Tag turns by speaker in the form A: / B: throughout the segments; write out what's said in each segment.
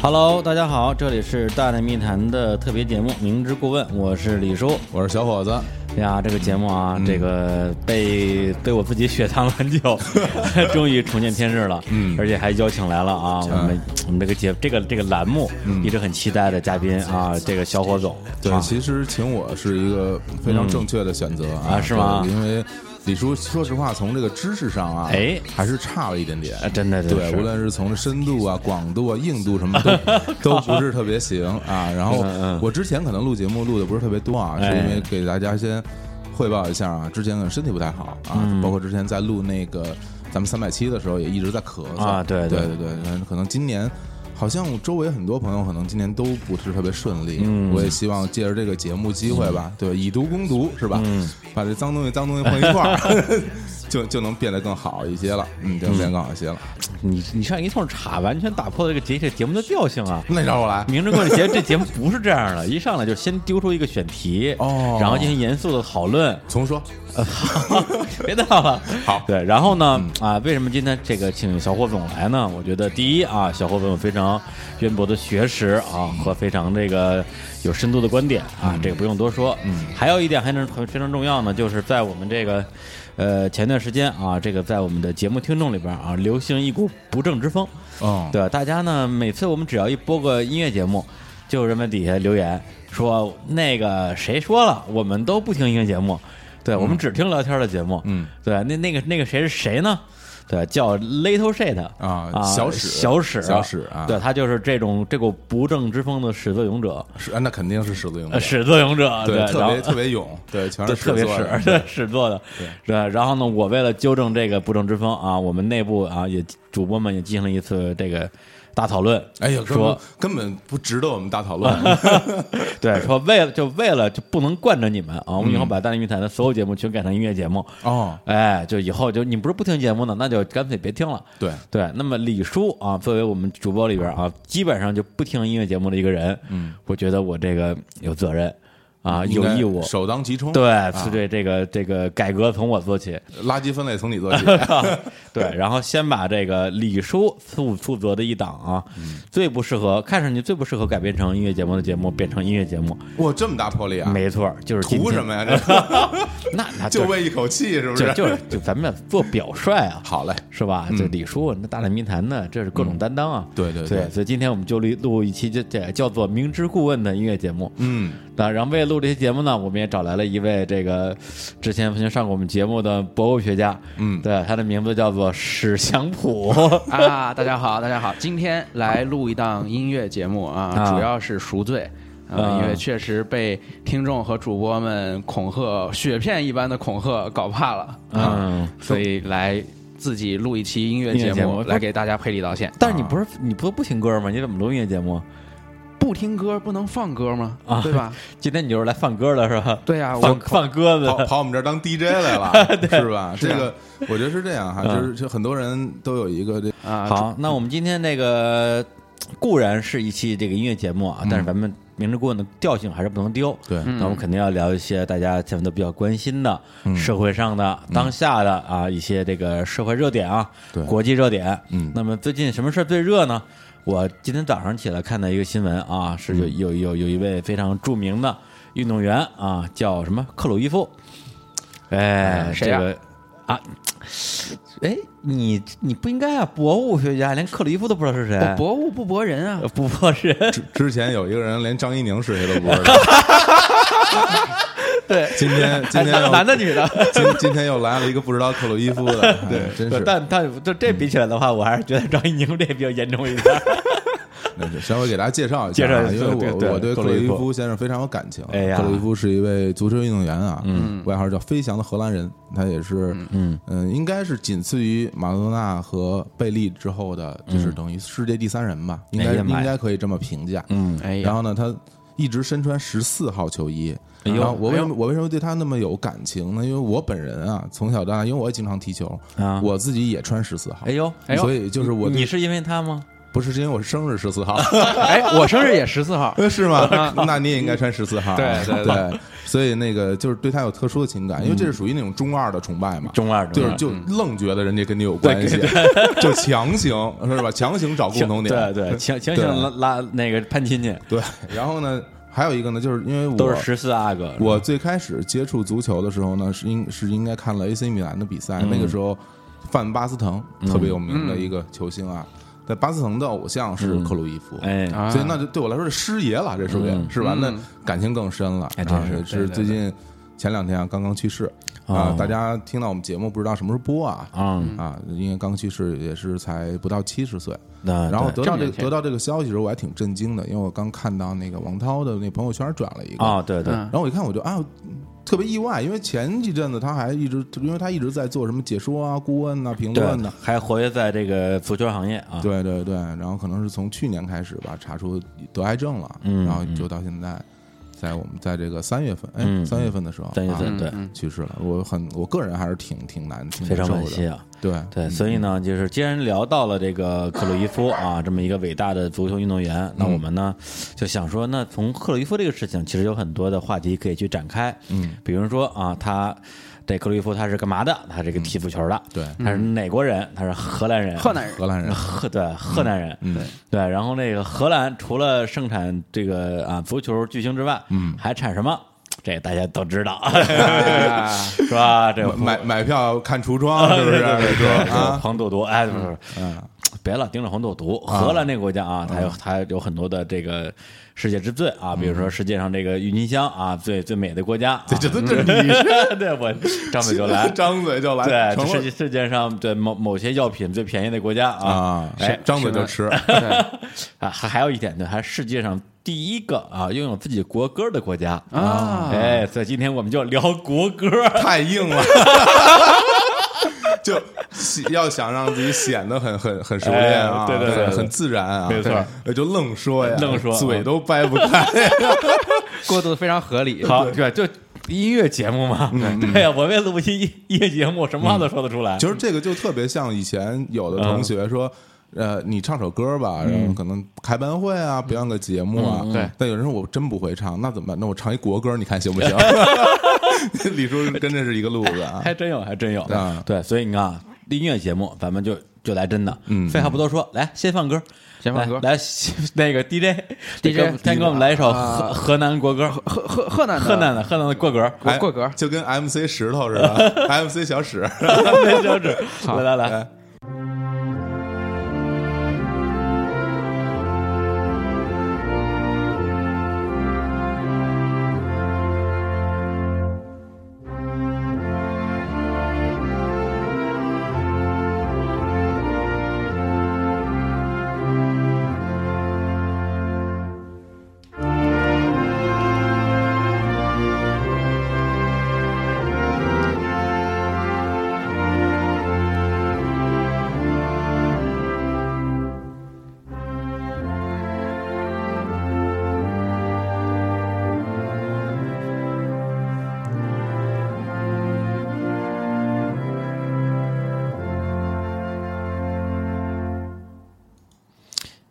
A: Hello，大家好，这里是《大内密谈》的特别节目《明知故问》，我是李叔。
B: 我是小伙子，
A: 哎呀，这个节目啊，这个被被我自己雪藏了很 久，终于重见天日了。嗯，而且还邀请来了啊，
B: 嗯
A: 我们我们这个节这个这个栏目一直很期待的嘉宾啊，这个小火总。
B: 嗯对，
A: 啊
B: 其实请我是一个非常正确的选择啊，
A: 啊是吗
B: 对因为李叔，说实话，从这个知识上啊，
A: 哎
B: 还是差了一点点
A: 啊，。真的
B: 对，
A: 是
B: 无论是从深度啊、广度啊、硬度什么 都都不是特别行啊。然后我之前可能录节目录的不是特别多啊，是
A: 嗯哎
B: 因为给大家先汇报一下啊，之前可能身体不太好啊，
A: 嗯
B: 包括之前在录那个咱们三百期的时候也一直在咳嗽
A: 啊对
B: 对
A: 对
B: 对对，嗯可能今年。好像我周围很多朋友可能今年都不是特别顺利，
A: 嗯
B: 我也希望借着这个节目机会吧，对，以毒攻毒
A: 嗯
B: 是吧？把这脏东西、脏东西混一块儿， 就就能变得更好一些了，嗯，就能变得更好一些了。
A: 你你上一通茶，完全打破了这个节这个节目的调性啊！
B: 那让我来，
A: 明知故问节目这节目不是这样的，一上来就先丢出一个选题，
B: 哦
A: 然后进行严肃的讨论，
B: 重说，
A: 别闹了。
B: 好
A: 对，然后呢，啊，为什么今天这个请小霍总来呢？我觉得第一啊，小霍总有非常渊博的学识啊，和非常这个有深度的观点啊，这个不用多说。嗯，还有一点还能很非常重要呢，就是在我们这个。呃，前段时间啊，这个在我们的节目听众里边啊，流行一股不正之风，
B: 嗯，
A: 对，大家呢，每次我们只要一播个音乐节目，就有人们底下留言说那个谁说了，我们都不听音乐节目，对、我们只听聊天的节目。
B: 嗯，
A: 对，那那个那个谁是谁呢？对，叫 Little Shit
B: 啊
A: 啊，
B: 小史
A: 小史，
B: 小史啊
A: 对他就是这种这股不正之风的始作俑者，
B: 是，啊那肯定是 始作俑者
A: 呃，，始作俑者，
B: 对，特
A: 然后
B: 别特别勇，对，全
A: 对，
B: 是
A: 特别
B: 始作
A: 是
B: 俑者
A: 对是做的，对。然后呢，我为了纠正这个不正之风啊，我们内部啊也主播们也进行了一次这个大讨论。
B: 哎呀，根本
A: 说
B: 根本不值得我们大讨 论，
A: 对，说为了就为了就不能惯着你们啊，我们以后把大内密谈的所有节目全改成音乐节目。
B: 哦，
A: 哎，就以后就你不是不听节目呢，那就干脆别听了。
B: 对
A: 对，那么李叔啊，作为我们主播里边啊，基本上就不听音乐节目的一个人，嗯，我觉得我这个有责任啊，有义
B: 应
A: 务
B: 该，首当其冲，
A: 对，是对这个这个改革从我做起。
B: 垃圾分类从你 做起，
A: 对，然后先把这个李叔负负责的一档啊，最不适合看上去最不适合改编成音乐节目的节目变成音乐节目，
B: 哇，这么大魄力啊！
A: 没错，就是今
B: 图
A: 天
B: 什么呀？ 这
A: 那那
B: 就
A: 就
B: 为一口气，是不？
A: 就是就是就咱们做表率啊，
B: 好嘞，
A: 是吧？这李叔那大胆密谈呢，这是各种担当啊。
B: 嗯对对
A: 对，，所以今天我们就录录一期这这叫做“明知故问”的音乐节目。
B: 嗯，
A: 那然后为了录这期节目呢，我们也找来了一位这个之前曾经上过我们节目的博物学家，
B: 嗯
A: 对，他的名字叫做史祥 普。
C: 啊，大家好，大家好，今天来录一档音乐节目啊，
A: 啊
C: 主要是赎罪。
A: 啊
C: 啊，因为确实被听众和主播们恐吓，雪片一般的恐吓搞怕了，啊
A: 嗯，
C: 所以来自己录一期音乐
A: 音乐
C: 节
A: 节目
C: 目，来给大家赔礼道歉。
A: 但是
B: 啊
A: 你不是你不不听歌吗？你怎么录音乐节目？
C: 不听歌不能放歌吗？
A: 啊
C: 对吧？
A: 今天你就是来放歌的是吧？
C: 对呀、啊我
A: 放放鸽
B: 啊跑
A: 子。
B: 跑我们这儿当 DJ 来了，是吧？
C: 是
B: 这
C: 啊
B: 个我觉得是这样哈，
A: 嗯
B: 就是就很多人都有一个这
C: 啊，
A: 好，那我们今天这个固然是一期这个音乐节目啊，但是咱们明知故问的调性还是不能丢。
B: 嗯对
A: 那我们肯定要聊一些大家现在都比较关心的、
B: 嗯
A: 社会上的、当下的啊一些这个社会热点啊
B: 对，
A: 国际热点。
B: 嗯
A: 那么最近什么事儿最热呢？我今天早上起来看到一个新闻啊，是有
B: 嗯
A: 有有有一位非常著名的运动员啊，叫什么克鲁伊夫，哎，
C: 嗯谁呀
A: 这个啊，哎，你你不应该啊，博物学家连克鲁伊夫都不知道是谁，
C: 我哦博物不博人啊，
A: 呃不博 士，
B: 之之前有一个人连张一宁是谁都不知道，
A: 对，哎
B: 今天今天又
A: 男的女的。
B: 今今天又来了一个不知道克鲁伊夫 的，对，真是
A: 但但这这比起来的话，我还是觉得张一宁这比较严重一点。
B: 那就稍微给大家介绍一下
A: 介绍
B: 啊，
A: 一下
B: 因为
A: 对
B: 我
A: 对
B: 我对
A: 克
B: 克
A: 鲁
B: 鲁
A: 伊
B: 伊
A: 夫
B: 夫先生非常有感情。啊
A: 哎呀
B: 克鲁伊夫是一位足球运动员啊，嗯，外号叫飞翔的荷兰人，他也是，嗯应该是仅次于马拉多纳和贝利之后的，就是等于世界第三人吧，应该
A: 嗯哎呀妈呀
B: 应该可以这么评价。
A: 嗯，
C: 哎
B: 然
C: 呀，
B: 后呢，他一直身穿十四号球衣。
A: 哎呦
B: 然后我为什么我为什么对他那么有感情呢？因为我本人啊，从小到大，因为我也经常踢球，
A: 啊
B: 我自己也穿十四号
A: 哎，呦，
C: 哎呦
B: 所以就是我对
A: 你是因为他吗？
B: 不是是因为我生日 十四号。
C: 哎，我生日也十四号，
B: 呃，是吗？那你也应该穿十四号啊。
C: 对对
B: 对，所以那个就是对他有特殊的情感，因为这是属于那种中二的崇拜嘛，
A: 中二中
B: 就是
A: 二
B: 就愣觉得人家跟你有关系， 就强行是吧？强行找共同点，
A: 对对，强强行拉拉那个攀亲戚，
B: 对，然后呢，还有一个呢，就是因为我
A: 都是十四阿哥，
B: 我最开始接触足球的时候呢，是应是应该看了 AC 米兰的比
A: 嗯
B: 赛，那个时候范巴斯滕特别有名的一个球星啊，在巴斯滕的偶像是克鲁伊夫，
A: 哎，
C: 啊 嗯
B: 所以那就对我来说是师爷了，这属于、是吧？那感情更深了，
A: 哎真
B: 啊
A: 是
B: 也
C: 对
B: 是
C: 对
B: 最近前两天啊刚刚去世
A: 哦
B: 啊，大家听到我们节目不知道什么时候播啊。
A: 啊，
B: 啊，因为刚去世也是才不到七十岁，
C: 啊
A: 那
B: 然后得到
C: 这么
B: 这
C: 年
B: 个
C: 轻
B: 得到这个消息的时候，我还挺震惊的，因为我刚看到那个王涛的那朋友圈转了一个，
A: 啊，对对，
C: 嗯
B: 然后我一看我就啊，特别意外，因为前几阵子他还一直，因为他一直在做什么解说啊、顾问呐、评
A: 对
B: 论呐、，
A: 还活跃在这个足球行业啊，
B: 对对对，然后可能是从去年开始吧，查出得癌症了，
A: 嗯
B: 然后就到现在，在我们在这个三月份，
A: 嗯
B: 哎，三月份的时候，
A: 三月份
B: 啊
A: 对
C: 嗯
B: 去世了。我很，我个人还是挺挺难，挺
A: 非
B: 难
A: 常
B: 嗯受
A: 惋惜
B: 的。
A: 啊。
B: 对
A: 对，所以呢，
B: 嗯
A: 就是既然聊到了这个克鲁伊夫啊，这么一个伟大的足球运动员，
B: 嗯
A: 那我们呢就想说，那从克鲁伊夫这个事情，其实有很多的话题可以去展开。
B: 嗯，
A: 比如说啊，他这克鲁伊夫他是干嘛的？他这个踢足球的，
B: 对，嗯
A: 他是哪国人？他是荷兰人，
C: 河南人
B: 荷兰人，
A: 荷 对荷兰人。
B: 嗯，
A: 对，然后那个荷兰除了盛产这个啊足球巨星之外，嗯，还产什么？这大家都知 道，是吧？这
B: 买买票看橱窗是不是？
A: 对，
B: 啊，
A: 黄赌毒，哎，不是，不是别老盯着黄赌毒。荷兰那个国家啊，它有它有很多的这个世界之最啊，比如说世界上这个郁金香啊，最最美的国 家啊，
B: 这这都这你。
A: 对我啊张嘴就来
B: 张嘴就来，
A: 对，
B: 成
A: 世
B: 了
A: 界世界上对某某些药品最便宜的国家啊，
B: 啊
A: 哎，
B: 张嘴就吃，
A: 啊，还还有一点呢，还是世界上第一个啊拥有自己国歌的国家。
C: 啊，
A: 哎，所以今天我们就聊国歌。
B: 太硬了， 就喜要想让自己显得很很很熟练
A: 哎
B: 啊，
A: 对对对对
B: 很自然啊，
A: 没错
B: 对，就愣说呀，
A: 愣说嗯
B: 嘴都掰不开，
C: 过渡得非常合 理。
A: 好，对，就音乐节目嘛，
C: 嗯
A: 对呀，我为了录期音音乐节目，我什么话都说得出来。
B: 其实这个就特别像以前有的同学说。
A: 嗯
B: 呃，你唱首歌吧，然后可能开班会啊，
A: 嗯
B: 表演个节目啊。
C: 对
B: 但有人说我真不会唱，那怎么办？那我唱一国歌，你看行 不 行？李叔跟这是一个路子啊。
A: 还真有，还真有
B: 啊
A: 对，所以你看啊，音乐节目咱们就就来真的，嗯，废话不多说，来先放歌，
C: 先放歌
A: 来，来那个 DJ
C: DJ
A: 给我们先给我们来一首河
C: 啊
A: 河南国歌，
C: 河啊河河南
A: 河南的
C: 的
A: 河南的 国 歌，
C: 国
B: 哎
C: 过格
B: 就跟 MC 石头似 的，MC 小史。
A: 没手指，
C: 好哎
A: 来来来，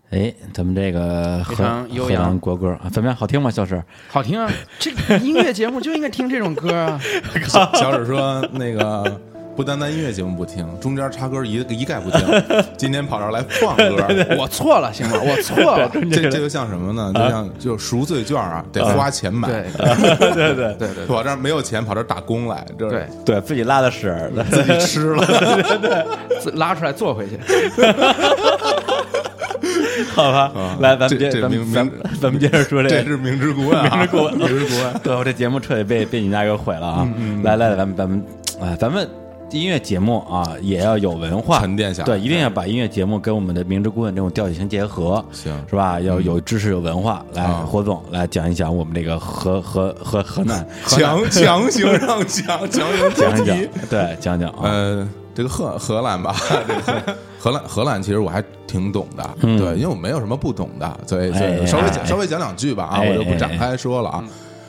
A: 哎，咱们这个河
C: 非常悠
A: 河
C: 扬
A: 南国歌啊怎么样？好听吗？小史，
C: 好听啊！ 这个音乐节目就应该听这种歌啊！
B: 小小史说：“那个不单单音乐节目不听，中间插歌一一概不听。今天跑这儿来放歌，
C: 我错了，行吗？我错 了，
B: 这这就像什么呢？就像就赎罪券啊，得花钱买。
C: 对
A: 对对
C: 对对
B: 我这儿没有钱，跑这儿打工来，这
C: 对
B: 是，
A: 对，自己拉的屎，
B: 自己吃了。
C: 自拉出来坐回去。
A: 好
C: 啊
A: 吧，来，咱们
B: 这
A: 接
B: 这
A: 咱们
B: 明
A: 咱们咱们接着说
B: 这
A: 这个。
B: 是明知故问啊，
A: 明知故问
B: 明知故问。
A: 对，我这节目彻底被被你家给毁了啊！来来，咱们咱们，哎，咱们音乐节目啊，也要有文化
B: 沉淀下来
A: 对，一定要把音乐节目跟我们的明知故问这种调性结合，
B: 行
A: 是吧？要有知识，有文化。来，
B: 啊
A: 霍总来讲一讲我们这个河河河河南，
B: 强强行让强强行
A: 讲
B: 脱
A: 一讲
B: 题，
A: 对，讲讲啊，
B: 呃，这个荷荷兰吧， 这个荷荷兰荷兰其实我还挺懂的，对，因为我没有什么不懂的，所以
A: 嗯
B: 所
A: 哎哎
B: 以稍微讲
A: 哎
B: 稍微讲两句吧啊，
A: 哎
B: 我就不
A: 哎
B: 展开说了啊。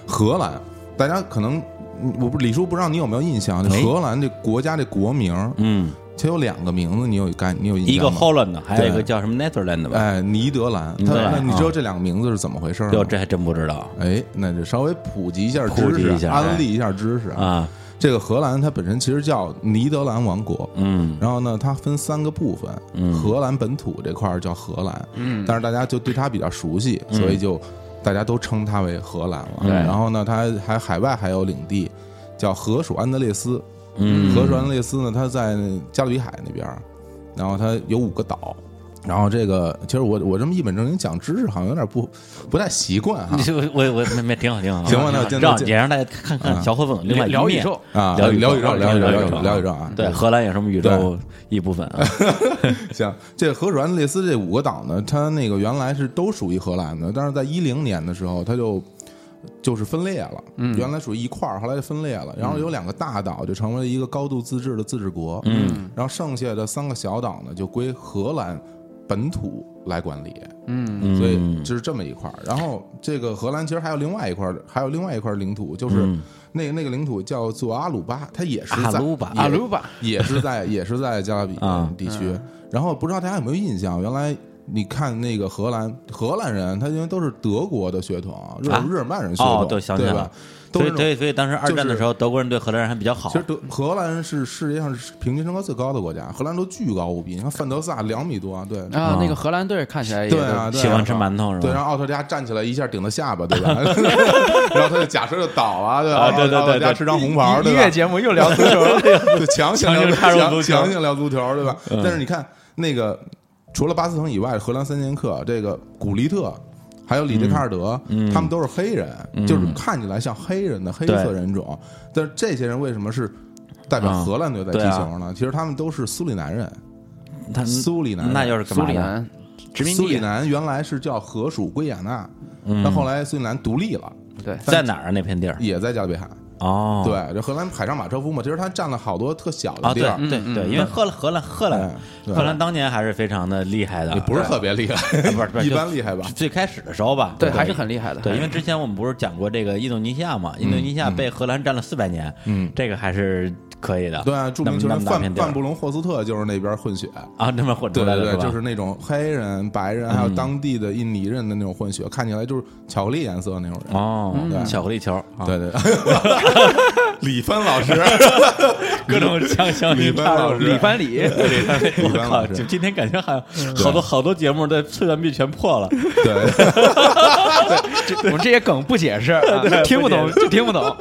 B: 荷兰，大家可能嗯我不李叔不知道你有没有印象，
A: 哎
B: 荷兰这国家这国名，
A: 嗯，
B: 其实有两个名字，你有概你有印象
A: 一个
B: 吗
A: Holland，的还有一个
B: 对
A: 叫什么 Netherland 的吧？
B: 哎，尼德兰，
A: 尼
B: 他
A: 德兰
B: 那你
A: 啊
B: 知道这两个名字是怎么回事
A: 哟，
B: 吗？
A: 这还真不知道
B: 哎，那就稍微普及一下
A: 普
B: 知
A: 及
B: 识，
A: 一下哎
B: 安利一下知识。
A: 啊。
B: 这个荷兰它本身其实叫尼德兰王国，
A: 嗯
B: 然后呢，它分三个部分，荷兰本土这块儿叫荷兰，嗯，但是大家就对它比较熟悉，所以就大家都称它为荷兰了。
A: 嗯对
B: 然后呢，它还海外还有领地，叫荷属安德烈斯，
A: 嗯，
B: 荷属安德烈斯呢，它在加勒比海那边儿，然后它有五个岛。然后这个，其实我我这么一本正经讲知识，好像有点不不太习惯哈
A: 你。这我我我没没挺好挺好，
B: 行吧那
A: 挺
B: 今天
A: 好
B: 就
A: 让也让大家看看小火粉另外一
C: 聊宇
A: 面
C: 宙，
B: 啊，
A: 聊宇
B: 聊
A: 宙
B: 宇宙，
A: 聊
B: 聊
A: 宇宙聊宇
B: 宇宙，聊宇
A: 宙
B: 宙，聊宇宙啊！
A: 对，荷兰也是我们宇宙一部分啊。
B: 行，这荷属安德烈斯这五个岛呢，它那个原来是都属于荷兰的，但是在一零年的时候，它就就是分裂了。嗯，原来属于一块儿，后来就分裂了。然后有两个大岛就成为了一个高度自治的自治国。嗯，然后剩下的三个小岛呢，就归荷兰本土来管理。
C: 嗯，
B: 所以
A: 嗯
B: 就是这么一块儿。然后这个荷兰其实还有另外一块儿，还有另外一块领土，就是那个那个领土叫做阿鲁巴，它也是
A: 阿
B: 在
A: 鲁巴
B: 也
C: 阿鲁巴，
B: 也是在也是在加勒比
A: 啊
B: 地区。然后不知道大家有没有印象，原来你看那个荷兰荷兰人，他因为都是德国的血统，日
A: 啊
B: 日耳曼人血
A: 哦
B: 统，
A: 对想起来
B: 吧
A: 了？
B: 都
A: 所以
B: 是
A: 所以所以当时二战的时候，德国人对荷兰人还比较好
B: 其实德荷兰人是世界上是平均身高最高的国家，荷兰都巨高无比。你看范德萨两米多，
A: 嗯
B: 对
C: 啊，那个荷兰队看起来也
B: 对啊，对啊
A: 喜欢吃馒头是吧
B: 对，让奥特加站起来一下顶他下巴， 对吧？然后他就假设就倒了，对吧？
A: 啊对对对
B: 奥特加
A: 对
B: 吃张红牌，
C: 音
B: 对吧？
C: 乐节目又 聊足球了，
B: 就强行聊
A: 强行插入足
B: 强
A: 球嗯
B: 强行聊足球，对吧？但是你看那个，除了巴斯滕以外，荷兰三剑客这个古利特。还有里杰卡尔德，
A: 嗯
B: 他们都是黑人，就是看起来像黑人的黑色人种，但是这些人为什么是代表
A: 啊
B: 荷兰队在
A: 对
B: 踢
A: 啊
B: 球呢？其实他们都是苏里南人，
A: 他
B: 苏里南人
A: 那又是干
C: 苏
A: 嘛
C: 里
A: 的？
C: 南殖民
B: 苏里
C: 地，
B: 南原来是叫荷属圭亚那，
A: 嗯
B: 但后来苏里南独立了，
C: 对，
A: 在哪儿啊？那片地儿？
B: 也在加勒比海。
A: 哦，
B: 对，这荷兰海上马车夫嘛，其实他占了好多特小
A: 啊，
B: 的地
A: 对
B: 儿，
A: 对对，因为荷兰荷兰荷兰
B: 哎对
A: 荷兰当年还是非常的厉害的，
B: 也不是特别厉害，
A: 啊不是不是
B: 一
A: 就
B: 般厉害吧？
A: 最开始的时候吧，
C: 对，还是很厉害的，
A: 对，因为之前我们不是讲过这个印度尼西亚嘛，印度尼西亚被荷兰占了四百年，
B: 嗯，
A: 这个还是可以的。
B: 对啊，著
A: 那
B: 名
A: 么
B: 球
A: 那
B: 员
A: 么大
B: 范
A: 片地儿
B: 范布隆霍斯特就是那边混血，
A: 啊，那么混出
B: 对
A: 来
B: 对
A: 的
B: 对，
A: 吧？嗯
B: 就是那种黑人、白人，还有当地的印尼人的那种混血，看起来就是巧克力颜色的那种人。
A: 哦，
B: 嗯
A: 巧克力球，啊
B: 对对，对 李帆老 师，
A: 各种香香
B: 李帆老师，
C: 李帆里，
B: 李
A: 我
B: 帆
A: 靠！
B: 老
A: 就
B: 师，
A: 今天感觉好像好多好多节目的次元壁全破 了，
B: 对。
C: 这 我们这些梗不解 释，啊听不懂就听不 懂，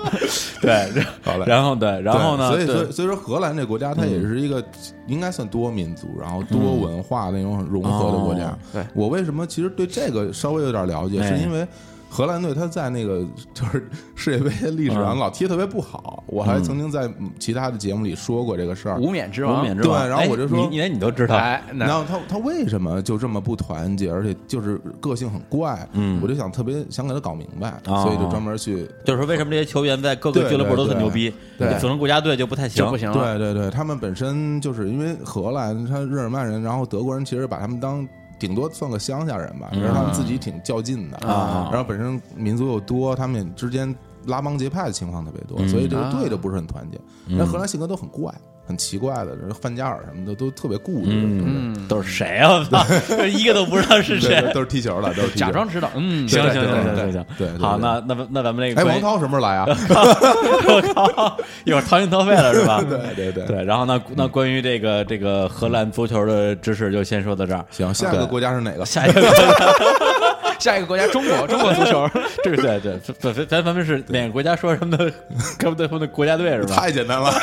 A: 对，
B: 好嘞
A: 然后对，然后呢？
B: 对所以
A: 对
B: 所以所以说荷兰这国家，它也是一个应该算多民族，然后多文化那种很融合的国家。
A: 嗯哦
C: 对
B: 我为什么其实对这个稍微有点了解，
A: 哎
B: 是因为。荷兰队他在那个就是 世界杯历史
A: 嗯
B: 上老踢得特别不好，我还曾经在其他的节目里说过这个事儿。
C: 无冕之
A: 无
C: 王，
A: 冕之王，
B: 对然后
A: 哎
B: 我就说
A: 你你连你都知道，
C: 哎，
B: 然
C: 那
B: 后他他为什么就这么不团结，而且就是个性很怪？嗯，我就想特别想给他搞明白，
A: 哦
B: 所以就专门去
A: 就是说为什么这些球员在各个
B: 对
A: 俱乐部都
B: 对
A: 很
B: 对
A: 牛逼，
C: 对
A: 你组成国家队就不太行，
C: 就不行了，
B: 对对对，他们本身就是因为荷兰、他日耳曼人，然后德国人其实把他们当顶多算个乡下人吧，因为他们自己挺较劲的
A: 嗯啊
B: 然后本身民族又多，他们之间拉帮结派的情况特别多，
A: 嗯
B: 所以这个队就不是很
A: 啊
B: 团结。那、荷兰性格都很怪，很奇怪的，人范加尔什么的都特别固执，
A: 嗯，都是谁 啊？我操，一个都不知道是
B: 对对
A: 谁。
B: 都是踢球的，都是踢球
C: 假。装知道，嗯，
A: 行
B: 对
A: 行行
B: 对
A: 行
B: 对
A: 行行，
B: 对对
A: 好，
B: 对
A: 那那那咱们那个
B: 哎，
A: 关
B: 王
A: 于，
B: 涛什么时候来啊？
A: 我靠，一会儿掏心掏肺 了是吧？
B: 对对嗯对
A: 对，然后呢，那关于这个这个荷兰足球的知识就先说到这儿。
B: 行，下一个
A: 对
B: 国家是哪个？
A: 下一个国家，
C: 下一个国家中国，中国足球，
A: 这是对对，咱咱咱咱们是哪个国家说什么的，跟对方的国家队是吧？
B: 太简单了，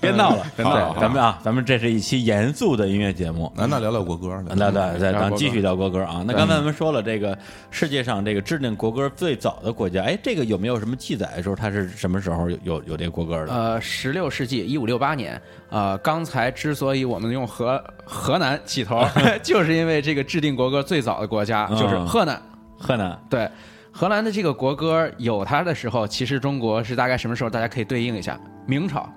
A: 别闹了，
B: 别闹了
A: 对咱们啊，咱们这是一期严肃的音乐节目，
B: 那那聊聊国歌了。
A: 那那那咱
C: 国歌
A: 继续聊国歌啊。那刚才我们说了，这个世界上这个制定国歌最早的国家，哎，这个有没有什么记载说它是什么时候有有有这个国歌的？
C: 呃，十六世纪一五六八年，呃，刚才之所以我们用河河南起头，就是因为这个制定国歌最早的国家就是
A: 嗯
C: 河南，
A: 河南
C: 对。荷兰的这个国歌有它的时候，其实中国是大概什么时候？大家可以对应一下，明朝。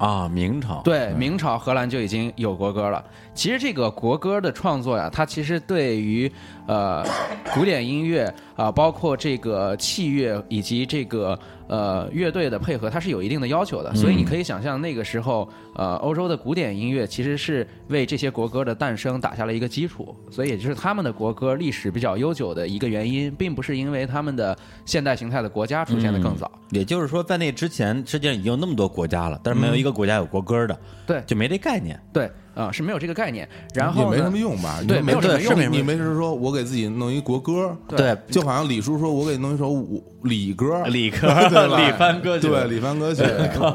A: 啊，明朝
C: 对，
B: 嗯
C: 明朝荷兰就已经有国歌了。其实这个国歌的创作呀、它其实对于 呃古典音乐啊、包括这个器乐以及这个呃乐队的配合，它是有一定的要求的，
B: 嗯
C: 所以你可以想象那个时候，呃，欧洲的古典音乐其实是为这些国歌的诞生打下了一个基础，所以也就是他们的国歌历史比较悠久的一个原因，并不是因为他们的现代形态的国家出现的
B: 嗯
C: 更早，
A: 也就是说，在那之前，世界上已经有那么多国家了，但是
B: 嗯
A: 没有一个国家有国歌的，
C: 对
A: 就没这概 念。
C: 对，啊、是没有这个概念，然
B: 也
C: 后
B: 没
C: 呢
B: 什么用吧？你
C: 对
B: 说
C: 没有什么
B: 对
C: 用
B: 是
C: 没什么
B: 你没事说，我给自己弄一国歌，
A: 对，
B: 就好像李叔说，我给弄一首舞李歌，
A: 理科
B: 对吧
A: 理番歌曲，
B: 对，李帆 歌曲，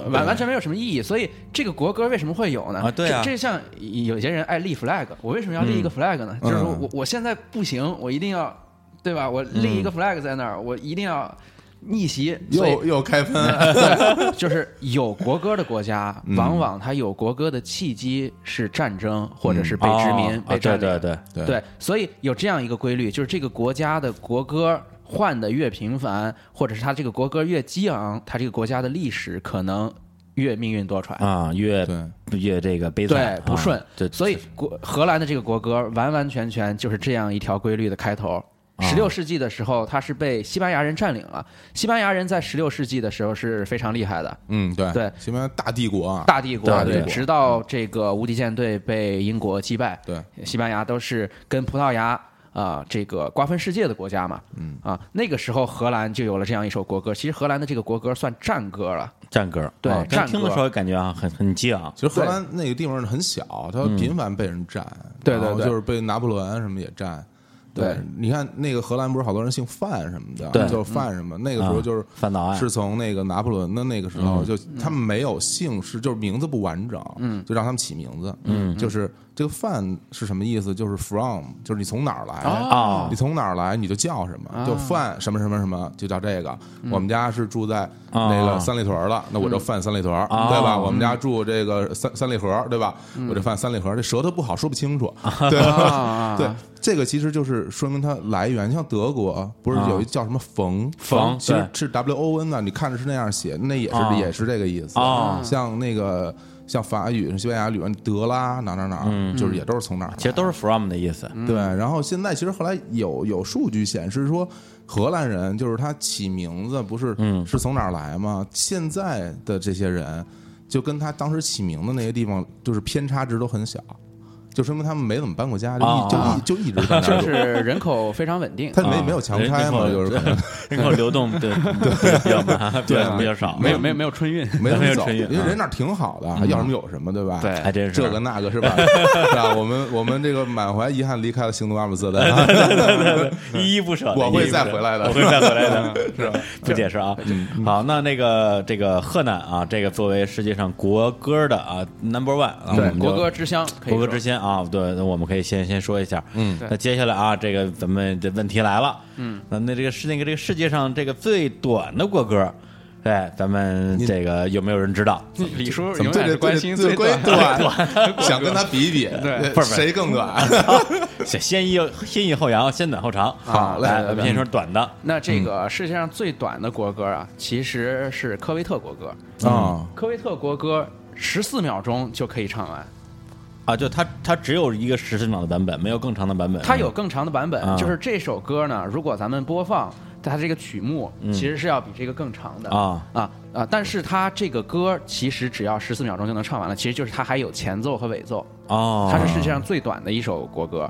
C: 完完全没有什么意义。所以这个国歌为什么会有呢？
A: 啊对啊嗯
C: 这这像有些人爱立 flag，我为什么要立一个 flag 呢？就是说我我现在不行，我一定要对吧？我立
A: 嗯
C: 一个 flag 在那儿，我一定要逆袭。所以
B: 又又开喷。
C: 对就是有国歌的国家，
A: 嗯
C: 往往它有国歌的契机是战争，或者是被殖民、
A: 哦啊
C: 被占
A: 对
C: 领。
A: 对对，
B: 对
C: 对，所以有这样一个规律，就是这个国家的国歌换的越频繁，或者是它这个国歌越激昂，它这个国家的历史可能越命运多舛。
A: 啊，越
B: 对
A: 越这个悲
C: 对
A: 惨，，
C: 不顺，
A: 啊对，
C: 所以国荷兰的这个国歌完完全全就是这样一条规律的开头。
A: 啊
C: 十六世纪的时候，它是被西班牙人占领了。西班牙人在十六世纪的时候是非常厉害的，
B: 嗯，对
C: 对
B: 西班牙大帝国啊，
C: 大帝国，
A: 大帝
C: 对
A: 国
C: 直到这个无敌舰队被英国击败，
B: 对，
C: 西班牙都是跟葡萄牙啊、呃这个瓜分世界的国家嘛，嗯啊，那个时候荷兰就有了这样一首国歌。其实荷兰的这个国歌算战歌了，
A: 战歌，
C: 对
A: 啊
C: 战歌
A: 听的时候感觉啊，很很激昂，
B: 其实荷兰那个地方很小，它频繁被人占，
C: 嗯对对
B: 然后
C: 对
B: 就是被拿破仑什么也占。
C: 对，
B: 你看那个荷兰不是好多人姓范什么的，
A: 对
B: 就是范什么。那个时候就是
A: 啊范岛爱
B: 是从那个拿破仑的那个时候，就他们没有姓氏，就是名字不完整，嗯，就让他们起名字，嗯，就是这个范是什么意思？就是 from，就是你从哪儿来
A: 哦
B: 你从哪儿来你就叫什么，就范什么什么什么就叫这个。我们家是住在那
A: 哦
B: 个三里屯儿了，那我就范三里屯儿，
A: 哦
B: 对吧？我们家住这个三三里河儿，对吧？我就犯三里河儿，这舌头不好说不清楚，对吧？ 对，这个其实就是说明它来源。像德国不是有一叫什么冯
A: 冯
B: 其
A: 对
B: 实是 W O N 啊呢，你看着是那样写，那也是
A: 啊
B: 也是这个意思
A: 啊
B: 像那个像法语、西班牙语，德拉哪哪哪，就是也都是从哪儿来。
A: 嗯其实嗯都是 from 的意思，
B: 对，然后现在其实后来有有数据显示说，荷兰人就是他起名字不是、
A: 嗯
B: 是从哪儿来吗？现在的这些人就跟他当时起名字那些地方就是偏差值都很小，就说明他们没怎么搬过家，就一、
A: 啊
B: 就一、
A: 啊
B: 就一直在那
C: 就
B: 儿
C: 是
B: 住。
C: 人口非常稳定。
B: 他没、
A: 啊
B: 没有强拆嘛，
A: 人
B: 就是可能
A: 人口流动对对比较慢，比较比较少，
C: 啊没有没有没 有春运，
B: 没
A: 没有
B: 人走，
A: 春运
B: 因为人那儿挺好的，要什么有什么，对吧？
C: 对
A: 嗯还真是
B: 这个那个 是吧？是吧？我们我们这个满怀遗憾离开了行动阿姆斯特 丹，啊
A: 依依不舍的，
B: 我会
A: 依依不舍
B: 再回来的
A: 我会再回来的，是吧？不解释啊。好，那那个这个河南啊，这个作为世界上国歌的啊 number one 啊，我
C: 对
A: 们就
C: 国歌之乡，可以
A: 国歌
C: 说
A: 之先啊，对，那我们可以先先说一下。嗯
C: 对
A: 那接下来啊，这个咱们的问题来了。嗯，那那这个世那个这个世界上这个最短的国歌，对，咱们这个有没有人知道？
C: 李叔
B: 怎么
C: 永
B: 对
C: 远
B: 这
C: 是关
B: 对
C: 心
B: 这
C: 最
B: 对关
C: 短
B: 短，想跟他比一比，呃
C: 对
A: 不是
B: 谁更短？
A: 先先抑先抑后扬，先短后长。
B: 好嘞
A: 来，
B: 来
A: 咱们先说短的。
C: 那
B: 嗯
C: 这个世界上最短的国歌啊，其实是科威特国歌。
A: 嗯
B: 啊，
C: 科威特国歌十四秒钟就可以唱完，
A: 啊，就它它只有一个十四秒的版本，没有更长的版
B: 嗯
A: 本。
C: 它有更长的版本
A: 啊，
C: 就是这首歌呢，如果咱们播放它这个曲目，
B: 嗯
C: 其实是要比这个更长的
A: 啊
C: 啊啊！但是它这个歌其实只要十四秒钟就能唱完了，其实就是它还有前奏和尾奏，
A: 哦，
C: 它是世界上最短的一首国歌。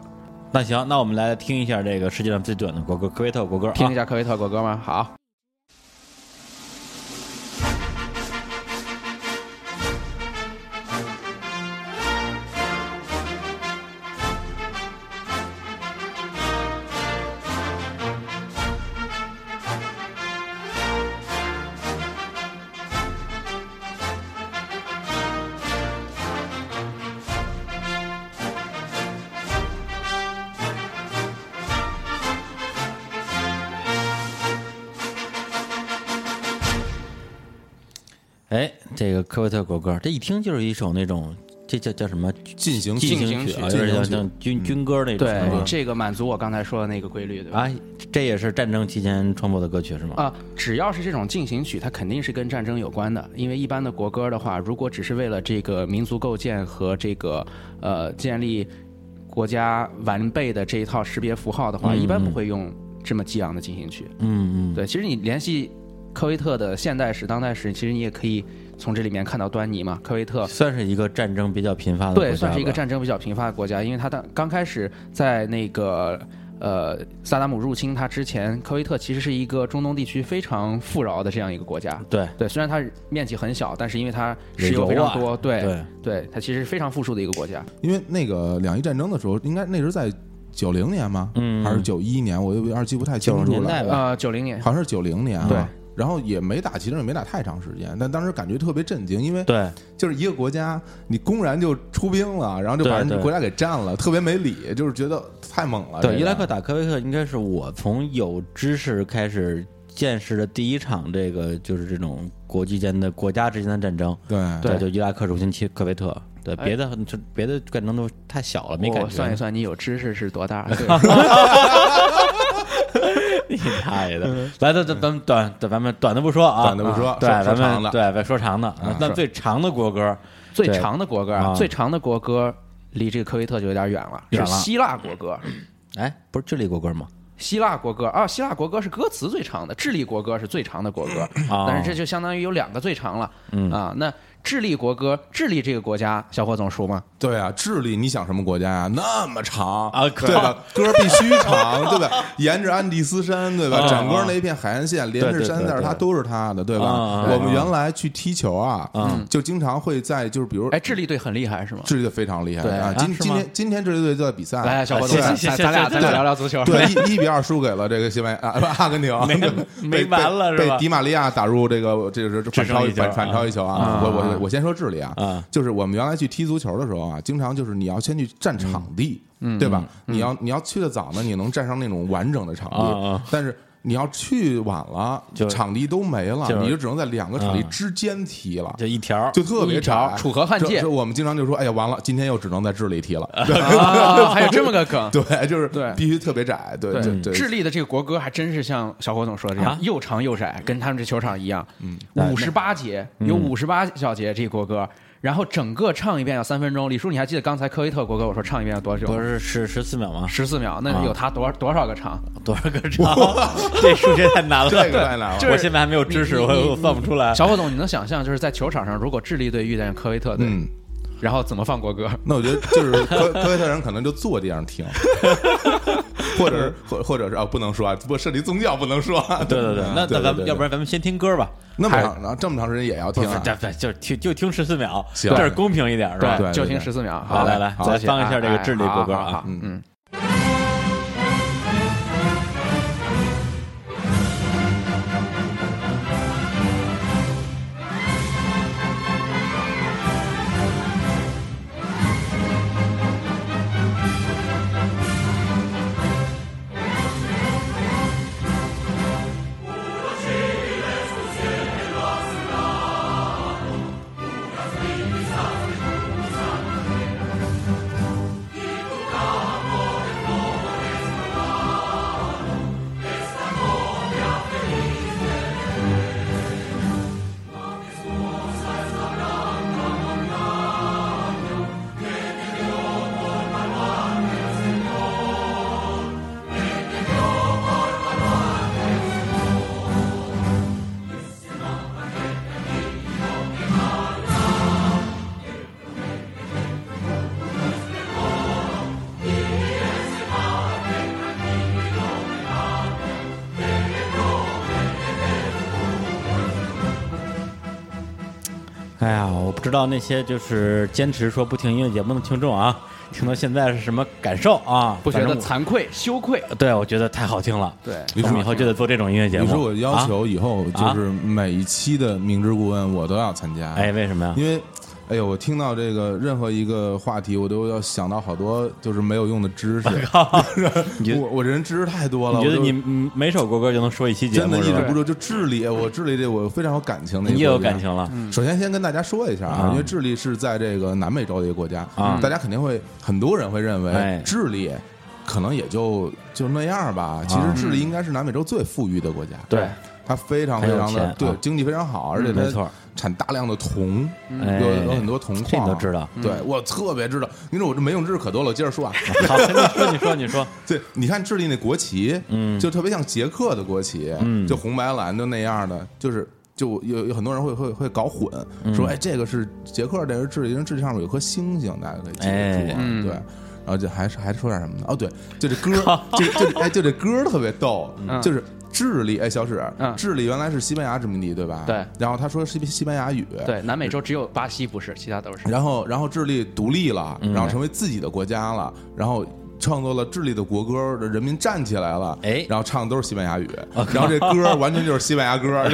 A: 那行，那我们来听一下这个世界上最短的国歌——科威特国歌啊。
C: 听一下科威特国歌吗？
B: 啊
C: 好。
A: 哎，这个科威特国歌，这一听就是一首那种，这叫叫什么？
B: 进行
A: 进行
C: 行
A: 曲啊，
B: 曲
A: 有点像
B: 进行
A: 像军军歌那种。
C: 对
A: 是吧，
C: 这个满足我刚才说的那个规律，对吧？
A: 啊，这也是战争期间创作的歌曲是吗？
C: 啊、只要是这种进行曲，它肯定是跟战争有关的。因为一般的国歌的话，如果只是为了这个民族构建和这个呃建立国家完备的这一套识别符号的话，一般不会用这么激昂的进行曲。
A: 嗯嗯，
C: 对，其实你联系科威特的现代史、当代史，其实你也可以从这里面看到端倪嘛。科威特
A: 嗯算是一个战争比较频发的国家
C: 对，算是一个
A: 吧
C: 战争比较频发的国家，因为他当刚开始在那个呃萨达姆入侵他之前，科威特其实是一个中东地区非常富饶的这样一个国家。
A: 对
C: 对，虽然它面积很小，但是因为它
A: 人
C: 石油非
A: 油
C: 常
A: 啊
C: 多，对
A: 对
C: 它其实是非常富庶的一个国家。
B: 因为那个两伊战争的时候，应该那时候在九零年吗？
A: 嗯
B: 还是九一年？我有点记不太清
A: 90
B: 楚
A: 年代
B: 了。
A: 吧
C: 呃，九零年，
B: 好像是九零年、啊。
C: 对。
B: 然后也没打，其实也没打太长时间，但当时感觉特别震惊，因为
A: 对，
B: 就是一个国家，你公然就出兵了，然后就把人
A: 对
B: 家
A: 对
B: 国家给占了，特别没理，就是觉得太猛了。
A: 对，
B: 这个
A: 伊拉克打科威特应该是我从有知识开始见识的第一场这个就是这种国际间的国家之间的战争。
B: 对
A: 对，就伊拉克入侵切科威特。对，
C: 哎哦
A: 别的就别的战争都太小 了，没感
C: 我
A: 觉。
C: 算一算，你有知识是 多大？对
A: 你大爷的！来，咱咱咱们短短咱们短的不说啊，
B: 嗯短的不说
A: 啊对，
B: 说说
A: 咱
B: 长
A: 们
B: 的嗯
A: 对，别说长的。那最长的国歌，
C: 最
A: 对
C: 长的国歌
A: 啊
C: 啊，最长的国歌离这个科威特就有点远了，
A: 远
C: 是
A: 了
C: 希腊国歌。
A: 哎，不是智利国歌吗？
C: 希腊国歌啊，希腊国歌是歌词最长的，智利国歌是最长的国歌，
A: 啊嗯
C: 但是这就相当于有两个最长了、啊。那智利国歌，智利这个国家，小伙总熟吗？
B: 对啊，智利，你想什么国家呀、那么长
A: 啊可
B: 对吧？歌必须长，对吧？ 沿着安第斯山，对
A: 啊
B: 吧？整
A: 啊
B: 个那一片海岸线，连
A: 对
B: 着
A: 对
B: 山
A: 对
B: 那儿，
A: 对
B: 它都是它的，对吧？
A: 啊啊啊
B: 我们原来去踢球啊，
A: 嗯
B: 就经常会在就是比如
C: 哎，智利队很厉害是吗？
B: 智利队非常厉害
C: 对
B: 啊！
A: 啊
B: 今
A: 是
B: 今
A: 吗哎
B: 天今天智利队就在比赛，
C: 来，哎小伙
A: 谢
C: 总，
A: 谢
C: 咱
A: 谢谢
C: 咱咱俩
A: 谢谢
C: 咱俩聊聊 足球。
B: 对，一一比二输给了这个西班牙啊，不阿根廷，
A: 没没
B: 被
A: 完了
B: 被
A: 是吧
B: 被迪玛利亚打入这个这个是
A: 只
B: 反
A: 剩
B: 超
A: 一球
B: 反反超一球啊！
A: 啊
B: 我我我先说智利啊
A: 啊，
B: 就是我们原来去踢足球的时候啊，经常就是你要先去
A: 嗯
B: 占场地，对吧？你要你要去的早呢，你能占上那种完整的场
A: 啊
B: 地
A: 啊，
B: 但是。你要去晚了
A: 就，
B: 场地都没了
A: 就，
B: 你就只能在两个场地
A: 啊
B: 之间踢了，
A: 就一条，
B: 就特别
C: 一条
B: 长，
C: 楚河汉界
B: 这这我们经常就说，哎呀，完了，今天又只能在智利踢了，
C: 啊，还有这么个梗。
B: 对，就是
C: 对
B: 必须特别窄，对
C: 对，
B: 对，
C: 智利的这个国歌还真是像小伙总说的这
A: 啊
C: 样，又长又窄，跟他们这球场一样。嗯，五十八节
A: 嗯
C: 有五十八小节这国歌，然后整个唱一遍要三分钟。李叔，你还记得刚才科威特国歌我说唱一遍要多久吗？
A: 不是啊十十四秒吗？
C: 十四秒，那有他多少多少个场？
A: 多少个长？ 这数学太难了，
B: 这个太难了
C: 就是
A: 我现在还没有知识，
C: 你
A: 我
C: 你你
A: 我算不出来。
C: 小伙总，你能想象就是在球场上，如果智利队遇见科威特队，
B: 嗯
C: 然后怎么放国歌？
B: 那我觉得就是科科威特人可能就坐地 上听，或者是或或者是啊，不能说啊，不涉及宗教不能说啊。
A: 对对对，那那咱们要不
B: 然
A: 然咱们先听歌吧，
B: 那么
A: 还
B: 长，然后这么长时间也要
A: 不
B: 听
A: 是
B: 啊，
A: 对对，就听就听十四秒，
B: 行
A: 这儿公平一点是吧？
B: 对对
C: 就听
B: 对
C: 十四秒。
A: 好来
C: 嘞
A: 来
C: 好
A: 再
C: 谢谢
A: 放一下这个
C: 哎
A: 智利国歌
C: 好好
A: 啊
C: 好嗯，
A: 哎呀，我不知道那些就是坚持说不听音乐节目的听众啊，听到现在是什么感受啊？
C: 不觉
A: 反
C: 得
A: 正我
C: 惭愧羞愧？
A: 对，我觉得太好听了。
C: 对
A: 我们以后就得做这种音乐节
B: 于
A: 目。
B: 是我要
A: 啊，
B: 求以后就是每一期的明知故问我都要参加，
A: 哎，，为什么呀？
B: 因为。哎呦，我听到这个任何一个话题，我都要想到好多就是没有用的知识。
A: 哎你
B: 我我人知识太多了，
A: 你觉
B: 我
A: 得
B: 就
A: 你嗯每首国歌就能说一期节
B: 真的
A: 目
B: 抑
A: 是
B: 制
A: 吧？
B: 不住，就智利，我智利这我非常有感情的一个
A: 你也有
B: 国家
A: 感情了，
B: 首先，先跟大家说一下
A: 嗯啊
B: 啊，因为智利是在这个南美洲的一个国家
A: 啊
B: 大家肯定会很多人会认
A: 哎
B: 为智利可能也就就那样吧。其实智利应该是南美洲最富裕的国家，
A: 啊对，
B: 它非常非
A: 很有
B: 常的
A: 钱
B: 对
A: 啊
B: 经济非常好，而且
A: 没错
B: 它产大量的铜，
A: 哎
B: 有有很多铜
A: 这
B: 矿，
A: 你都知道。
B: 对我特别知道，你说我这没用知识可多了，我接着说啊。
A: 好，你说，你说，你说，
B: 对，你看智利那国旗，嗯，就特别像捷克的国旗，嗯，就红白蓝就那样的，就是就有有很多人会会会搞混，说哎这个是捷克，这个是智利，因为智利上面有颗星星，大家可以记得住啊，
C: 哎
B: 对。然后就还是还说点什么呢？哦，对，就这歌儿，就就这哎，就这歌儿特别逗，就是智利哎，小史
C: 嗯，
B: 智利原来是西班牙殖民地对吧？
C: 对
B: 然后他说西西班牙语，
C: 对，南美洲只有巴西不是，其他都是。
B: 然后，然后智利独立了，
A: 嗯
B: 然后成为自己的国家了，然后创作了智利的国歌，人民站起来了，
A: 哎啊
B: 然后唱的都是西班牙语，然后 这歌完全就是西班牙歌，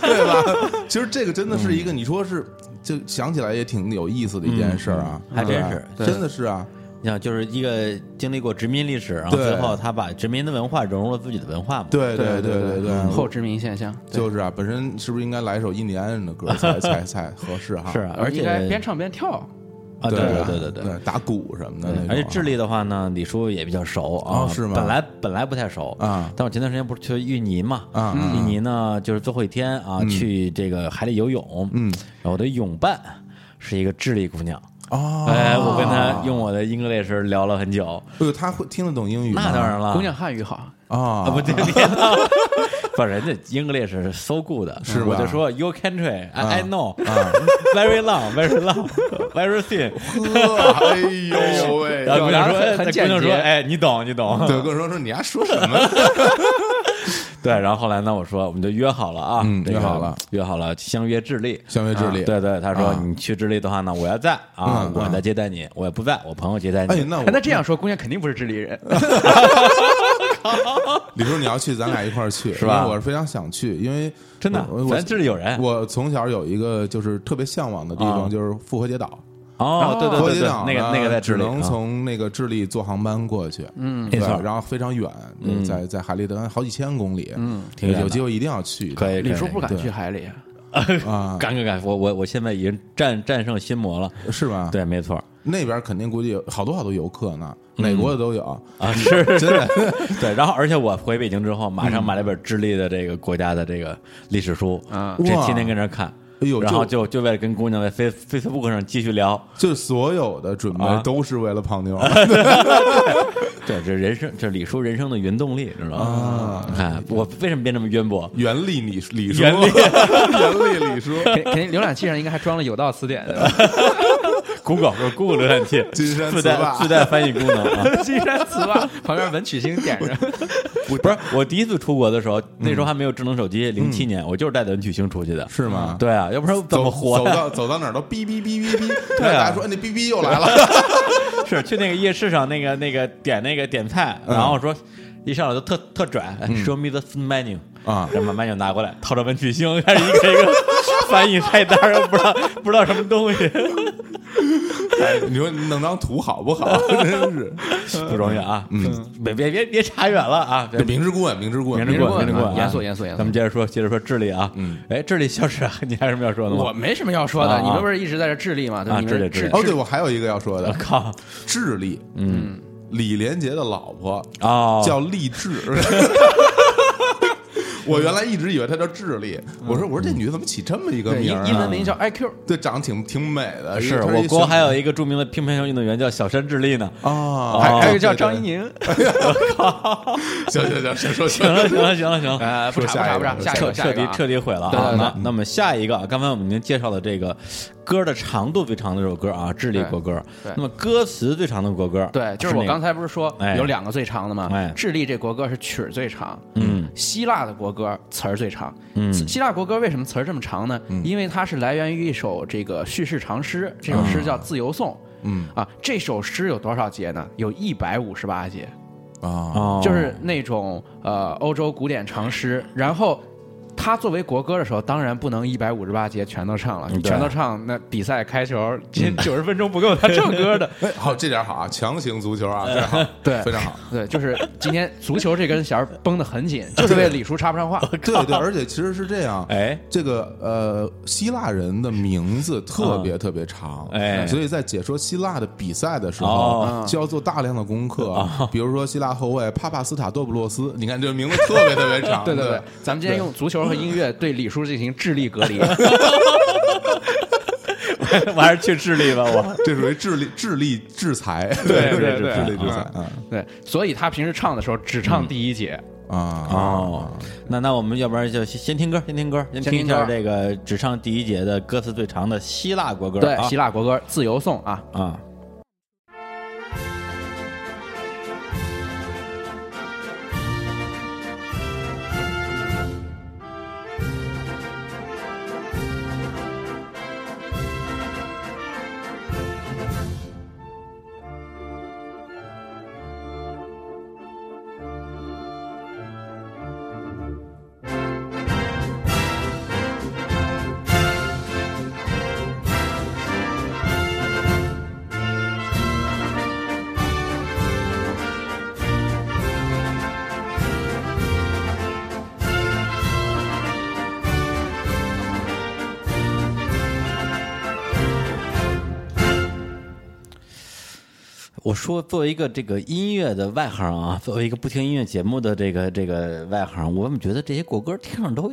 B: 对吧？其实这个真的是一个，你说是，就想起来也挺有意思的一件事儿啊，
A: 嗯还真是
B: 对吧真的是啊，
A: 你想，就是一个经历过殖民历史，然后
B: 对
A: 最后他把殖民的文化融入了自己的文化嘛。
B: 对对对对
C: 嗯后殖民现象，对
B: 就是啊，本身是不是应该来一首印第安人的歌才才才合适哈？
A: 是啊，而且
C: 应该边唱边跳。
A: 啊，对
B: 对啊
A: 对对对
B: 对，打鼓什么的那种啊，
A: 而且智利的话呢，李叔也比较熟啊，
B: 哦是吗
A: 本来本来不太熟
B: 啊
A: 但我前段时间不是去印尼嘛，
B: 啊啊
A: 印尼呢就是最后一天啊，去这个海里游泳，嗯，然后我的泳伴是一个智利姑娘，
B: 哦，
A: 哎，我跟她用我的 English 聊了很久，
B: 哎呦，他会听得懂英语吗？
A: 那当然了，
C: 姑娘汉语好，
B: 啊
A: 啊，不对，别 不，人家 English 是啊 so good，
B: 是吧
A: 我就说 Your country, I I know, very long, very long, very thin。
B: 呵，哎 呦喂！
A: 然后姑娘说，
C: 很
A: 哎
C: 很
A: 姑
C: 简
A: 娘说，
C: 洁
A: 哎，你懂，你懂。
B: 对，跟我说说你还说什
A: 啊
B: 么？
A: 对，然后后来呢，我说我们就约好了啊，
B: 嗯
A: 这个
B: 约好了，
A: 约好了，相约智利。
B: 相约智利。
A: 对对，他说
B: 啊
A: 你去智利的话呢，我要在啊
B: 嗯，
A: 我来接待你；我也不在，我朋友接待
B: 哎
A: 你，。
B: 那我
C: 那这样说，姑娘肯定不是智利人。
B: 李叔你要去，咱俩一块儿去，是
A: 吧
B: 我是非常想去，因为
A: 真的
B: 我，我
A: 咱智利有人。
B: 我从小有一个就是特别向往的地
A: 啊
B: 方，就是复活节岛。
A: 哦，对对
B: 复活
A: 对
B: 节
A: 对，
B: 岛
A: 那
B: 呢
A: 个那个在智
B: 只
A: 利，
B: 能
A: 啊
B: 从那个智利坐航班过去，嗯，
A: 没错
B: 然后非常远，在在海里德好几千公里，
A: 嗯
B: 嗯，
A: 挺远的
B: 有机会一定要去一趟。
A: 可以。
C: 李叔
A: 可以
C: 不敢
B: 对
C: 去海里，
B: 啊，
A: 敢敢敢，我我我现在已经战战胜心魔了。
B: 是吧？，
A: 对，没错
B: 那边肯定估计有好多好多游客呢，
A: 嗯
B: 美国的都有，
A: 啊，是
B: 真的。
A: 对。然后，而且我回北京之后，马上买了一本智利的这个国家的这个历史书，
C: 啊
A: 这
B: 嗯哇
A: 天天跟着看。
B: 哎呦
A: 然后就
B: 就
A: 就为了跟姑娘在 Face Facebook 上继续聊，
B: 就所有的准备
A: 啊
B: 都是为了泡妞
A: 对，这人生，这李叔人生的原动力，知道吗？
B: 啊
A: 你看我为什么变这么渊博？
B: 原力李李叔，
A: 原力
B: 原力李叔，
C: 肯肯定浏览器上应该还装了有道词典。对吧
A: ，Google 是 Google 浏览器，
B: 金山
A: 自
B: 词
A: 带
B: 霸
A: 自带翻译功能 啊。
C: 金山词霸旁边文曲星点着，
A: 不是，我第一次出国的时候，那时候还没有智能手机，零
B: 嗯
A: 七年，我就是带着文曲星出去的。
B: 是吗？
A: 对啊，要不然怎
B: 走
A: 么活
B: 走
A: 呀？
B: 到走到哪儿都哔哔哔哔哔，
A: 对啊啊
B: 然后大家说哎那哔哔又来了，
A: 是去那个夜市上那个那个点那个点菜，
B: 嗯
A: 然后说一上来就特特拽，Show me the food menu
B: 啊
A: 然后把 menu 拿过来，掏着文曲星开始一个一 个翻译菜单，又不知道不知道什么东西，
B: 哎你说你弄张图好 不好？真是
A: 不容易啊！嗯，别别别别差远了啊！别
B: 这明知故问，明知故问，
A: 明知故问，明
C: 明
A: 知
C: 知故
A: 故
C: 问
A: 问啊，
C: 严肃严肃严肃
A: 咱们接着说，接着说智利啊，嗯，哎，智利消失， 你还有什么要说的吗？
C: 我没什么要说的。
A: 啊
C: 你们不是一直在这智利吗？对吧
A: 啊
C: 你们是
A: 智利
B: 哦，对，我还有一个要说
A: 我
B: 的，
A: 靠，
B: 智利，嗯，李连杰的老婆
A: 哦，
B: 叫励志。 我原来一直以为她叫智利，我说我说这女的怎么起这么一个
C: 对
B: 名
C: 英
B: 儿啊
C: 英文名
A: 哦
C: 叫 IQ，
B: 对，长得挺挺美的。
A: 是我国还有一个著名的乒乓球运动员叫小山智利呢。
B: 啊，
A: 哦
C: 还有
B: 对
C: 个叫
B: 对
C: 张怡宁。
B: 行行行，先说
A: 行了，行了，行了，行了，
C: 呃，不
B: 说
C: 查不查
B: 下一
C: 不
A: 彻
B: 个
C: 查，下一个下
A: 彻
C: 一个
A: 底
C: 啊
A: 彻底毁了
C: 对
A: 啊！
C: 对对
A: 那那么下一个啊，刚才我们已经介绍了这个歌的长度最长的这首歌啊，智利国歌
C: 对对。
A: 那么歌词最长的国歌，
C: 对，就是我
A: 哪个
C: 刚才不是说
A: 哎
C: 有两个最长的吗
A: 哎？
C: 智利这国歌是曲儿最长，嗯，希腊的国歌词儿最长。嗯，希腊国歌为什么词儿这么长呢？因为它是来源于一首这个叙事长诗，这首诗叫《自由颂》。嗯啊，这首诗有多少节呢？有一百五十八节，
B: 啊
A: 哦
C: 就是那种呃欧洲古典长诗。然后他作为国歌的时候，当然不能一百五十八节全都唱了，
A: 嗯对
C: 全都唱那比赛开 球，这九十分钟不够他唱歌的。
B: 哎，好，这点好啊，强行足球啊，这点好，
C: 对
B: 非常好。
C: 对，就是今天足球这根弦儿绷得很 紧，就是为了李叔插不上话。
B: 对对，而且其实是这样，
A: 哎，
B: 这个呃，希腊人的名字特别特别长，
A: 哎
B: 所以在解说希腊的比赛的时
A: 哦
B: 候，就要做大量的功课，比如说希腊后卫帕帕斯塔多布洛斯，你看这个名字特别特别长，
C: 对
B: 对
C: 对，咱们今天用足球和音乐对李叔进行智力隔离。
A: 我还是去智利吧， 我
B: 这属于智力智力制裁， 智
C: 对
B: 力
C: 对对
B: 智力制裁
C: 啊对，所以他平时唱的时候只
A: 嗯
C: 唱第一节。
B: 啊啊！
A: 哦，那那我们要不然就先先听歌，先听歌，先
C: 先
A: 听一
C: 听
A: 下
C: 歌
A: 这个只唱第一节的歌词最长的希腊国歌，
C: 对，
A: 啊
C: 希腊国歌《自由颂》啊，
A: 啊，我说，作为一个这个音乐的外行啊，作为一个不听音乐节目的这个这个外行，我怎么觉得这些国歌听着都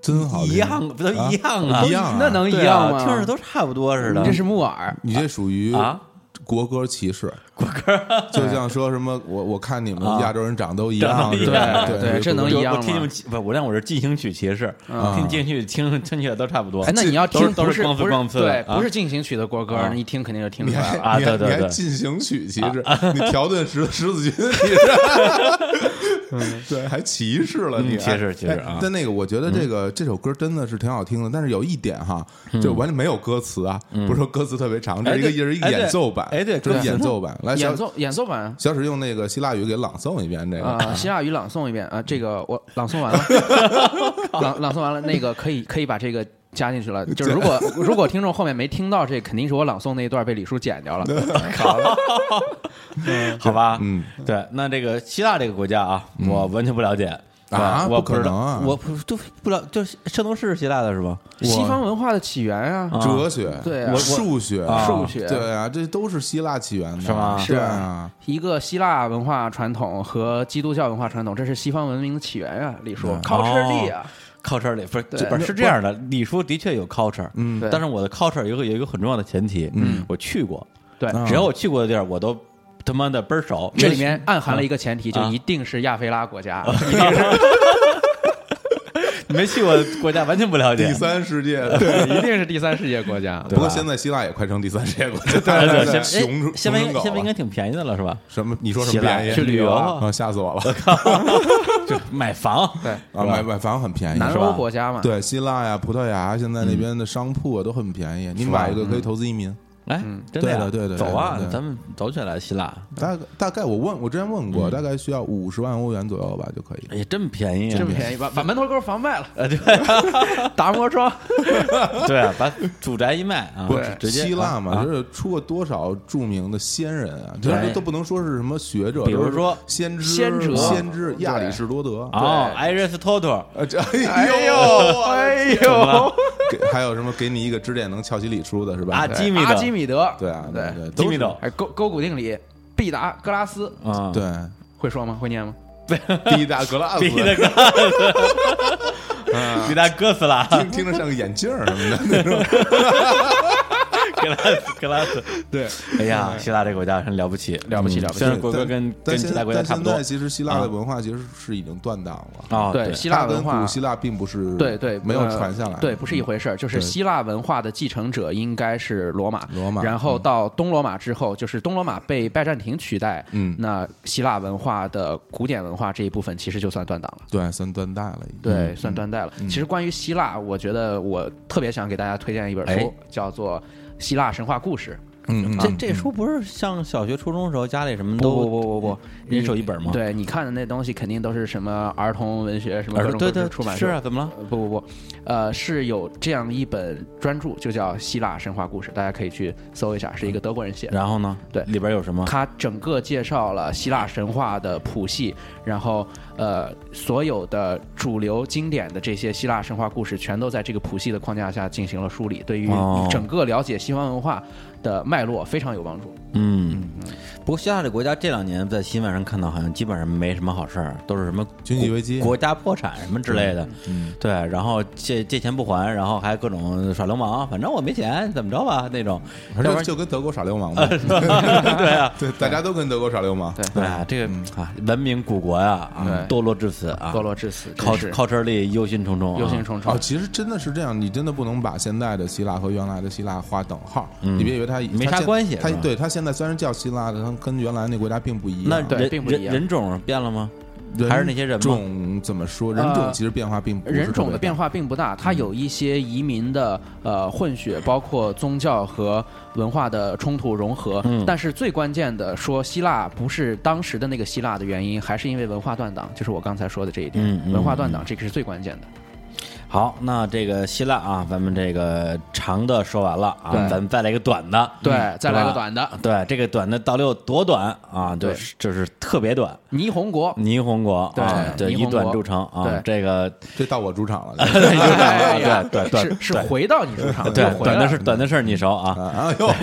B: 真好
A: 一
B: 听
A: 样，不都一样啊？
B: 啊一样啊
C: 哎那能一
A: 对啊
C: 样吗？嗯
A: 听着都差不多似的。
C: 你这是木耳，
B: 你这属于
A: 啊
B: 国歌歧视，国歌就像说什么我我看你们亚洲人长都一样，
A: 啊长得一
B: 对
A: 样
C: 对
B: 对，
C: 这能
A: 我
B: 对
C: 一样
A: 我
C: 吗
A: 听你们不，我让我是进行曲歧视，听进行曲听听起来都差不多。
C: 嗯哎，那你要
A: 都是
C: 听
A: 都
C: 不
A: 是光
C: 不
A: 刺
C: 是
A: 光刺
C: 对，
A: 的，
C: 不是进行曲的国歌，
A: 啊
C: 你一听肯定就听
B: 你
C: 出来
B: 还
C: 了。
A: 啊
B: 你还
A: 对对
B: 你还
A: 对啊
B: 进行曲歧视， 你条顿十十字 军歧视， 对，还歧视了你，
A: 嗯歧视歧视啊
B: 哎但那个我觉得这个这首歌真的是挺好听的，但是有一点哈，就完全没有歌词啊，不是说歌词特别长，这是一个
A: 嗯哎对
B: 也是一个
A: 哎对
B: 演奏版，
A: 哎对歌
B: 这是
A: 词呢
B: 演奏版，来小
C: 演奏演奏版
B: 小史用那个希腊语给朗诵一遍这个，
C: 啊，希腊语朗诵一遍啊，这个我朗诵完了，朗朗诵完了，那个可以可以把这个。加进去了，就是如果如果听众后面没听到这，肯定是我朗诵那一段被李叔剪掉了。
A: 好吧？
B: 嗯，
A: 对。那这个希腊这个国家啊，我完全不了解
B: 啊
A: 我
B: 不可
A: 知道
B: 能啊
A: 我不都不了，就是圣斗士是希腊的是吧？
C: 西方文化的起源啊，
A: 啊
B: 哲学
C: 对啊我我
B: 数学
A: 啊
C: 数学
B: 对啊，这都是希腊起源的，
A: 是吗
B: 对啊，
C: 一个希腊文化传统和基督教文化传统，这是西方文明的起源啊，李叔靠吃力啊，
A: culture 里不是
C: 对
A: 不是是这样的，李叔的确有 culture，
B: 嗯
C: 对
A: 但是我的 culture 有一个有一个很重要的前提，嗯，我去过，
C: 对，
B: 啊
A: 只要我去过的地儿，我都他妈的倍儿熟。
C: 这里面暗含了一个前提，就一定是亚非拉国家。
A: 你没去过的国家完全不了解
B: 第，三世界的。
C: 啊对，啊一定是第三世界国家。
A: 对
B: 不过
A: 吧
B: 现在希腊也快成第三世界国
C: 啊
B: 家了，
A: 哎 对
B: 现
A: 现在
B: 在熊
A: 哎现在应
B: 熊
A: 该现
B: 出
A: 在
B: 狗啊
A: 应该
B: 了
A: 挺便宜的了 是吧？
B: 什么？你说什
A: 希
B: 么
A: 腊
B: 便宜？
A: 去旅游啊
B: 啊，吓死我了！
A: 买房
C: 对，
B: 啊，买买房很便宜，
C: 南
B: 是吧
C: 欧国家嘛，
B: 对，希腊呀、葡萄牙现在那边的商铺啊都很便宜，你
A: 嗯是吧
B: 买一个可以投资移民。
A: 哎，真的呀
B: 对的对的
A: 走啊
B: 对的对，的
A: 咱们走起来希腊，
B: 大概大概我问我之前问
A: 嗯
B: 过，大概需要五十万欧元左右吧就可以。
A: 哎呀，这么便宜啊，
C: 这么便宜，把把门头沟房卖了，
A: 呃 对啊
C: 达摩庄。
A: 对啊，把祖宅一卖啊
B: 不，
A: 直接
B: 希腊嘛，
A: 啊
B: 就是出过多少著名的先人啊，这
A: 对
B: 都不能说是什么学者，
A: 比如
B: 都是
A: 说
B: 先知、
C: 先哲
B: 先知
C: 对
B: 亚里士多德
A: 啊哦，Iris Total，
B: 啊，这
C: 哎
B: 哎
C: 呦， 哎 呦，
B: 给还有什么给你一个指点能翘起李叔的是吧？
A: 啊
B: 对
A: 基米德
C: 阿基米德，
B: 对啊，对
C: 对，
A: 基
B: 都是
A: 米斗
C: 哎，勾勾股定理，毕达哥拉斯
A: 啊，
B: 对，
C: 会说吗？会念吗？
B: 毕达 哥拉斯，
A: 比 他哥，
B: 啊
A: 比他哥死了，
B: 听听着像个眼镜儿什么的那种。
A: 格拉斯，格拉斯。
B: 对，
A: 哎呀，希腊这个国家真了不起，嗯
C: 了不起了不起
A: 虽然国歌 跟
B: 但
A: 跟
B: 现
A: 其
B: 在
A: 他国家
B: 但
A: 差不
B: 现
A: 多
B: 在其实希腊的文化其实是已经断档了，
A: 啊，
C: 对，希腊
B: 它跟
C: 文化
B: 古，希腊并不是
C: 对对，
B: 没有
C: 呃
B: 传下来，
C: 对，不是一回事儿。就是
B: 对
C: 希腊文化的继承者应该是罗马，
B: 罗马嗯
C: 然后到东罗马之后，就是东罗马被拜占庭取代，
B: 嗯
C: 那希腊文化的古典文化这一部分其实就算断档了。
B: 对，算断代了已
A: 嗯
B: 经。
C: 对，算断代了。其实关于希腊，我觉得我特别想给大家推荐一本
A: 哎
C: 书，叫做《希腊神话故事》。
B: 嗯嗯
A: 这这书不是像小学、初中时候家里什么
C: 不
A: 都
C: 不不不不，
A: 人
C: 你
A: 手一本吗？
C: 对你看的那东西肯定都是什么儿童文学什么
A: 而
C: 各
A: 是，
C: 种
A: 对
C: 各
A: 对
C: 种出版
A: 是
C: 社。
A: 啊，怎么了？
C: 呃不不不，呃，是有这样一本专著，就叫《希腊神话故事》，大家可以去搜一下，是一个德国人写的。
A: 然后呢？
C: 对
A: 里边有什么？
C: 它整个介绍了希腊神话的谱系，然后呃，所有的主流经典的这些希腊神话故事，全都在这个谱系的框架下进行了梳理，对于
A: 哦
C: 你整个了解西方文化的脉络非常有帮助。
A: 嗯，不过希腊这国家这两年在新闻上看到，好像基本上没什么好事儿，都是什么
B: 经济危机
A: 国国家破产什么之类的。
B: 嗯，
A: 对，然后借借钱不还，然后还各种耍流氓，反正我没钱，怎么着吧那种。要不
B: 反正
A: 然
B: 就跟德国耍流氓嘛，
A: 对啊，
B: 对，大家都跟德国耍流氓，
C: 对
A: 对啊，这个啊，文明古国呀，啊，
C: 嗯对
A: 堕落至此啊，
C: 堕落至此，真
A: 靠
C: 是
A: 靠这里忧心忡忡啊，
C: 忧心忡忡
B: 哦，。其实真的是这样，你真的不能把现在的希腊和原来的希腊划等号。
A: 嗯
B: 你别以为它
A: 没啥
B: 它现
A: 关系
B: 它
A: 是吧
B: 对它现在虽然叫希腊，它跟原来那国家并不一样。
A: 那
C: 对
A: 人
C: 并不
A: 人
C: 一样
A: 人种变了吗？
B: 人
A: 还是那些人吗
B: 种怎么说？人种
C: 呃
B: 其实变化并不是
C: 人种的变
B: 化。
C: 化并不
A: 嗯
C: 大，它有一些移民的呃混血，包括宗教和文化的冲突融合。
A: 嗯
C: 但是最关键的说，希腊不是当时的那个希腊的原因，还是因为文化断档，就是我刚才说的这一点。
A: 嗯嗯
C: 文化断档这个是最关键的。
A: 好，那这个希腊啊，咱们这个长的说完了啊，
C: 对
A: 咱们再来一个短的。
C: 对，再来
A: 是吧
C: 个 短的，
A: 嗯对，这个短的到底有多短啊？就
C: 对
A: 是就是特别短，
C: 霓虹国。
A: 霓虹国啊，对，
C: 对霓
A: 以
C: 虹
A: 短
C: 国
A: 著称啊
C: 对，
A: 这个
B: 这到我主 场了。
A: 对
C: 哎 呀
A: 对对对
C: 是是回到你主场，
A: 对
C: 又回
A: 短的
C: 来了
A: 事短的事儿你熟啊。
B: 啊哟，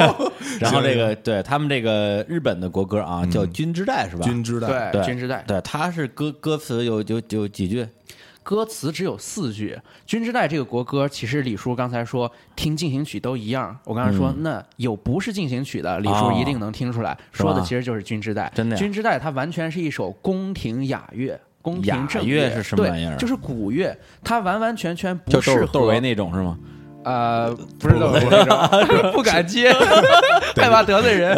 A: 然后这
B: 行
A: 个对他们这个日本的国歌啊，叫《军之代》是吧？
B: 嗯军之代，
A: 对
C: 对军之代，
A: 对，它是歌歌词有有有几句，
C: 歌词只有四句，《军之代》这个国歌，其实李叔刚才说听进行曲都一样，我刚才说、那有不是进行曲的，李叔
A: 哦
C: 一定能听出来，
A: 嗯是
C: 说的
A: 吧
C: 其实就是《军之代》。
A: 真的呀
C: 军之代》它完全是一首宫廷雅乐。宫
A: 雅
C: 廷正
A: 乐是什么玩意儿
C: 对就是古乐，它完完全全
A: 就
C: 不适
A: 窦
C: 合
A: 窦唯那种是吗？
C: 呃，
B: 不知道 我这种
C: 不敢接，害怕得罪人。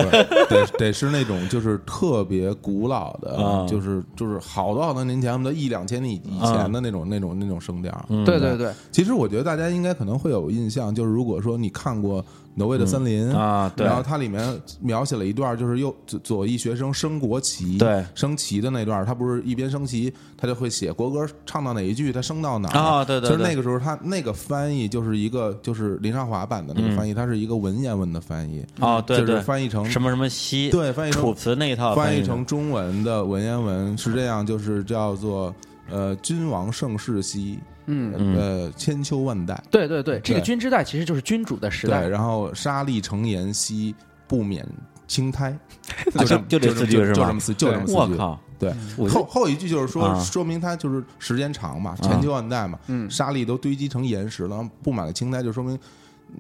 B: 得得是那种就是特别古老的
A: 嗯，
B: 就是就是好多好多年前，我们都一两千年以以前的那种那种那种声调。
A: 嗯
C: 对对对，
B: 其实我觉得大家应该可能会有印象，就是如果说你看过《挪威的森林》
A: 嗯啊对
B: 然后它里面描写了一段，就是右左左翼学生升国旗，
A: 对
B: 升旗的那段，他不是一边升旗，他就会写国歌唱到哪一句，他升到哪儿
A: 啊对对
B: 就是
A: 对
B: 那个时候他那个翻译就是一个就是林少华版的那个翻译，它是一个文言文的翻译，
A: 哦，对
B: 就是
A: 对，
B: 翻译成
A: 什么什么西，
B: 对翻译成
A: 楚辞那一套
B: 翻
A: 译
B: 译成中文的文言文是这样，就是叫做呃君王盛世兮，
C: 嗯，
B: 呃千秋万代。
C: 对对对，这个
B: 对
C: 军之代其实就是君主的时代
B: 对，。然后沙砾成岩兮，不免 青苔。
A: 啊
B: 这
A: 就
B: 么
A: 就这
B: 这
A: 四句是
B: 就
A: 吗
B: 这么四，就这么四
A: 我
B: 句。
A: 靠，
B: 对，
A: 我
B: 后后一句就是说，
A: 啊
B: 说明它就是时间长嘛，
A: 啊
B: 千秋万代嘛，
C: 嗯
B: 沙砾都堆积成岩石了，布满了青苔，就说明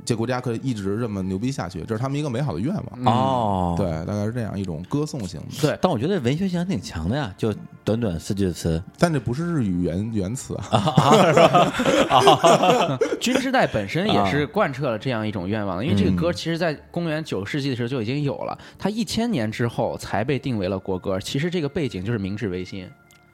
B: 这国家可以一直这么牛逼下去，这是他们一个美好的愿望。
A: 哦，
B: 嗯对，大概是这样一种歌颂型的，
C: 对，
A: 但我觉得文学性还挺强的呀，就短短四句词
B: 但这不是日语原原词啊，
C: 军之代本身也
A: 啊
C: 是贯彻了这样一种愿望的，因为
A: 嗯
C: 这个歌其实，在公元九世纪的时候就已经有了，它一千年之后才被定为了国歌。其实这个背景就是明治维新，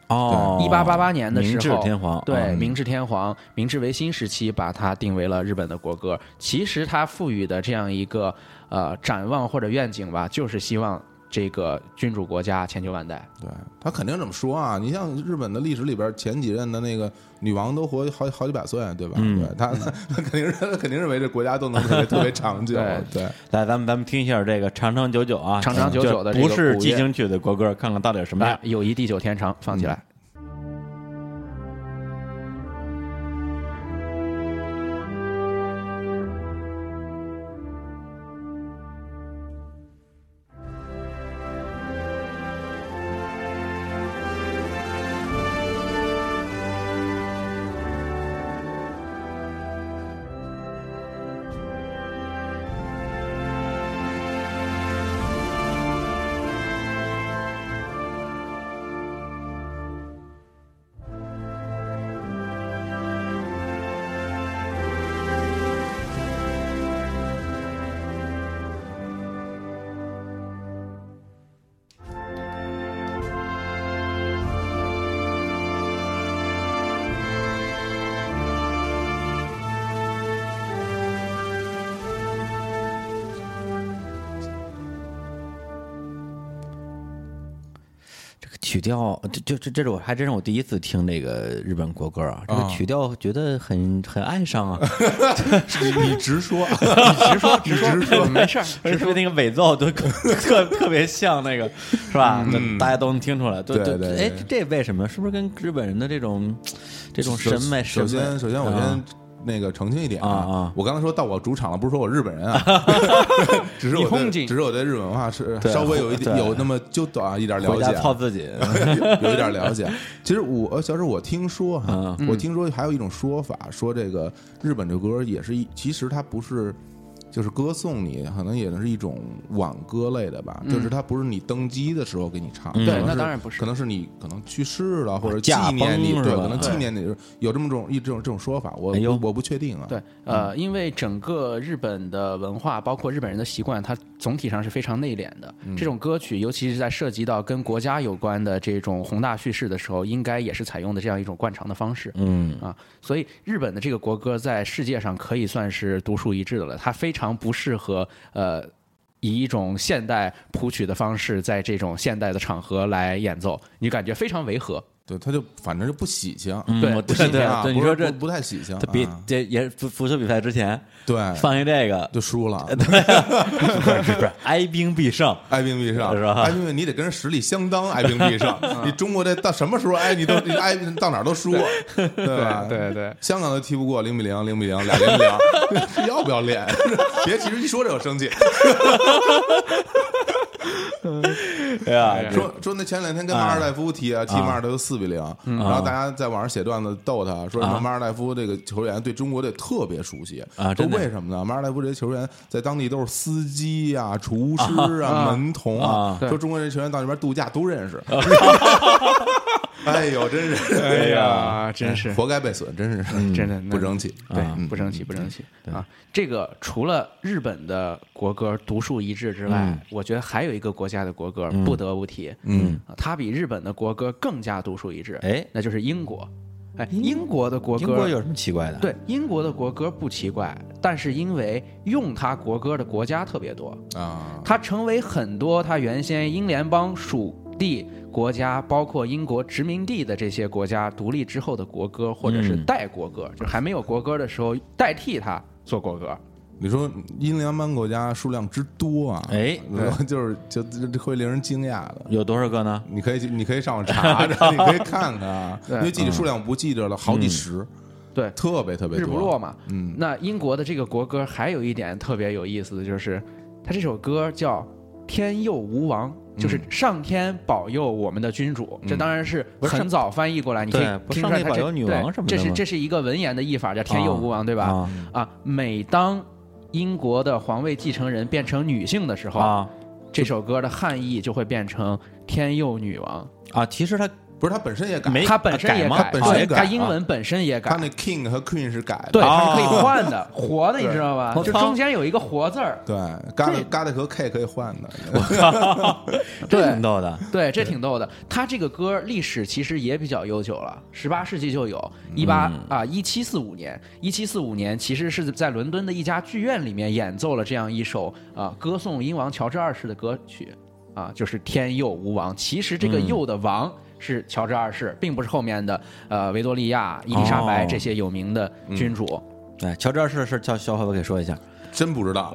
A: 哦，
C: 一八八八年的时
A: 明治
C: 候，
A: 天皇
C: 对
A: 嗯
C: 明治天皇、明治维新时期把它定为了日本的国歌。其实它赋予的这样一个呃展望或者愿景吧，就是希望这个君主国家千秋万代。
B: 对他肯定这么说啊。你像日本的历史里边，前几任的那个女王都活好好几百岁，对吧？
A: 嗯
B: 对他， 他肯定是他肯定认为这国家都能特别特别长久。
C: 对
B: 对，
A: 来，咱们咱们听一下这个长长久久啊，
C: 长长久久的
A: 就
C: 这个
A: 不是
C: 古乐
A: 进行曲的国歌，看看到底是什么
C: 来
A: 样，。
C: 友谊地久天长，放起来。
D: 「
A: 曲调，这就这这是我还真是我第一次听这个日本国歌啊，这
C: 嗯
A: 个
B: 啊
A: 曲调觉得很很哀伤啊，
B: 你你直 说，
C: 直说直说直说， 没事儿。
A: 而且那个尾奏都 特特别像那个，是吧？这大家都能听出来。嗯对
B: 对对
A: 哎
B: 对，
A: 这为什么？是不是跟日本人的这种这种审美？
B: 首
A: 审美
B: 先，首先我
A: 啊
B: 先那个澄清一点
A: 啊啊
B: 我刚才说到我主场了，不是说我日 本人啊，只是我对
C: 你轰进
B: 只是我对日本文化是
A: 对
B: 稍微有一点
A: 对
B: 有那么就短一点了
A: 回家
B: 解，啊
A: 操自 己，
B: 有一点了解。其实我呃小时候我听说
A: 嗯
B: 哈，
C: 嗯
B: 我听说还有一种说法，说这个日本这歌也是一，其实它不是。就是歌颂你，可能也是一种挽歌类的吧，就是它不是你登基的时候给你唱，
A: 嗯
B: 可
C: 嗯对
B: 能
C: 那当然不是
B: 可能是你可能去世了或者纪
A: 驾
B: 念你，
A: 崩是
B: 对，
A: 吧
B: 可能纪
A: 对
B: 念你有这么种一这种这种说法，我
A: 哎呦
B: 不我不确定啊。
C: 对，呃，因为整个日本的文化，包括日本人的习惯，它总体上是非常内敛的。这种歌曲，尤其是在涉及到跟国家有关的这种宏大叙事的时候，应该也是采用的这样一种惯常的方式。
A: 嗯，
C: 啊，所以日本的这个国歌在世界上可以算是独树一帜的了，它非常不适合呃以一种现代谱曲的方式在这种现代的场合来演奏，你感觉非常违和。
B: 对，他就反正就不喜庆，
A: 嗯
C: 对
A: 我
B: 不
A: 对
B: 喜庆
A: 对
B: 啊
A: 对，你
B: 不是
A: 说这
B: 不不太喜庆啊，
A: 这比这也足足球比赛之前
B: 对
A: 放一这个，
B: 就输 了，
A: 不是不是， 哀兵必胜。
B: 哀兵必胜
A: 是吧
B: 哀兵，你得跟人实力相当，哀兵必 胜。你中国这到什么时候哀你都你哀到哪儿都输，啊对吧？
C: 对对
B: 香港都踢不过零比零，零比零，俩零比零， 要不要脸？别其实一说这我生气。
C: 哎
A: 对啊，
C: 对
B: 说说那前两天跟马尔代夫踢啊，踢马尔代夫四比零，
C: 啊
B: 然后大家在网上写段子逗他，说什么马尔代夫这个球员对中国队特别熟悉
A: 啊
B: 说
A: 真的
B: 为什么呢？马尔代夫这些球员在当地都是司机啊、厨师啊、
C: 啊
B: 门童
A: 啊
B: 啊，
C: 对
B: 说中国这些球员到那边度假都 认识。 哎呦，真是
C: 哎呀，真是嗯
B: 活该被损，真是嗯
C: 真的
B: 不争气。
C: 对
A: 啊，
C: 不争气，
B: 嗯
C: 不争气啊！这个除了日本的国歌独树一帜之外，我觉得还有一个国家的国歌不得不提，嗯，它比日本的国歌更加独树一帜，
A: 哎
C: 那就是英国。哎，英国的国歌，
A: 英国有什么奇怪的？，
C: 对英国的国歌不奇怪，但是因为用它国歌的国家特别多，
B: 啊！
C: 它成为很多它原先英联邦属地国家，包括英国殖民地的这些国家独立之后的国歌，或者
A: 嗯
C: 是代国歌，就还没有国歌的时候代替它做国歌。
B: 你说英联邦国家数量之多啊，
A: 哎，
B: 就是就就会令人惊讶的。
A: 有多少个呢？
B: 你可以去你可以上网查查，你可 以看看啊，
C: 对嗯
B: 因为具体数量不记着了，好几十，
C: 对，
B: 特别特别
C: 日
B: 多。
C: 不落嘛。
B: 嗯，
C: 那英国的这个国歌还有一点特别有意思的就是，它这首歌叫《天佑吾王》。
A: 嗯
C: 就是上天保佑我们的君主，这当然是
A: 不是
C: 很早翻译过来，你可以
A: 对不是
C: 听出
A: 上
C: 来
A: 帝
C: 它
A: 保
C: 这
A: 佑女
C: 对
A: 王什么的
C: 这是
A: 吗
C: 这是一个文言的译法，叫天佑吾王，对吧？
A: 啊
C: 啊，每当英国的皇位继承人变成女性的时候，
A: 啊
C: 这首歌的汉译就会变成“天佑女王
A: 啊！其实它
B: 不是它本身也改，”。
A: 没
C: 它本身也
A: 改吗
C: 改，
B: 本身也哎改
C: 对它
B: 啊
C: 英文本身也改，
B: 它那 king 和 queen 是改的。
C: 对，它
A: 哦
C: 是可以换的，活的，你
B: 对
C: 知道吧？
A: 我
C: 就
A: 操
C: 中间有一个“活”字儿，
B: 对，嘎
C: 这
B: 达嘎达和 k 可以换 的。
A: 这挺逗的。
C: 对，这挺逗的。它这个歌历史其实也比较悠久了，十八世纪就有，一八
A: 嗯
C: 啊一七四五年，一七四五年其实是在伦敦的一家剧院里面演奏了这样一首啊、歌颂英王乔治二世的歌曲啊，就是“天佑吾王”。其实这个“
A: 嗯
C: 佑”的“王”是乔治二世，并不是后面的呃维多利亚、伊丽莎白
A: 哦嗯
C: 这些有名的君主。
A: 对，哎乔治二世的事儿，叫小伙伴给说一下。
B: 真不知 道，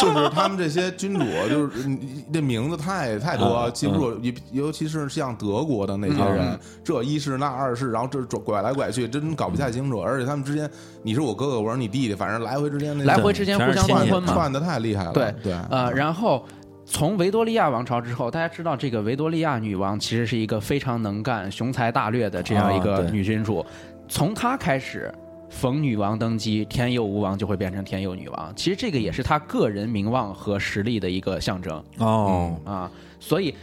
B: 就是他们这些君主，就是你这名字太太
C: 嗯
B: 多，记不住。尤尤其是像德国的那些人，这一世那二世，然后这转拐来拐去，真搞不
C: 嗯
B: 太清楚。而且他们之间，你是我哥哥，我是你弟弟，反正来回之间那
C: 来回之间
A: 全
C: 互
A: 是
C: 相
A: 亲
C: 换
A: 戚
C: 婚
A: 嘛
C: 嘛，
B: 串的太厉害了。
C: 对
B: 对，
C: 呃，然后从维多利亚王朝之后，大家知道这个维多利亚女王其实是一个非常能干、雄才大略的这样一
A: 啊
C: 个
A: 对
C: 女君主。从她开始，逢女王登基，天佑吾王就会变成天佑女王。其实这个也是她个人名望和实力的一个象征
A: 哦，
C: 啊，所以。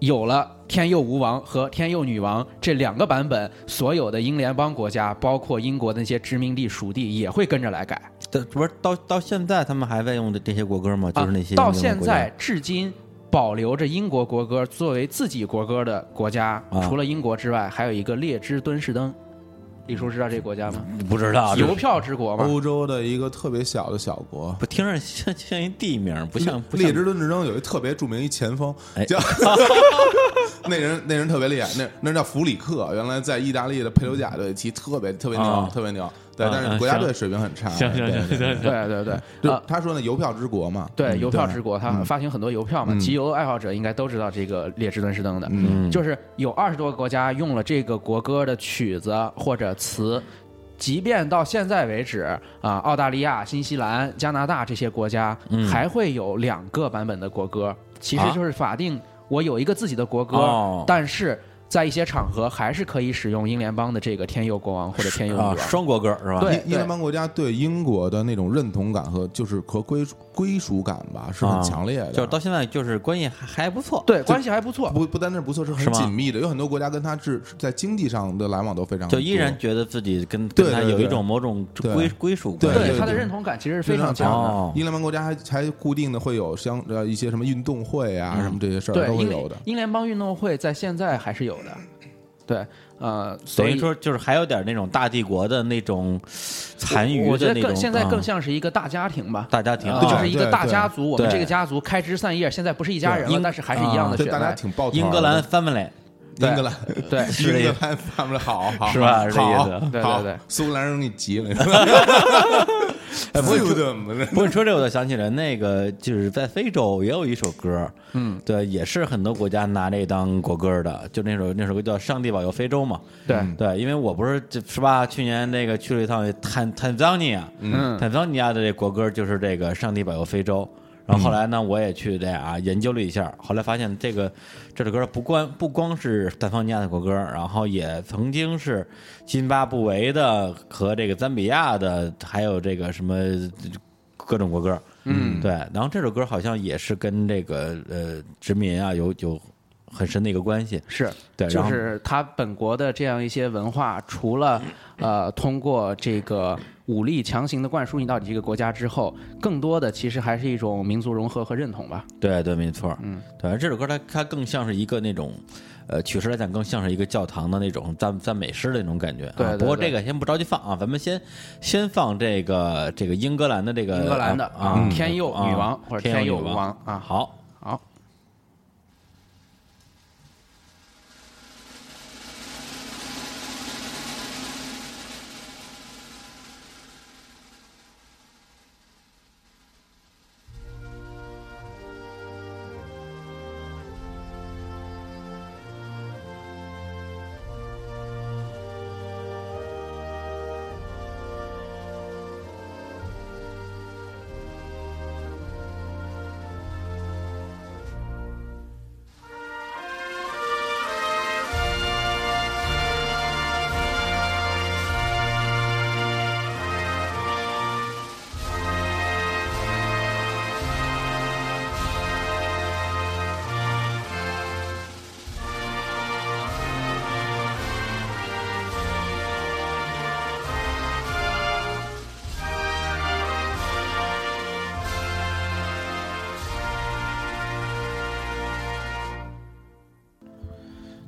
C: 有了天佑吾王和天佑女王这两个版本，所有的英联邦国家，包括英国的那些殖民地属地，也会跟着来改。
A: 这不是到到现在他们还在用的这些国歌吗？就是那些
C: 啊、到
A: 英文
C: 现
A: 国家
C: 在至今保留着英国国歌作为自己国歌的国家，
A: 啊
C: 除了英国之外，还有一个列支敦士登。李叔知道这个国家吗？
A: 不知道，
C: 邮票之国嘛。
B: 欧洲的一个特别小的小国，
A: 不听着像像一地名，不像不像
B: 列支敦士登有一特别著名一前锋
A: 哎
B: 叫那人那人特别厉害，那那人叫弗里克，原来在意大利的佩鲁贾队踢特别特别牛
A: 啊，
B: 特别牛。对
A: 啊，
B: 但
A: 啊
B: 是国家
A: 行
B: 队水平很差。
A: 行行
B: 对
A: 行
B: 对对
A: 行行，啊
C: 对对对，
B: 就
C: 呃，
B: 他说那邮票之国嘛，
C: 对
B: 嗯
C: 邮票之国，它
B: 嗯
C: 发行很多邮票嘛，
B: 嗯
C: 集邮爱好者应该都知道这个列支敦士登的，
B: 嗯
C: 就是有二十多个国家用了这个国歌的曲子或者词。即便到现在为止啊、澳大利亚、新西兰、加拿大这些国家、还会有两个版本的国歌，其实
A: 啊
C: 就是法定我有一个自己的国歌，
A: 哦
C: 但是在一些场合还是可以使用英联邦的这个天佑国王或者天佑女王。
A: 啊，双国歌是吧？
C: 对
B: 英英联邦国家对英国的那种认同感和就是和归属归属感吧，是很强烈的。
A: 啊就是到现在就是关系还还不错，，
C: 对，关系还不错。
B: 不不单是不错，是
A: 是
B: 很
A: 吗
B: 紧密的，有很多国家跟他是是在经济上的来往都非常多，
A: 就依然觉得自己跟
B: 对
A: 跟他
B: 对
A: 有
B: 对
A: 一种某种
B: 对
A: 归归属
B: 对
A: 关
B: 对
A: 系。
C: 他的认同感其实是
B: 非
C: 非常
B: 常强
C: 强的。
A: 哦
B: 英联邦国家还还固定的会有相呃一些什么运动会啊、什么这些事儿
C: 对，
B: 都会
C: 英
B: 有的。
C: 英联邦运动会在现在还是有的，对，呃，所
A: 等
C: 以
A: 于说就是还有点那种大帝国的那种残余
C: 我觉
A: 的那
C: 得
A: 种，
C: 更现在更
A: 啊
C: 像是一个大家庭吧。
A: 大家庭，
C: 呃
B: 对
C: 就是一个
B: 啊对
C: 大
B: 对
C: 家族，我们
A: 对
C: 这个家族开枝散叶，现在不是一家人
A: 对
C: 了，
A: 英
C: 但是还是一样的
B: 这
C: 血
B: 啊大家
C: 脉。
B: 挺抱团儿的
A: 英格兰 family
B: 英格兰，
C: 对
A: 是这意
B: 英
A: 思
B: 格兰他们好好
A: 是吧是这意
B: 好
A: 思
C: 对对
B: 好
C: 对
B: 苏格兰人给你急了，哎，不是怎么
A: 不过你说这，我倒想起来，那个就是在非洲也有一首 歌，嗯，对，也是很多国家拿这当国歌的，就那首那首歌叫《上帝保佑非洲》嘛。
C: 对，
B: 嗯
A: 对，因为我不是这是吧？去年那个去了一趟坦坦桑尼亚，
C: 嗯
A: 坦桑尼亚的这国歌就是这个《上帝保佑非洲》。然后后来呢，我也去这啊研究了一下，后来发现这个这首歌不光不光是坦桑尼亚的国歌，然后也曾经是津巴布韦的和这个赞比亚的，还有这个什么各种国歌。嗯，对。然后这首歌好像也是跟这个呃殖民啊有有很深的一个关系。
C: 是，
A: 对
C: 就
A: 然后
C: 是他本国的这样一些文化，除了呃通过这个武力强行的灌输你到你这个国家之后，更多的其实还是一种民族融合和认同吧。
A: 对对，没错，嗯，对，这首歌它它更像是一个那种，呃，曲式来讲更像是一个教堂的那种赞赞美诗的那种感觉啊。
C: 对对
A: 不过
C: 对
A: 这个先不着急放啊，咱们先先放这个这个英格兰的这个
C: 英格兰的嗯
A: 啊啊
C: 天佑女王
A: 啊
C: 或者
A: 天
C: 天佑
A: 女
C: 国王啊，
A: 好，
C: 好。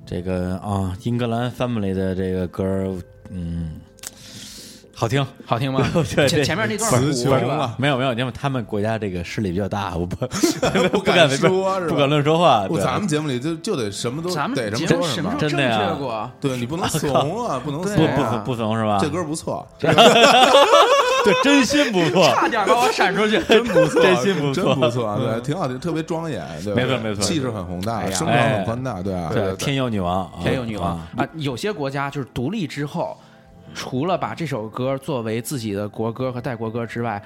A: 这个啊，英格兰 family 的这个歌儿，嗯，好听。？
C: 好听吗
A: 对
C: 前
A: 对
C: 前面那段
B: 词
C: 鼓是
B: 穷
C: 吧
B: 了
A: 没有没有，因为他们国家这个势力比较大， 我不不
B: 敢
A: 敢
B: 说是吧
A: 不敢乱说话。
B: 不
A: 对
B: 咱们节目里就就得什么都
C: 咱们
B: 得
C: 节
B: 什
C: 目
B: 么说
C: 什
B: 什
C: 么时
B: 么
C: 候，
A: 真
C: 正
A: 的呀
C: 确过？
B: 对你不能怂啊，不能怂
A: 不
C: 对
A: 不
B: 啊
A: 不，不怂是吧？
B: 这歌不错，
A: 这真心 不错，
C: 差点把我闪出去。
B: 真不错，
A: 真心不错
B: 真不错啊，对，挺好听，特别庄严，对吧，
A: 没错没错
B: 气势很宏大，声场
A: 哎
B: 很宽大，对啊，
A: 对，天佑女王，啊
C: 天佑女王
A: 啊
C: 啊，有些国家就是独立之后，除了把这首歌作为自己的国歌和代国歌之外，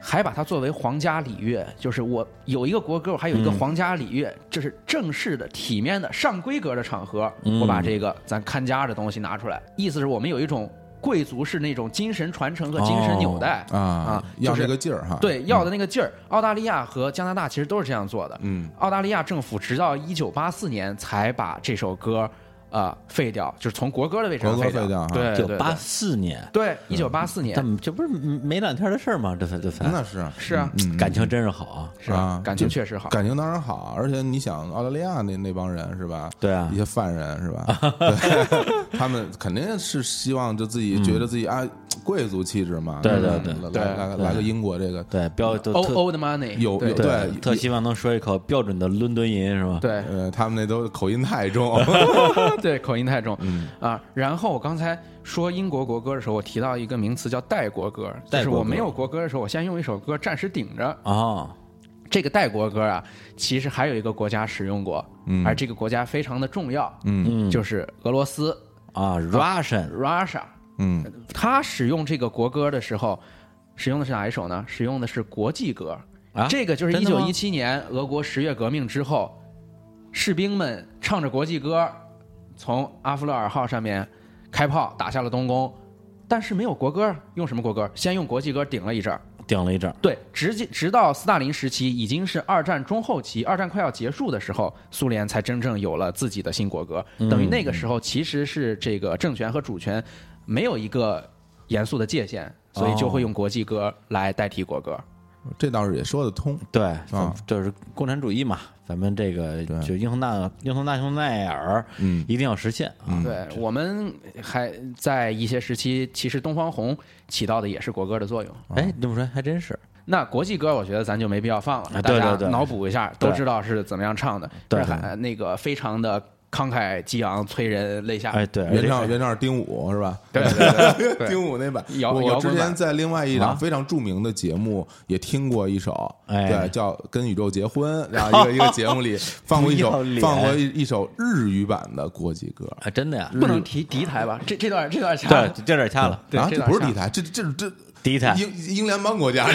C: 还把它作为皇家礼乐，就是我有一个国歌，我还有一
B: 嗯
C: 个皇家礼乐，这是正式的、体面的、上规格的场合，
B: 嗯
C: 我把这个咱看家的东西拿出来，意思是我们有一种贵族式那种精神传承和精神纽带
B: 啊
C: 啊，
B: 要
C: 就是
B: 这个劲儿哈，
C: 对，要的那个劲儿。澳大利亚和加拿大其实都是这样做的。
B: 嗯，
C: 澳大利亚政府直到一九八四年才把这首歌呃废掉，就是从国歌的位置上
B: 国歌
C: 掉。
B: 废掉哈
C: 对，
A: 九
C: 对
A: 八四嗯年，
C: 对，一九八四年
A: 但这不是没两天的事儿吗？这才这才
B: 嗯那是
C: 是啊，
A: 感情真是好啊！
C: 是啊
B: 啊，
C: 感情确实好。
B: 感情当然好，而且你想澳大利亚那那帮人是吧？
A: 对啊
B: 一些犯人是吧？对他们肯定是希望就自己觉得自己啊，贵族气质嘛，
A: 嗯对对
B: 来
A: 对
B: 来
C: 对
B: 来来来个英国这个
A: 对标都
C: old
A: 特
C: old money
B: 有
C: 哦对
B: 有
A: 对
B: 对
A: 特希望能说一口标准的伦敦音是吧？，
C: 对
B: 呃，他们那都口音 太重，
C: 对，口音太重、
B: 嗯
C: 啊。然后我刚才说英国国歌的时候，我提到一个名词叫代国歌，就
A: 代
C: 是
A: 国
C: 我没
A: 歌
C: 有国歌的时候，我先用一首歌暂时顶着。
A: 哦，
C: 这个代国歌啊，其实还有一个国家使用过，
B: 嗯
C: 而这个国家非常的重要，嗯，就是俄罗斯
A: 啊，Russian
C: Russia，
B: 嗯，
C: 他使用这个国歌的时候，使用的是哪一首呢？使用的是国际歌，
A: 啊，
C: 这个就是一
A: 真的
C: 九
A: 吗
C: 一七年俄国十月革命之后，士兵们唱着国际歌，从阿夫勒尔号上面开炮打下了东宫，但是没有国歌，用什么国歌？先用国际歌顶了一阵儿。
A: 顶了一阵儿，
C: 对，直接直到斯大林时期，已经是二战中后期，二战快要结束的时候，苏联才真正有了自己的新国歌。
A: 嗯
C: 等于那个时候其实是这个政权和主权没有一个严肃的界限，所以就
A: 哦
C: 会用国际歌来代替国歌。
B: 这倒是也说得通。
A: 对，咱就是共产主义嘛，咱们这个就英雄纳英雄纳雄奈尔，嗯，一定要实现啊，
C: 对我们还在一些时期，其实东方红起到的也是国歌的作用。
A: 哎，这么说还真是，
C: 那国际歌，我觉得咱就没必要放了，
A: 啊
C: 大
A: 对
C: 家
A: 对对
C: 脑补一下，
A: 对
C: 都知道是怎么样唱的，
A: 对
C: 是还那个非常的慷慨激昂，催人泪下。
A: 哎，对，而
B: 原
A: 且
B: 唱原唱是丁武是吧？
C: 对对对对
B: 丁武那版，
C: 摇
B: 我
C: 摇
B: 我
C: 滚
B: 之前
C: 版啊
B: 在另外一档非常著名的节目也听过一首，
A: 哎
B: 对，叫《跟宇宙结婚》，然后一个一个节目里放过一 首
A: 不要脸
B: 放过一一首日语版的国际歌
A: 啊，真的呀，
C: 不能提敌台吧？这这段这段掐
A: 对
C: 了，，
A: 这点掐了，
C: 对
B: 啊，这
C: 这段
B: 不是
C: 像
B: 敌台，这这这
A: 敌台
B: 英英联邦 国家，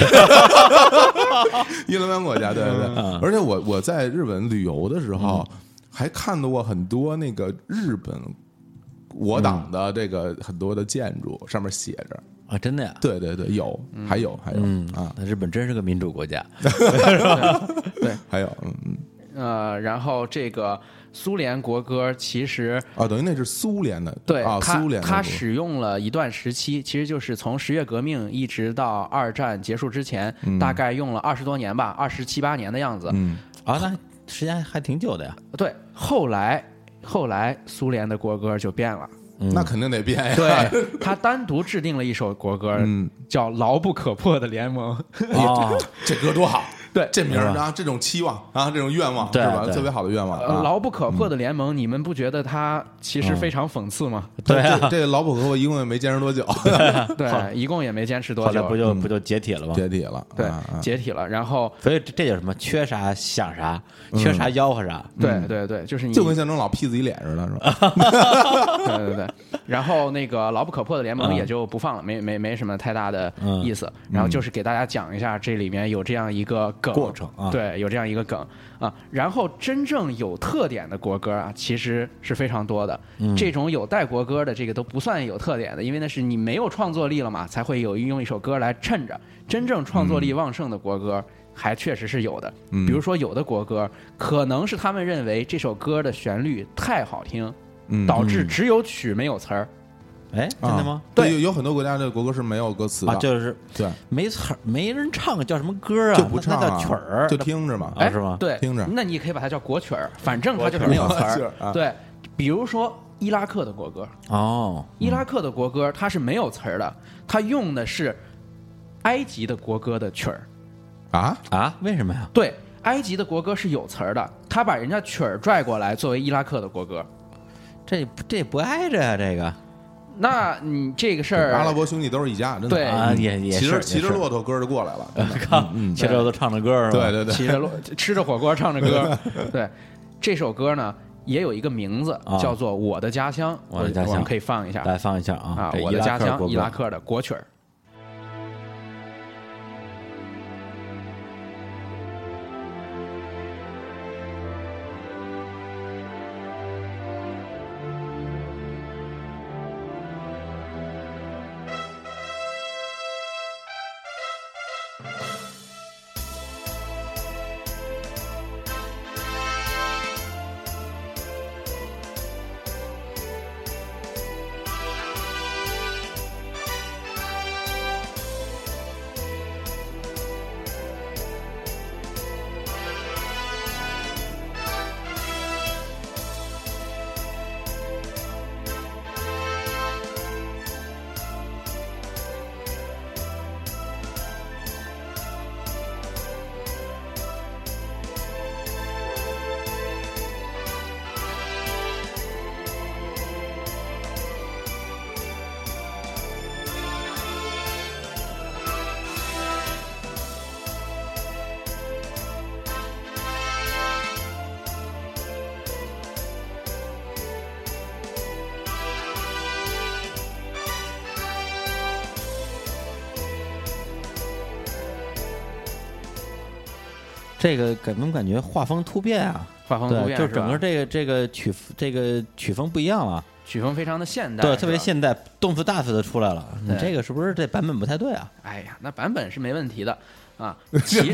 B: 英联邦国家，对对对。
C: 嗯
B: 而且我我在日本旅游的时候，还看到过很多那个日本我党的这
C: 嗯
B: 个很多的建筑，上面写着。
A: 啊，真的呀，
B: 对对对，有，还有，还有
A: 嗯
B: 啊，
A: 那日本真是个民主国家，
B: 还有，嗯嗯，
C: 呃，然后这个苏联国歌其实
B: 啊，等于那是苏联的，
C: 对
B: 啊，
C: 它
B: 苏联的
C: 它
B: 国
C: 使用了一段时期，其实就是从十月革命一直到二战结束之前，大概用了二十多年吧，二十七八年的样子。
B: 嗯，
A: 啊，那时间还挺久的呀，
C: 对，后来后来苏联的国歌就变了，
B: 那肯定得变呀，
C: 对，他单独制定了一首国歌，
B: 嗯
C: 叫《牢不可破的联盟》。
A: 啊，
B: 这歌哦多好，
C: 哦对
B: 这名儿啊，这种期望啊，这种愿望是
A: 对
B: 吧？
A: 对
B: 特别好的愿望
C: 呃，
B: 啊。
C: 牢不可破的联盟，你们不觉得它其实非常讽刺吗？
A: 对啊
B: 这这老普和我一共也没坚持多久，
C: 对，啊一共也没坚持多
A: 后来
C: 久，
A: 不就
B: 嗯
A: 不就解体了吗？
B: 解体了，
C: 对
B: 啊，啊
C: 解体了。然后，
A: 所以这这叫什么？缺啥想啥，
B: 嗯
A: 缺啥吆喝啥。
C: 对对对，就是你，
B: 就
C: 对
B: 跟象征老屁自己脸似的，是
A: 啊
B: 吧？
C: 对对。然后那个牢不可破的联盟
A: 嗯
C: 也就不放了，没没没什么太大的
A: 嗯
C: 意思。然后就是给大家讲一下这里面有这样一个梗
A: 过程啊
C: 对，有这样一个梗啊。然后真正有特点的国歌啊，其实是非常多的。
A: 嗯
C: 这种有带国歌的这个都不算有特点的，因为那是你没有创作力了嘛，才会有用一首歌来衬着。真正创作力
A: 嗯
C: 旺盛的国歌。还确实是有的，比如说有的国歌可能是他们认为这首歌的旋律太好听，
B: 嗯
C: 导致只有曲没有词儿，
A: 哎，真的吗？
B: 啊？对，有有很多国家的国歌是没有歌词
A: 啊，
B: 的，
A: 就是
B: 对，
A: 没词儿，没人唱，叫什么歌啊？
B: 就不唱
A: 那
B: 啊
A: 那叫曲儿，
B: 就听着嘛。
A: 啊
C: 哎，
A: 是吗
C: 对，
B: 听着
C: 那你可以把它叫国曲儿，反正它就是没有词
B: 国曲儿
C: 儿。
B: 啊
C: 对，比如说伊拉克的国歌，
A: 哦，
C: 伊拉克的国歌它是没有词儿的，它用的是埃及的国歌的曲儿。
B: 啊，
A: 啊？为什么呀？
C: 对，埃及的国歌是有词儿的，他把人家曲儿拽过来作为伊拉克的国歌。
A: 这这不挨着呀？这个
C: 那你这个事儿，
B: 阿拉伯兄弟都是一家，真的。
C: 对
A: 啊，也也
B: 骑着
A: 是
B: 骑着
A: 也是 嗯
B: 骆驼歌就过来了，
A: 靠，骑着都唱着歌是吧？
B: 嗯对对对，
C: 骑着骆吃着火锅唱着 歌。对，这首歌呢也有一个名字
A: 啊
C: 叫做《我的家乡》，
A: 我的家乡
C: 我们可以放一下
A: 来放一下啊
C: 啊，，
A: 这
C: 《我
A: 伊
C: 的
A: 拉
C: 家
A: 克
C: 乡
A: 国》
C: 伊
A: 歌
C: 拉克的国曲儿。
D: 「
A: 这个给我们感觉画风突变啊，
C: 画风突
A: 对，
C: 变，
A: 就是整
C: 吧
A: 个这个这个曲这个曲风不一样了，啊
C: 曲风非常的现代，
A: 对，
C: 是
A: 特别
C: 吧。
A: 现代，动次大次的出来了。你
C: 对
A: 这个是不是这版本不太对啊？
C: 哎呀，那版本是没问题的 啊，其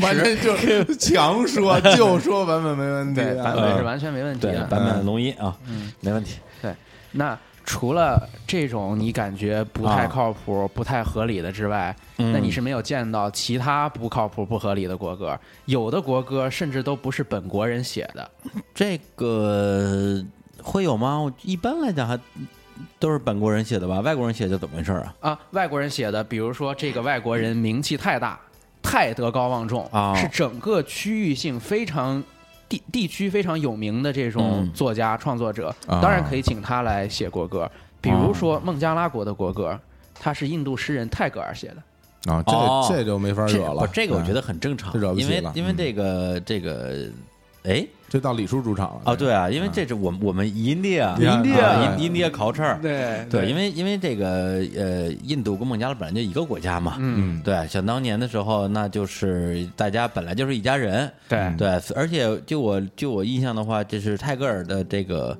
B: 这完
C: 实
B: 全 就是强说，就说版本没问题
C: 对
B: 啊，
C: 版本是完全没问题
A: 嗯对，
C: 的。
A: 版本龙一啊，
C: 嗯
A: 没问题。
C: 对，那除了这种你感觉不太
A: 啊
C: 靠谱、不太合理的之外，
A: 嗯
C: 那你是没有见到其他不靠谱、不合理的国歌。有的国歌甚至都不是本国人写的，
A: 这个会有吗？我一般来讲还都是本国人写的吧，外国人写就怎么回事啊？
C: 啊，外国人写的，比如说这个外国人名气太大，太德高望重，
A: 啊
C: 是整个区域性非常地地区非常有名的这种
A: 嗯
C: 作家、创作者，
B: 啊
C: 当然可以请他来写国歌，比如说
A: 哦
C: 孟加拉国的国歌，它是印度诗人泰戈尔写的，
B: 啊，
A: 哦
B: 这这就没法
A: 这
B: 惹了嗯
A: 不。这个我觉
B: 得
A: 得很正常
B: 这惹，不起
A: 因为
B: 了
A: 因为
B: 嗯
A: 这个这个，哎
B: 这到李叔主场了
A: 啊，对啊，因
B: 嗯
A: 为这是我们我们 India
B: ，India
A: 啊 India culture，
C: 对
A: 对，因为因为这个呃，印度跟孟加拉本来就一个国家嘛，
C: 嗯，
A: 对，想当年的时候，那就是大家本来就是一家人，
B: 嗯
C: 对
A: 对，而且就我就我印象的话，就是泰戈尔的这个。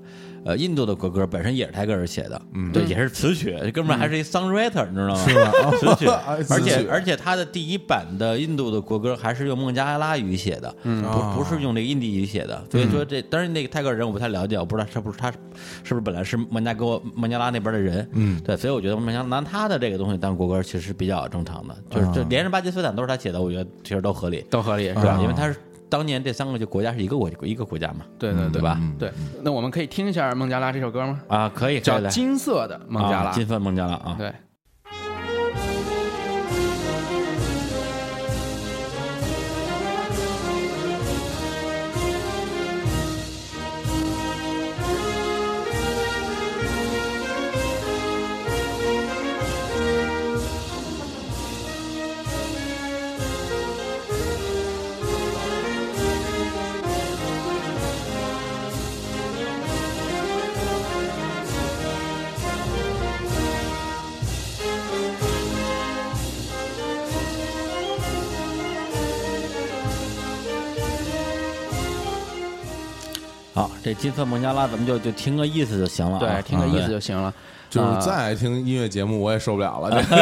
A: 呃，印度的国歌本身也是泰戈尔写的，嗯、对，也是词曲，这哥们儿还是一 songwriter，、你知道吗？是
B: 吧嗯哦
A: 词曲
B: 哎，
A: 而
B: 词曲
A: 且而且他的第一版的印度的国歌还是用孟加拉语写的，嗯
B: 哦嗯
A: 不不是用这个印地语写的，所以说这当然那个泰戈尔人我不太了解，我不知道是不是他是不是本来是孟加哥孟加拉那边的人，
B: 嗯
A: 对，所以我觉得孟加拉拿他的这个东西当国歌其实是比较正常的，就是
B: 哦
A: 这连着巴基斯坦都是他写的，我觉得其实都合理，
C: 都合理是
A: 对吧
C: 吧？？
A: 因为他是当年这三个就国家是一个国一个国家嘛，
C: 对
A: 嗯
C: 对嗯
A: 对
C: 对
A: 吧？
C: 对，那我们可以听一下孟加拉这首歌吗？
A: 啊，可以，
C: 叫
A: 可以来
C: 《金色的孟加拉
A: 啊》，金色孟加拉啊，
C: 对。
A: 好，这金色孟加拉咱们就就听个意思就行了啊，
C: 对，听个意思
A: 对
C: 就行了。
A: 嗯
B: 就是再爱听音乐节目，我也受不了了， 这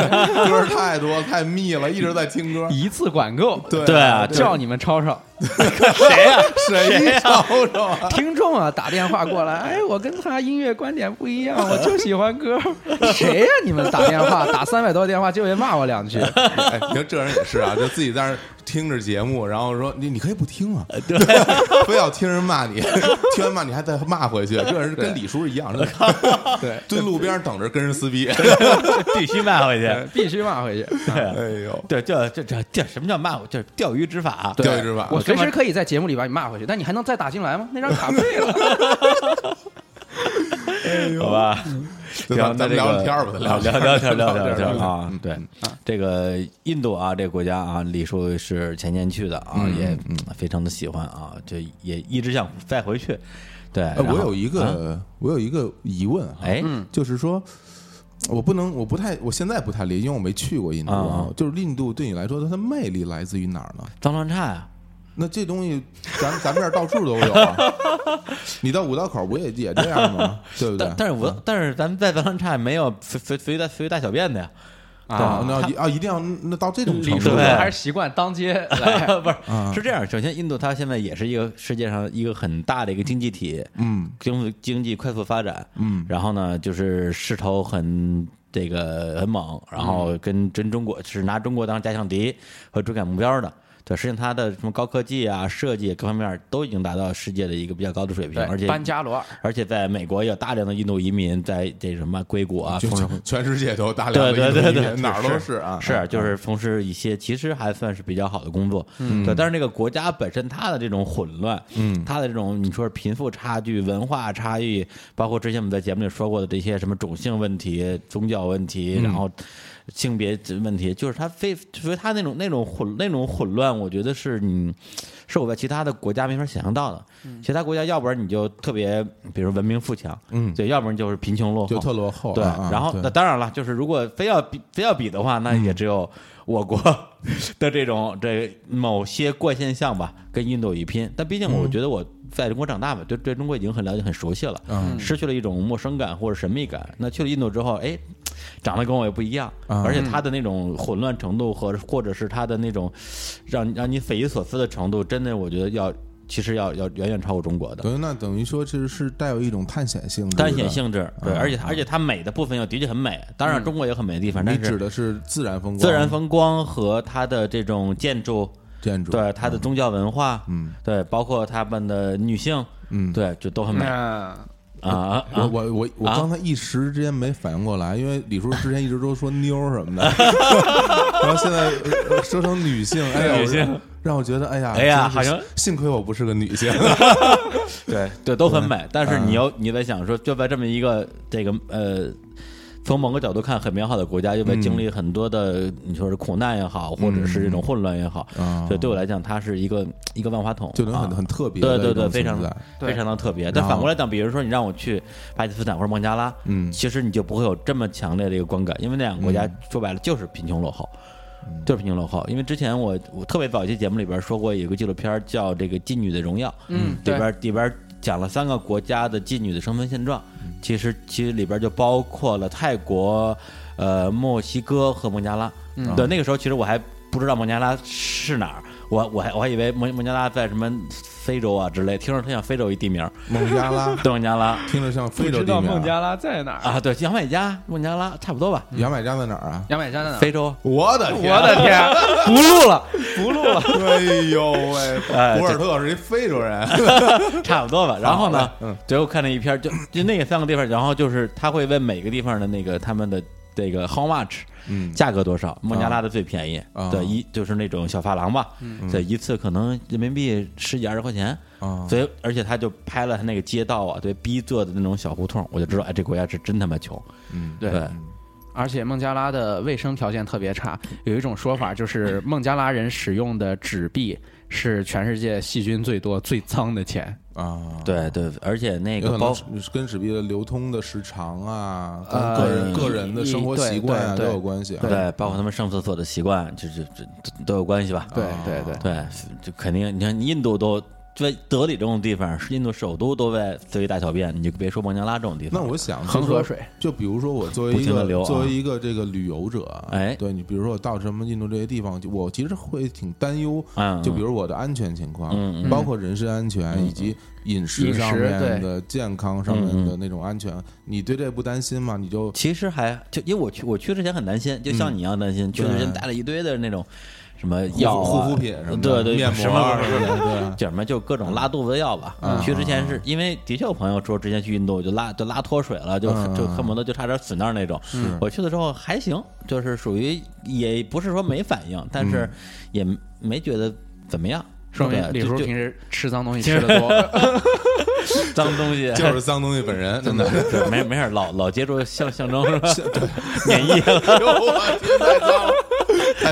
B: 歌儿太多太密了，一直在听歌。
C: 一次管够，
B: 对
A: 对啊
B: 对
C: 叫你们吵吵。
B: 谁呀？谁吵吵啊？
C: 听众啊打电话 过来，哎，我跟他音乐观点不一样，我就喜欢歌。 谁呀、你们打电话打三百多电话就为骂我两 句，
B: 哎，你说这人也是啊，就自己在那儿听着节目，然后说你你可以不听啊，
A: 呃
B: 对， 非要听人骂你，听完骂你还再骂回去，这人跟李叔一样，真 的
C: 对，
B: 蹲路边等着跟人撕逼，
A: 必须卖回去，
C: 必须骂回去。
A: 对啊
B: 哎呦，
A: 对，就这这这什么叫骂？就是钓鱼执法，
B: 钓鱼执法，
C: 我随时可以在节目里把你骂回去，但你还能再打进来吗？那张卡啊废 了。
A: 好吧？
B: 对
A: 行那
B: 咱咱
A: 这
B: 聊
A: 个
B: 聊天儿吧，咱
A: 聊
B: 聊
A: 聊
B: 天
A: 天
B: 儿
A: 儿聊聊
B: 聊
A: 天
B: 天
A: 儿
B: 儿
A: 啊
B: 嗯！
A: 对，这个印度啊，这个国家啊，李叔是前年去的啊，也非常的喜欢啊，就也一直想再回去。对，
B: 呃
A: 然
B: 我
A: 后
B: 有一
A: 啊
B: 个，我有一个疑问哈，
A: 哎，
B: 就是说。我不能，我不太，我现在不太理解，因为我没去过印度
A: 啊
B: 啊。就是印度对你来说，它的魅力来自于哪儿呢？
A: 脏乱差啊呀，
B: 那这东西，咱咱们这儿到处都有啊。 你到五道口不也也这样吗？对不对
A: 但？但是我但是咱们在脏乱差也没有随随随大随大小便的呀，
B: 啊，那要啊，一定要那到这种程
A: 对
B: 度
A: 理论
C: 还是习惯当街 来。
A: 不是是这样。首先，印度它现在也是一个世界上一个很大的一个经济体，
B: 嗯，
A: 经经济快速发展，嗯，然后呢，就是势头很这个很猛，然后跟跟中国是拿中国当假想敌和追赶目标的。对，实际上它的什么高科技啊、设计各方面都已经达到世界的一个比较高的水平，而
C: 对，
A: 且
C: 班加罗尔，
A: 而且在美国也有大量的印度移民在这什么硅谷啊，
B: 就
A: 从事
B: 全世界都 有大量
A: 对
B: 的
A: 对
B: 印度
A: 对
B: 移
A: 对，
B: 民哪儿都是啊，
A: 是就是从事一些其实还算是比较好的工作，嗯，对。但是这个国家本身它的这种混乱，嗯，它的这种你说是贫富差距、文化差异，包括之前我们在节目里说过的这些什么种姓问题、宗教问
B: 嗯
A: 题，然后性别问题，就是它非所以它那种那种混那种混乱，我觉得是你是我在其他的国家没法想象到的。其他国家，要不然你就特别，比如文明富强，
B: 嗯
A: 对，要不然就是贫穷落后，
B: 就特落后啊。
A: 对，
B: 啊
A: 然后
B: 对嗯
A: 那当然了，就是如果非要比非要比的话，那也只有我国 的这种这某些怪现象吧，跟印度有一拼。但毕竟我觉得我在中国长大嘛，对对中国已经很了解、很熟悉了，
B: 嗯
A: 失去了一种陌生感或者神秘感。那去了印度之后，哎，长得跟我也不一样，
B: 啊
A: 而且他的那种混乱程度和或者是他的那种让让你匪夷所思的程度，真的我觉得要其实要要远远超过中国的。
B: 等于那等于说，其实是带有一种探险性质的。
A: 单显性质，
B: 嗯
A: 对，而且它而且它美的部分又的确很美，当然中国有很美的地方，
B: 你
A: 但
B: 指
A: 是
B: 的是自然风光、
A: 自然风光和它的这种建筑，
B: 建筑，
A: 对它的宗教文化，
B: 嗯，
A: 对，包括他们的女性，
B: 嗯
A: 对，就都很美
C: 那
A: 啊
B: 我
A: 啊！
B: 我我我
A: 啊
B: 刚才一时之间没反应过来，因为李叔之前一直都说妞儿什 么的，然后现在呃说成女性，哎呀，
A: 女性
B: 我让我觉得哎呀，
A: 哎呀
B: 真是
A: 好像
B: 幸亏我不是个 女性，
A: 对对，都很
B: 嗯
A: 美，但是你要你在想说，就在这么一个这个呃。从某个角度看，很美好的国家，又在经历很多的，你说是苦难也好，或者是这种混乱也好，
B: 嗯啊
A: 所以对我来讲，它是一个一个万花筒，
B: 就能
A: 啊
B: 很很特别
A: 对
B: 的
A: 对
B: 一
A: 对，
B: 种
A: 非常
B: 存在。
A: 非
C: 对
A: 常的特别。但
B: 后
A: 反过来讲，比如说你让我去巴基斯坦或者孟加拉，
B: 嗯
A: 其实你就不会有这么强烈的一个观感，因为那两个国家说白了就是贫穷落后。就是贫穷落后，因为之前我我特别早一期节目里边说过，有个纪录片叫这个《妓女的荣耀》，
C: 嗯
A: 里
C: 对
A: 边里边讲了三个国家的妓女的生存现状，其实其实里边就包括了泰国、呃墨西哥和孟加拉。
C: 嗯
A: 对，那个时候其实我还不知道孟加拉是哪儿，我我还我还以为孟孟加拉在什么非洲啊之类，听着它像非洲一地名儿，
B: 孟 加拉
A: 对孟加拉
B: 听着像非
C: 不
B: 洲
C: 知
B: 地
C: 道
B: 名
C: 孟
B: 啊，
C: 加拉在哪儿？
A: 啊，对，牙买加、孟加拉差不多吧，
B: 牙买加在哪儿啊？
C: 牙买加在哪儿？
A: 非洲。
B: 我的
C: 我
B: 天！
C: 的天，不录了，不录了。
B: 哎呦喂，
A: 哎
B: 博尔特是一非洲 人，啊
A: 差不多吧。然后呢，
B: 嗯
A: 最后看了一篇儿，就就那个三个地方，然后就是他会问每个地方的那个他们的这个 how much，
B: 嗯
A: 价格多少？孟加拉的最便宜
B: 啊
A: 对，一就是那种小发廊吧，对，一次可能人民币十几二十块钱。
B: 啊，
A: 所以，而且他就拍了他那个街道啊，对，逼仄的那种小胡同，我就知道，哎，这国家是真他妈穷。
B: 嗯
A: 对，
C: 而且孟加拉的卫生条件特别差，有一种说法就是孟加拉人使用的纸币是全世界细菌最多、最脏的钱。
B: 啊，
A: 对对，而且那
B: 有
A: 个
B: 可
A: 包
B: 能，是跟纸币的流通的时长啊，跟
C: 呃
B: 个人
C: 一
B: 个人的生活习惯啊
C: 一
B: 都
C: 对对
B: 有关系啊。
A: 对，包括他们上厕所的习惯，这这这这都有关系吧？
C: 对对对，
A: 对，就肯定，你看印度都。在德里这种地方，是印度首都都在随地大小便，你就别说孟加拉这种地
B: 那
A: 方。
B: 我想
C: 恒河
B: 就是
C: 水，
B: 就比如说我作为
A: 不
B: 一
A: 停地
B: 个
A: 流啊
B: 作为一个这个旅游者啊，
A: 哎
B: 对你比如说我到什么印度这些地方，就我其实会挺担忧，
A: 嗯，
B: 就比如我的安全情况，
A: 嗯
B: 包括人身安全以及饮食
C: 饮食
B: 上面的健康上面的那种安全，你对这不担心吗？你就
A: 其实还就因为我去我去之前很担心，就像你一样担心，去之前带了一堆的那种什么药、啊、
B: 嗯护肤品什么的
A: 对对，
B: 面
A: 什
B: 膜
A: 么
B: 啊什么的对
A: 叫什么就各种拉肚子的药吧。
B: 嗯
A: 去之前是因为的确有朋友说之前去印度就拉就拉脱水了，就、
B: 嗯
A: 就恨不得就差点死那儿那种。我去的时候还行，就是属于也不是说没反应，但是也没觉得怎么样。
C: 说明
A: 对啊
C: 李
A: 就
C: 叔
A: 就
C: 平时吃脏东西吃的多。
A: 脏东西
B: 就是脏东西本人，真的。
A: 对没没事，老老接触象象征是吧？免疫了。
B: 哎呦我天，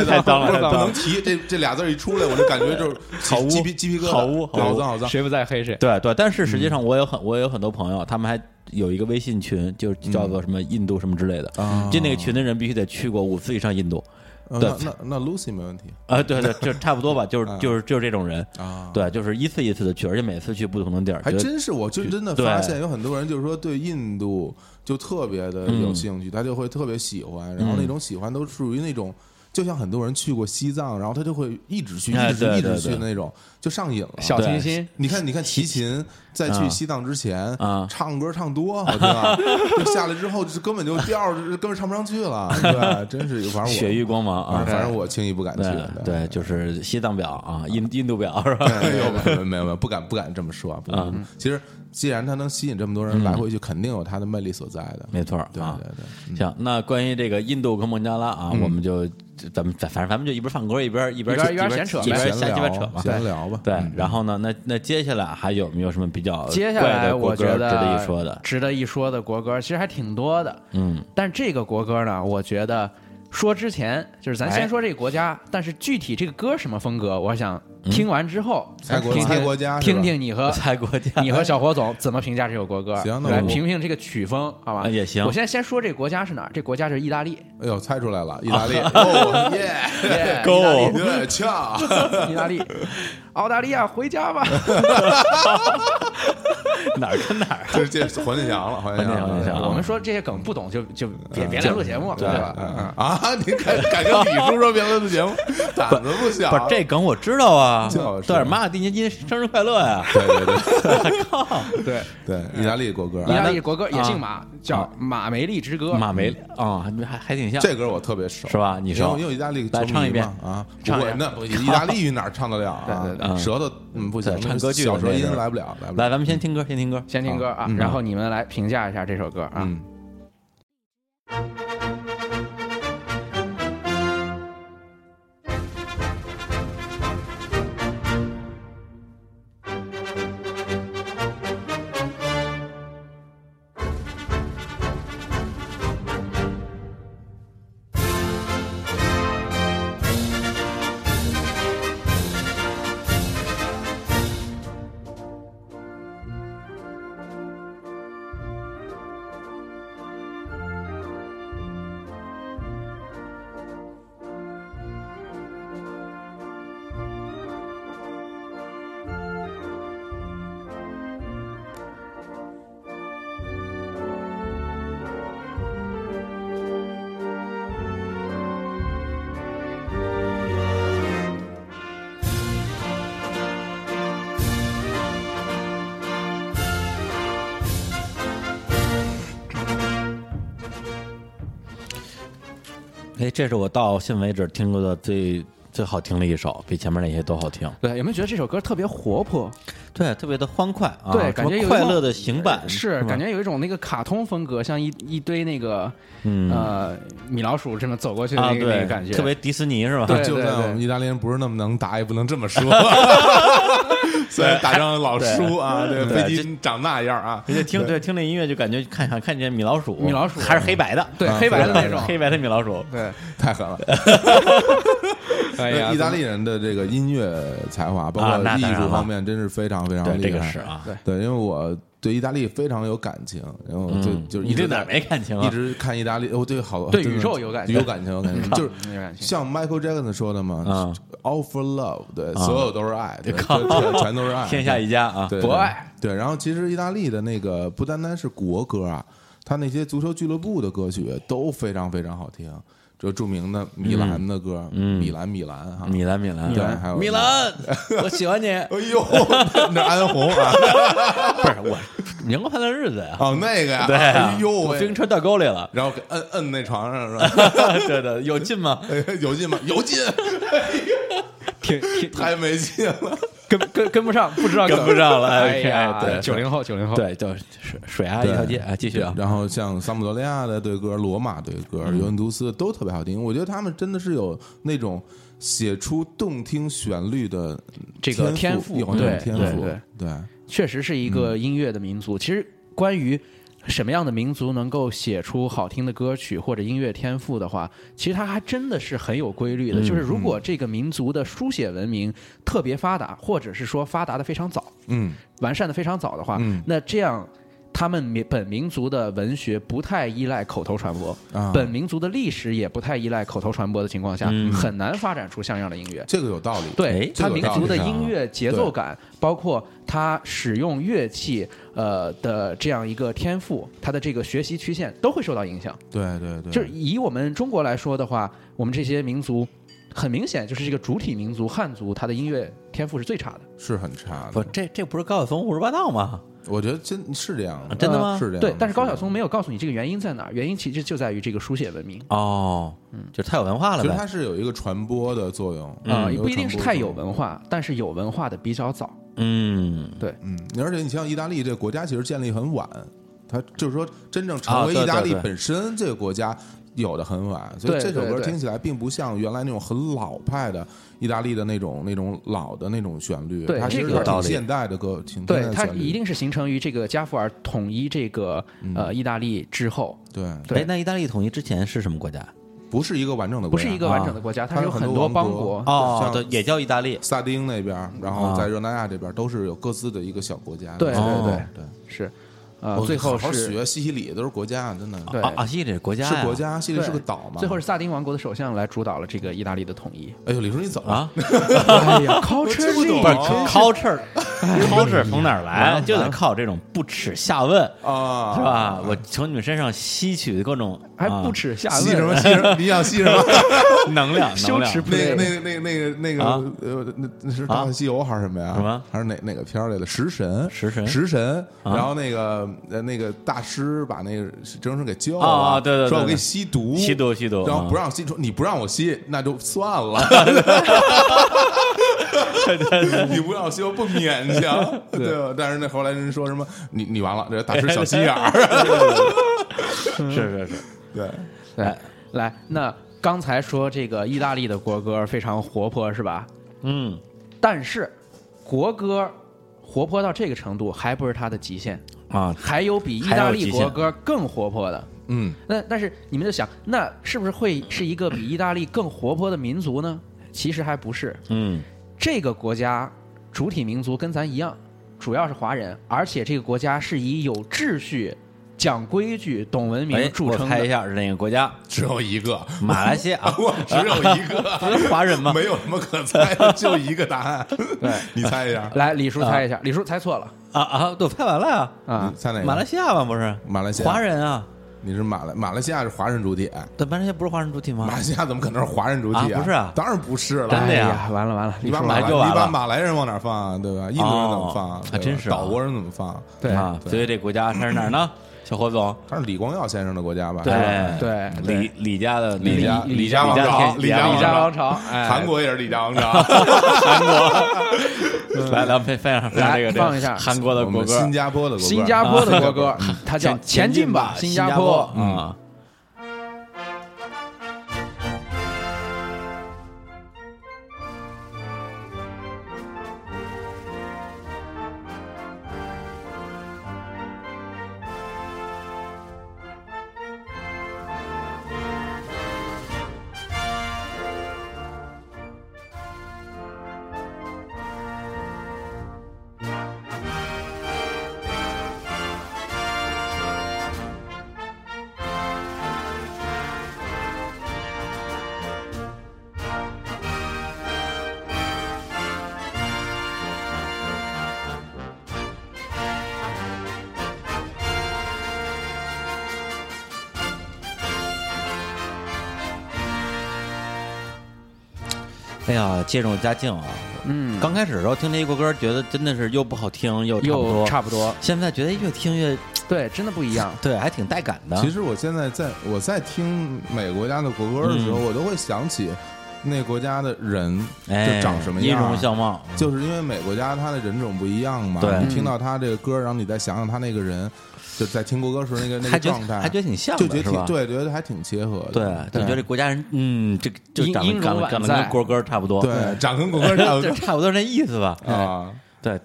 B: 太脏
A: 太
B: 了，
A: 脏了
B: 不是
A: 太脏了
B: 不能提这这俩字儿一出来，我就感觉就是好
A: 污
B: 鸡皮鸡皮疙瘩，
A: 好污好污
B: 好脏好脏。
C: 谁不在黑谁？
A: 对对，但是实际上我有很、我有很多朋友，他们还有一个微信群，就叫做什么印度什么之类的，
B: 啊
A: 就那个群的人必须得去过五次以上印度。
B: 呃那那那 Lucy 没问题
A: 啊，对对，就差不多吧，就是
B: 啊
A: 就是就是这种人，
B: 啊，
A: 对，就是一次一次的去，而且每次去不同的地儿，
B: 还
A: 觉得
B: 真是，我就真的
A: 对
B: 发现有很多人就是说对印度就特别的有兴趣，他就会特别喜欢，然后那种喜欢都属于那种。就像很多人去过西藏，然后他就会一直去，
A: 哎
B: 一直
A: 对
B: 去，一
A: 对
B: 直去
A: 对
B: 那种，就上瘾了。
C: 小
A: 对
C: 清新，
B: 你看，你看，齐秦在
A: 啊
B: 去西藏之前
A: 啊
B: 唱歌唱 多好听啊，就下来之后就根本就调儿根本唱不上去了，对，真是反正我嗯
A: 雪域光芒
B: 反
A: 啊
B: 正，反正我轻易不敢去，
A: 对对，
B: 嗯
A: 就是西藏表啊，印印度表是吧？
B: 没有没有没有没有，不敢不敢这么说啊！不敢其实既然它能吸引这么多人来回去，肯定有它的魅力所在的。
A: 没错
B: 对
A: 嗯
B: 嗯
A: 啊
B: 对。对，
A: 行，那关于这个印度和孟加拉啊，我们就就咱们咱反正咱们就一边放歌一边一边
C: 一边
A: 一
C: 一
A: 边
C: 边闲扯
A: 一边
B: 闲
A: 瞎鸡巴扯
B: 聊嗯
A: 吧。
B: 闲聊吧。
A: 对，然后呢，那那接下来还有没有什么比较
C: 接下
A: 呃怪的
C: 来
A: 国
C: 我
A: 歌
C: 觉
A: 值
C: 得
A: 得一说的？
C: 值得一说的国歌其实还挺多的，
A: 嗯
C: 但这个国歌呢，我觉得说之前，就是咱
A: 哎
C: 先说这个国家，但是具体这个歌什么风格，我想听完之后，
B: 猜国
C: 听
B: 猜
C: 听
B: 国家是吧
C: 听听你和
A: 嗯猜国家，
C: 呃你和小火总怎么评价这首国歌，
B: 行那
C: 来
B: 我
C: 评评这个曲风，好吧？
A: 啊也行
C: 我现在先说这国家是哪儿，这国家是 意大利，
B: 哎呦，猜出来了，意大利，哦耶，
C: 耶
A: 啊 够
C: 意大利
B: 有点呛，
C: 意大利，澳大利亚回家 吧。
A: 哪儿跟哪儿？ 啊
B: 这这黄健翔了，黄健
A: 黄健
B: 翔
A: 翔
B: 了
A: 啊
C: 我们说这些梗不懂就就别
A: 嗯
C: 别来录节目了，对
B: 对
C: 吧
B: 吧？？嗯啊， 你敢敢跟李叔说别来录节目，胆子不小，
A: 不是这梗我知道啊，
B: 就是
A: 对，妈，今年今天生日快乐呀！
B: 对对对， 对
A: 嗯
B: 对，意大利国歌，啊
C: 意大利国歌也姓马，叫《马梅利之歌》。嗯
A: 马梅啊，还还挺像，
B: 这歌我特别熟，
A: 是吧你熟
B: 因为因为意大利
A: 来
B: 球迷
A: 唱一遍
B: 嘛啊，
A: 唱一
B: 我
A: 遍
B: 那不意大利语哪唱得了啊？
C: 对对
A: 对
B: 舌头嗯不行，
A: 对唱歌剧的
B: 小舌
A: 那
B: 音
A: 个
B: 来不了，来不了。
A: 来，咱们先听歌，先听歌。
C: 先听歌啊
B: 嗯，
C: 然后你们来评价一下这首歌啊。
B: 嗯，
A: 哎，这是我到现为止听过的最最好听的一首，比前面那些都好听。
C: 对，有没有觉得这首歌特别活泼？
A: 对，特别的欢快啊，
C: 对
A: 什么
C: 感觉有一种呃
A: 快乐的行板
C: 是
A: 吧
C: 感觉有一种那个卡通风格，像一一堆那个
A: 嗯
C: 呃米老鼠这么走过去的
A: 啊，
C: 那个那
A: 对
C: 个，感觉，
A: 特别迪士尼是吧？
C: 对
B: 就算我们意大利人不是那么能打，也不能这 么说。虽然打仗老输啊，这
A: 对
B: 飞机长那样啊，
A: 而且 听对听那音乐就感觉看想看见米老鼠，
C: 米老鼠
A: 还是黑白的，
C: 对
B: 啊
C: 黑白的那种，
A: 黑白的米老鼠。
C: 对，
B: 太狠 了。
C: 哎呀，
B: 意大利人的这个音乐才华，包括
A: 啊那
B: 艺
A: 当然
B: 术
A: 了
B: 方面，真是非常非常厉
A: 对，
B: 害。
A: 这个是啊，
B: 对，因为我对意大利非常有感情，然后就
A: 嗯
B: 就是
A: 你
B: 一
A: 对
B: 直
A: 哪儿
B: 在
A: 没感情啊
B: 一直看意大利，我对好
C: 对
B: 真的
C: 宇宙有感情
B: 有感情，有感 情，就是
C: 有感情
B: 像 Michael Jackson 说的嘛
A: 嗯啊
B: ，all for love，对，所有都是爱，对，
A: 靠
B: 全全都是爱，
A: 天下一家啊，
B: 对
C: 博爱。
B: 对，然后其实意大利的那个不单单是国歌啊，他那些足球俱乐部的歌曲都非常非常好听，就著名的米兰的歌，米兰米兰哈，
A: 嗯米兰米兰
B: 对还有
A: 米兰，我喜欢你。
B: 哎呦，那安红啊，
A: 不是我，阳光灿烂的日子呀，
B: 哦那个呀，
A: 对啊，
B: 哎呦
A: 我自
B: 喂。
A: 行。车掉沟里了
B: 然后给摁摁那床上是吧？
A: 对的，有劲吗？
B: 哎有劲吗？有劲，
C: 挺 挺
B: 太没劲了。
C: 跟跟跟不上，不知道
A: 跟不上了
C: 哎
A: 哎
C: 呀，
A: 对
C: 九零后，九零后，
A: 对，就是水水啊一条街啊，继续啊。
B: 然后像桑普多利亚的队歌、罗马队歌、
C: 嗯
B: 尤文图斯都特别好听，我觉得他们真的是有那种写出动听旋律的
C: 这个
B: 天
C: 天赋
B: 有那种
C: 对
B: 天
C: 对
B: 赋
C: 对，
B: 对
C: 确实是一
B: 嗯
C: 个音乐的民族。其实关于什么样的民族能够写出好听的歌曲或者音乐天赋的话，其实它还真的是很有规律
B: 嗯
C: 的。就是如果这个民族的书写文明特别发达，或者是说发达的非常早、
B: 嗯
C: 完善的非常早的话
B: 嗯，
C: 那这样。他们民本民族的文学不太依赖口头传播，
B: 啊，
C: 本民族的历史也不太依赖口头传播的情况下，
A: 嗯
C: 很难发展出像样的音乐。
B: 这个有道理。
A: 哎
C: 对，
B: 这
C: 它
B: 个
C: 民
B: 有道
C: 族
B: 理
C: 的
B: 啊
C: 音乐节奏感，包括它使用乐器呃的这样一个天赋，它的这个学习曲线都会受到影响。
B: 对对对，
C: 就是以我们中国来说的话，我们这些民族很明显就是这个主体民族汉族，它的音乐天赋是最差的。
B: 是很差
A: 不
B: 的，。
A: 这这不是高晓松胡说八道吗？
B: 我觉得真是这
C: 啊
B: 样的，
A: 真的吗
B: 是这样的。
C: 对，但是高晓
B: 这样
C: 松没有告诉你这个原因在哪儿，原因其实就在于这个书写文明。
A: 哦，就是太有文化了
B: 的，其实
A: 呗
B: 它。是有一个传播的作用
C: 啊、
B: 嗯有
C: 也
B: 个
C: 不一定
B: 传
C: 是
B: 播
C: 太
B: 作
C: 有
B: 用
C: 文化，但是有文化的比较早。
A: 嗯，
B: 嗯，而且你像意大利这个国家，其实建立很晚，它就是说真正成为
A: 啊对
B: 意大利
A: 对对
B: 本身这个国家有的很晚，所以
C: 对
B: 这首
C: 对
B: 歌
C: 对
B: 听起来并不像原来那种很老派的意大利的那种那种老的那种旋律，
C: 对
B: 它其
C: 这
B: 实
C: 个
B: 还
A: 有道
B: 挺
A: 理
B: 现代的歌，挺现代
C: 对，
B: 的
C: 它
B: 旋律
C: 一定是形成于这个加夫尔统一这个呃意大利之后，
B: 对
C: 对
A: 哎，那意大利统一之前是什么国家？
B: 不是一个完整的
C: 不
B: 国家，
C: 是一个完整的国家，它是有
B: 啊有很
C: 很
B: 多
C: 多
B: 王
C: 邦
B: 国啊
C: 国。
A: 哦
B: 像，
A: 对，也叫意大利，
B: 萨丁那边，然后啊在热那亚这边都是有各自的一个小国家。
C: 对对
A: 哦
C: 对
B: 对，
C: 是，呃，
B: 我
C: 最后
B: 哦好好
C: 是
B: 学西西里都是国家，真的
C: 对
A: 啊啊，西里是国家呀，
B: 是国家，西西里
C: 对
B: 是个岛嘛。
C: 最后是萨丁王国的首相来主导了这个意大利的统一。
B: 哎呦，李叔你走了，
A: 啊，
C: 哎 呀
B: 我听
A: 不是
B: 不懂真是
A: culture culture 从哪儿
C: 完
A: 来？
C: 了
A: 就得靠这种不耻下问，
B: 啊，
A: 是吧？我从你们身上吸取各种
C: 还
A: 啊
C: 不耻下
B: 吸什么
C: 问，
B: 吸什么？你想吸什 么？
A: 能量，能
C: 羞
A: 量
C: 耻
B: 那个、那个、那个、那个、那个，
A: 啊
B: 呃，那那是《大话西游》还是什么呀？
A: 什么
B: 还是哪哪个片儿来的？食神，
A: 食神
B: 食神。
A: 啊
B: 然后那个呃，那个大师把那个周星驰给叫
A: 啊
B: 了，
A: 对对对
B: 说我
A: 对
B: 给你吸毒，
A: 吸毒吸毒
B: 然后
A: 啊
B: 不让我吸，说你不让我吸，那就算 了。你不让我吸，我不勉强，对吧？但是那后来人说什么，你你完了，这大师小心眼 儿，
A: 是是是，
B: 对。
C: 对，
B: 哎
C: 来，那刚才说这个意大利的国歌非常活泼，是吧？
A: 嗯，
C: 但是国歌活泼到这个程度，还不是它的极限，
A: 啊，
C: 还有比意
A: 还
C: 大
A: 有
C: 利
A: 极
C: 国
A: 限
C: 歌更活泼的。
B: 嗯，
C: 那但是你们就想，那是不是会是一个比意大利更活泼的民族呢？其实还不是，
A: 嗯
C: 这个国家主体民族跟咱一样，主要是华人，而且这个国家是以有秩序、讲规矩、懂文
A: 哎
C: 明，著
A: 我
C: 称
A: 猜一
C: 的。啊
A: 下是哪个国 家？
B: 只有一个，
A: 马来西亚，
B: 我只有一个，
A: 啊 不是华人吗？
B: 没有什么可猜的，就一个答案。 你猜一下，
C: 来，李叔猜一下，李叔猜错了
A: 啊啊，都猜完了呀，
C: 啊
B: 你！猜哪个？
A: 马来西亚吧，不是
B: 马来西亚
A: 华人啊，
B: 你是马来马来西亚是华人主体，
A: 但马来西亚不是华人主体吗
B: 马？来西亚怎么可能是华人主体
A: 啊不是啊
B: 当然不是
A: 真
B: 了。
A: 的呀
C: 哎完了完了，
B: 你
C: 李
B: 把
C: 叔
B: 马
C: 来
B: 来
A: 就
B: 你
A: 完了
B: 把马来人往哪儿放啊？对吧？印度人怎么放
A: 哦？
B: 对吧
A: 还真是啊
B: 岛国人怎么放？
C: 对
A: 啊，所以这国家它是哪儿 呢？小伙总，
B: 他是李光耀先生的国家吧？
A: 哎
C: 对对
A: 李李家的
B: 李家
C: 李
B: 家王朝，
A: 李
B: 家
A: 家
C: 李
B: 王
C: 家
B: 朝
C: 王，朝，哎，
B: 韩国也是李家 王朝，
A: 来来分分享分享
C: 来
A: 这个这
C: 放
A: 个
C: 一下
A: 韩国的
B: 我
A: 国
B: 们
A: 歌，
B: 新加坡的国歌，
C: 新加坡的国 歌，它叫《前进吧，
A: 新
C: 加
A: 坡
C: 坡》。嗯
A: 啊。哎呀，渐入佳境啊！
C: 嗯，
A: 刚开始的时候听这一国歌，觉得真的是又不好听又差不
C: 又
A: 多，
C: 差不多，
A: 现在觉得越听越
C: 对，真的不一样。
A: 对，还挺带感的。
B: 其实我现在在我在听每个国家的国歌的时
A: 嗯
B: 候，我都会想起那国家的人
A: 哎
B: 就长什么
A: 音
B: 样啊
A: 容
B: 儿。
A: 相貌，
B: 就是因为每国家它的人种不一样嘛，
A: 对
B: 你听到他这个歌，然后你再想想他那个人，就在听国歌时候 那个那
A: 还
B: 个
A: 觉得
B: 状态，
A: 还觉得挺像
B: 就
A: 的，
B: 觉
A: 是
B: 得
A: 吧
B: 挺？对，觉得还挺切合的。
A: 对，就觉得这国家人，嗯，这个就
C: 音
A: 长
C: 音
A: 得
C: 容
A: 长得
C: 宛
A: 长得
C: 在
A: 跟国歌差不多，
B: 对，长跟国歌差不
A: 就差不多那意思吧。
B: 多啊。
A: 对，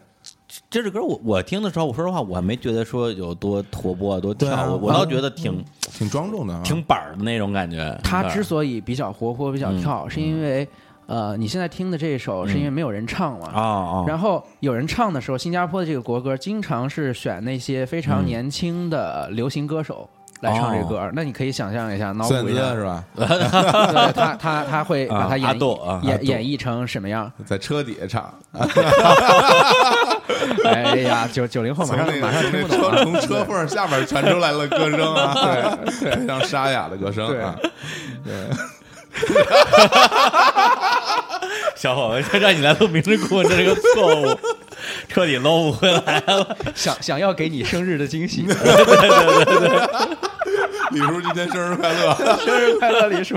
A: 这支歌我我听的时候，我说实话，我还没觉得说有多活泼、多
B: 对啊
A: 跳，我我倒觉得挺
B: 挺庄重的啊，
A: 挺板儿的那种感觉。
C: 它之
A: 是
C: 所以比较活泼、比较跳，是因为呃，你现在听的这一首是因为没有人唱
A: 啊
C: 嘛。
A: 啊，
C: 然后有人唱的时候，新加坡的这个国歌经常是选那些非常年轻的流行歌手来唱这个歌。那你可以想象一下，脑补
B: 孙燕
C: 一
B: 姿
C: 下，
B: 是吧？
C: 对他他他会把它
A: 啊阿
C: 演
A: 杜啊阿
C: 演
A: 杜
C: 演绎成什么样？
B: 在车底下唱，
C: 哎呀，九九
A: 哦
C: 零后马
B: 从那
C: 上马上
B: 个
C: 听
B: 那
C: 不懂
A: 啊
C: 了
B: 车。从车缝下边传出来了歌 声啊，对，非常沙哑的歌声啊。
A: 小伙子，让你来录《明日故问》，这是个错 误，彻底搂不回来了。
C: 想想要给你生日的惊喜，
B: 李叔今天生日快乐！
C: 生日快乐，李叔！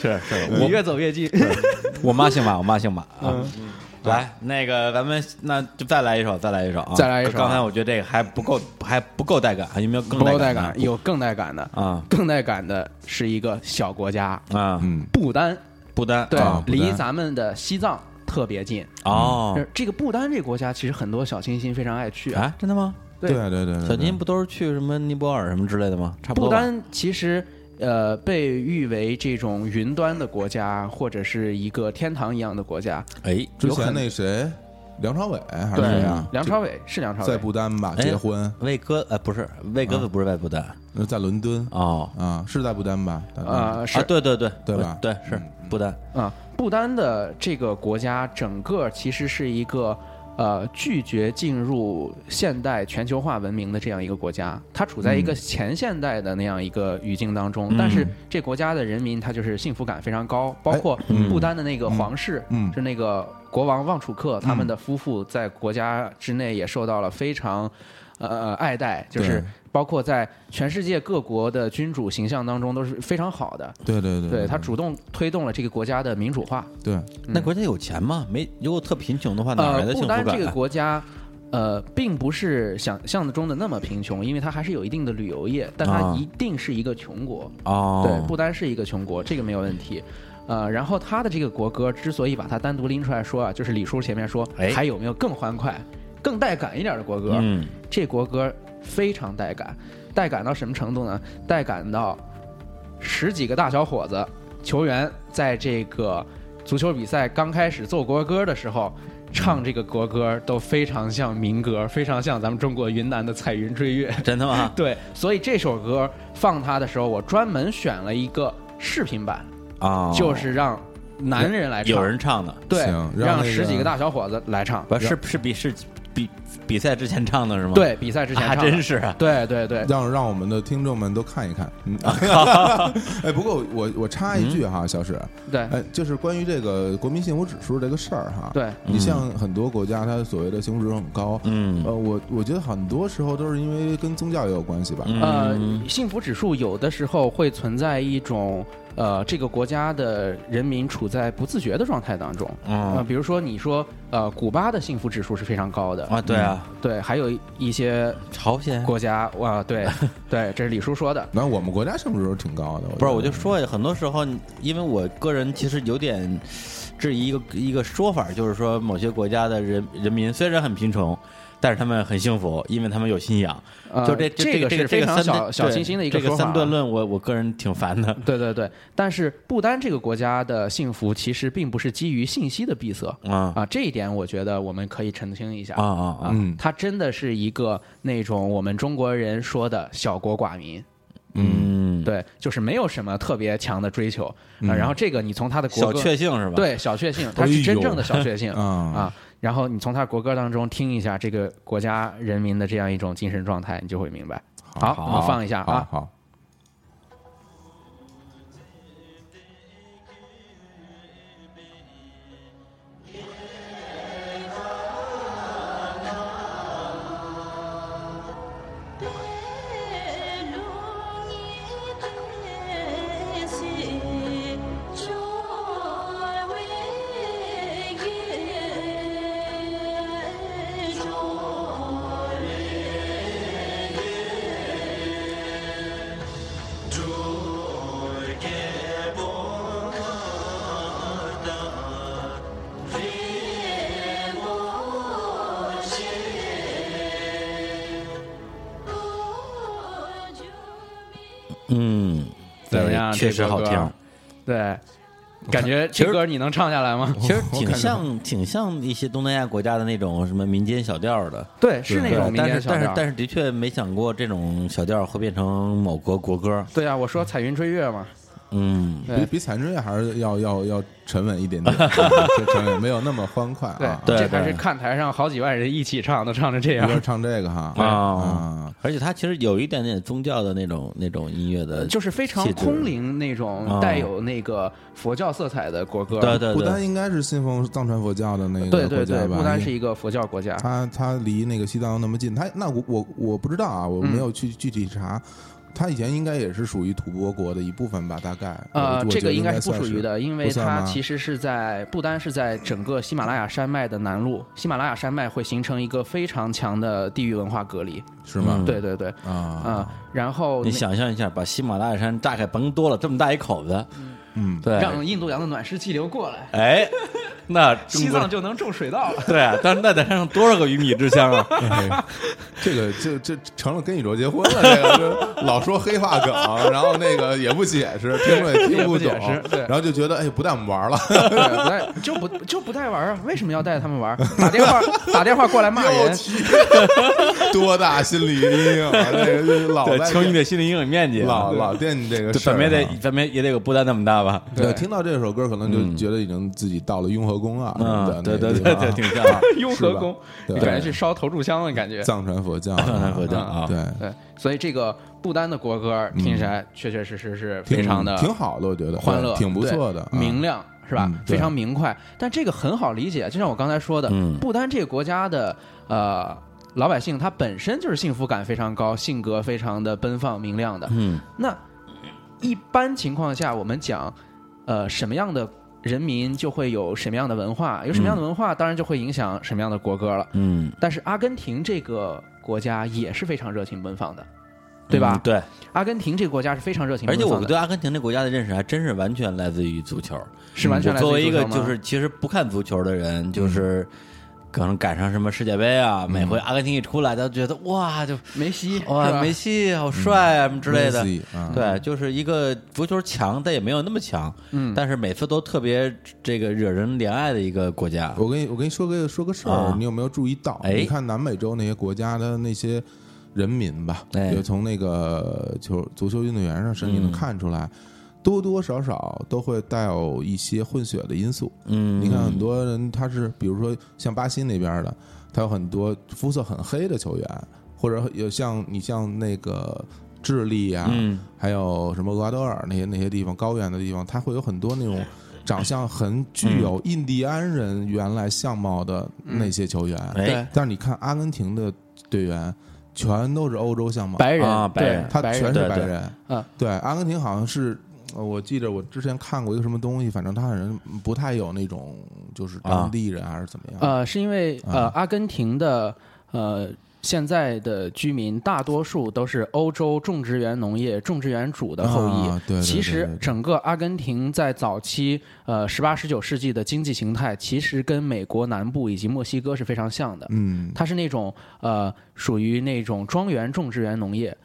A: 是是，
C: 你越走越近。
A: 我妈姓马，我妈姓马啊。
C: 嗯
A: 来，那个咱们那就再来一首，再来一首啊，
C: 再来一首啊
A: 刚才我觉得这个还不够，还不够带感，还有没有更
C: 不够带
A: 带
C: 感，有更带感的
A: 啊
C: 更带感的是一个小国家
A: 的啊？
B: 嗯，
C: 不丹，
A: 不丹
C: 对
B: 啊，不丹
C: 离咱们的西藏特别近。
A: 哦
C: 这个不丹这国家，其实很多小清新非常爱去啊。
A: 啊，真的吗？
B: 对对对对，
A: 小金不都是去什么尼泊尔什么之类的吗？差不
C: 不
A: 多吧。
C: 丹其实呃，被誉为这种云端的国家，或者是一个天堂一样的国家。
A: 哎，
B: 之
C: 有可
B: 前
C: 能
B: 那谁，梁朝伟还是谁呀？
C: 嗯梁朝伟是梁朝
B: 啊在
C: 伟，
B: 不丹吧
A: 哎
B: 结婚，
A: 魏哥呃不是魏哥不是外部的
B: 那在伦敦
A: 哦
B: 啊，是在不丹吧？大哥
C: 呃，是
A: 啊对对对
B: 对吧
A: 我对是不丹
C: 啊，不丹的这个国家整个其实是一个呃拒绝进入现代全球化文明的这样一个国家，它处在一
B: 嗯
C: 个前现代的那样一个语境当中，但是这国家的人民他就是幸福感非常高，包括不丹的那个皇室，
B: 哎嗯
C: 是那个国王旺楚克他们的夫妇在国家之内也受到了非常。呃，爱戴就是
B: 对
C: 包括在全世界各国的君主形象当中都是非常好的，
B: 对对
A: 嗯
B: 对
C: 对
B: 对，
C: 他主动推动了这个国家的民主化。
B: 对
A: 那国家有钱吗？没，如果特贫穷的话，哪
C: 嗯呃
A: 来，的幸
C: 不
A: 福感
C: 丹
A: 啊？
C: 这个国家，呃，并不是想象中的那么贫穷，因为它还是有一定的旅游业，但它
A: 啊
C: 一定是一个穷国。
A: 哦，
C: 对，不丹是一个穷国，这个没有问题。呃，然后它的这个国歌之所以把它单独拎出来说啊，就是李叔前面说，
A: 哎
C: 还有没有更欢快、更带感一点的国歌？
A: 嗯，
C: 这国歌非常带感，带感到什么程度呢？带感到十几个大小伙子球员在这个足球比赛刚开始奏国歌的时候。唱这个国歌都非常像民歌，非常像咱们中国云南的彩云追月。
A: 真的吗？
C: 对，所以这首歌放它的时候，我专门选了一个视频版，
A: 啊，
C: 就是让男人来唱，
A: 有人唱的，
C: 对
B: 行，让
C: 让
B: 那个
C: 十几个大小伙子来唱。
A: 不是是比是比比赛之前唱的是吗？
C: 对，比赛之前
A: 啊，
C: 唱的，
A: 真是啊，
C: 对对对，
B: 让让我们的听众们都看一看。嗯 哎，不过我我插一句哈，小史，
C: 对
B: 哎，就是关于这个国民幸福指数这个事儿哈，
C: 嗯对，
B: 你像很多国家，它所谓的幸福指数很高，
A: 嗯
B: 呃，
C: 哦
B: 我我觉得很多时候都是因为跟宗教也有关系
A: 嗯
B: 吧，
C: 呃，幸福指数有的时候会存在一种呃，这个国家的人民处在不自觉的状态当中。
A: 嗯
C: 呃，比如说你说呃，古巴的幸福指数是非常高的，嗯
A: 啊，对啊，
C: 对，还有一些
A: 朝鲜
C: 国家哇， 对对，这是李叔说的，
B: 那我们国家幸福指数挺高的，
A: 不是，我
B: 觉
A: 就
B: 得
C: 呃
A: 说呀，很多时候，因为我个人其实有点质疑一个一个说法，就是说某些国家的人人民虽然很贫穷，但是他们很幸福，因为他们有信仰。
C: 呃
A: 就这
C: 这
A: 这
C: 个是
A: 这
C: 非
A: 个
C: 常
A: 三
C: 小
A: 对
C: 小清新的一个
A: 这个
C: 说法啊
A: 三段论，我我个人挺烦的。
C: 对对对，但是不丹这个国家的幸福其实并不是基于信息的闭塞
A: 啊
C: 啊，这一点我觉得我们可以澄清一下
A: 啊啊啊！
B: 嗯
C: 它真的是一个那种我们中国人说的小国寡民，
A: 嗯，
C: 对，就是没有什么特别强的追求。啊然后这个你从他的国
A: 小
C: 歌，
A: 确幸是吧？，哎嗯
C: 对小确幸，它是真正的小确幸、
B: 啊
C: 啊。然后你从他国歌当中听一下这个国家人民的这样一种精神状态，你就会明白。好，我们放一下
B: 好
C: 啊。
B: 好，
A: 嗯，
C: 怎么
A: 对
C: 样
A: 确实
C: 这
A: 好
C: 国歌啊
A: 听。
C: 对，感觉这歌你能唱下来吗？
A: 其实挺像挺像一些东南亚国家的那种什么民间小调的，
C: 对，是那
A: 对
C: 种民
A: 但
C: 间
A: 是
C: 小
A: 但是
C: 调。
A: 但是的确没想过这种小调会变成某国国歌。
C: 对啊，我说彩云追月嘛，
A: 嗯，
C: 对
B: 比比彩云还是要要要沉稳一点 点，就沉稳没有那么欢快
C: 对
B: 啊，。
A: 对
C: 这还
A: 对
C: 是看台上好几万人一起唱，都唱成这
B: 比如说
C: 样。
B: 唱这个哈
A: 啊
C: 哦
B: 啊，
A: 而且它其实有一点点宗教的那种那种音乐的，
C: 就是非常
A: 气质
C: 空灵那种
A: 啊
C: 带有那个佛教色彩的国歌，
A: 对对
B: 不丹
A: 对，
B: 应该是信奉藏传佛教的那
C: 对
B: 个国
C: 对
B: 家
C: 对，
B: 吧？
C: 不丹是一个佛教国家。
B: 它它离那个西藏那么近，它那我我我不知道啊，我
C: 嗯
B: 没有去具体查。它以前应该也是属于吐蕃国的一部分吧，大概。我
C: 呃，
B: 我
C: 这
B: 觉得
C: 个应该
B: 该
C: 是不
B: 算
C: 属于的，因为
B: 不算
C: 它
B: 吗
C: 其实是在不丹是在整个喜马拉雅山脉的南麓，喜马拉雅山脉会形成一个非常强的地域文化隔离。
B: 是吗？
C: 对对对，啊、
B: 啊，
C: 然后
A: 你
C: 那
A: 想象一下，把喜马拉雅山大概甭多了这么大一口子，
B: 嗯，
A: 对，
C: 让印度洋的暖湿气流过来，
A: 哎，那
C: 西
A: 中
C: 藏
A: 国
C: 就能种水 稻了。
A: 对啊，但是那得上多少个鱼米之乡啊？
B: 哎这个这这成了跟宇宙结婚了，这个这老说黑话梗，然后那个也不解释，听了也听
C: 也不
B: 懂
C: 解释，对
B: 然后就觉得哎不带我们玩了，
C: 对，不带就不就不带玩儿啊？为什么要带他们玩儿？打电话打电话过来骂
B: 哎 我
C: 人，
B: 去，多大心理阴影啊！这个这老
A: 对，
B: 在
A: 求你的心理阴影面积啊，
B: 老
A: 对
B: 老惦记这个
A: 这
B: 事
A: 怎
B: 儿
A: 么也得
B: 啊。
A: 怎么也得有不丹那么大吧？
B: 对，
C: 对
B: 听到这首歌，可能就觉得已经自己到了雍和宫啊什么的
A: 嗯，对
B: 那个
A: 对
B: 地
A: 对
B: 方啊
A: 对，挺像啊
C: 雍
B: 是
C: 和
B: 吧
C: 宫，
B: 对
C: 你感觉去烧头炷香的感觉。
B: 藏传佛
C: 嗯
B: 教啊，
A: 藏传佛教啊
B: 对，嗯
C: 对，所以这个不丹的国歌听起来确确实实是非常的
B: 挺好的，我觉得
C: 欢乐，
B: 对挺不错的，啊
C: 对明亮。是吧
B: 嗯？对
C: 非常明快，但这个很好理解。就像我刚才说的
A: 嗯，
C: 不丹这个国家的呃老百姓，他本身就是幸福感非常高，性格非常的奔放明亮的。
A: 嗯
C: 那一般情况下，我们讲呃什么样的人民就会有什么样的文化，有什么
B: 嗯
C: 样的文化，当然就会影响什么样的国歌了。
A: 嗯，
C: 但是阿根廷这个国家也是非常热情奔放的，对吧
A: 嗯？对，
C: 阿根廷这个国家是非常热情
A: 而
C: 奔
A: 且
C: 放的，
A: 我对阿根廷这国家的认识还真是完全来自于足球。
C: 是完
A: 我
C: 全来自于
A: 作为一个
C: 足球吗嗯
A: 就是其实不看足球的人，就是可能赶上什么世界杯啊，每回阿根廷一出来，他觉得哇就
C: 梅西，是
A: 哇
C: 嗯吧嗯
A: 梅西好帅啊什么之类的。
B: Messi，啊，
A: 对，就是一个足球强，但也没有那么强，
C: 嗯
A: 但是每次都特别这个惹人怜爱的一个国家。
C: 哦
B: 我跟你我跟你说个说个事儿，
A: 啊
B: 你有没有注意到？
A: 哎
B: 你看南美洲那些国家的那些人民吧，
A: 哎嗯
B: 就从那个球足球运动员上身体能看出来，多多少少都会带有一些混血的因素。
A: 嗯，
B: 你看很多人他是，比如说像巴西那边的，他有很多肤色很黑的球员，或者有像你像那个智利啊，
A: 嗯
B: 还有什么厄瓜多尔那些那些地方高原的地方，它会有很多那种长相很具有印第安人原来相貌的那些球员。
A: 哎
C: 对
B: 但是你看阿根廷的队员，全都是欧洲相貌，
C: 白人
A: 啊白
C: 对
A: 人
B: 他
C: 白
B: 全
C: 人
B: 是
A: 对
B: 白
A: 对
B: 人。
C: 啊，
B: 对，阿根廷好像是。呃我记着我之前看过一个什么东西，反正他好像不太有那种就是当地人还是怎么样，
C: 呃，是因为呃
B: 啊，
C: 阿根廷的呃现在的居民大多数都是欧洲种植园农业、种植园主的呃后裔。
B: 啊对对对
C: 其
B: 对
C: 实
B: 对
C: 整个阿根廷在早期呃十八、十九世纪的经济形态，其实跟美国南部以及墨西哥是非常像的。
B: 嗯，
C: 它是那种呃，属于那种庄园种植园农业，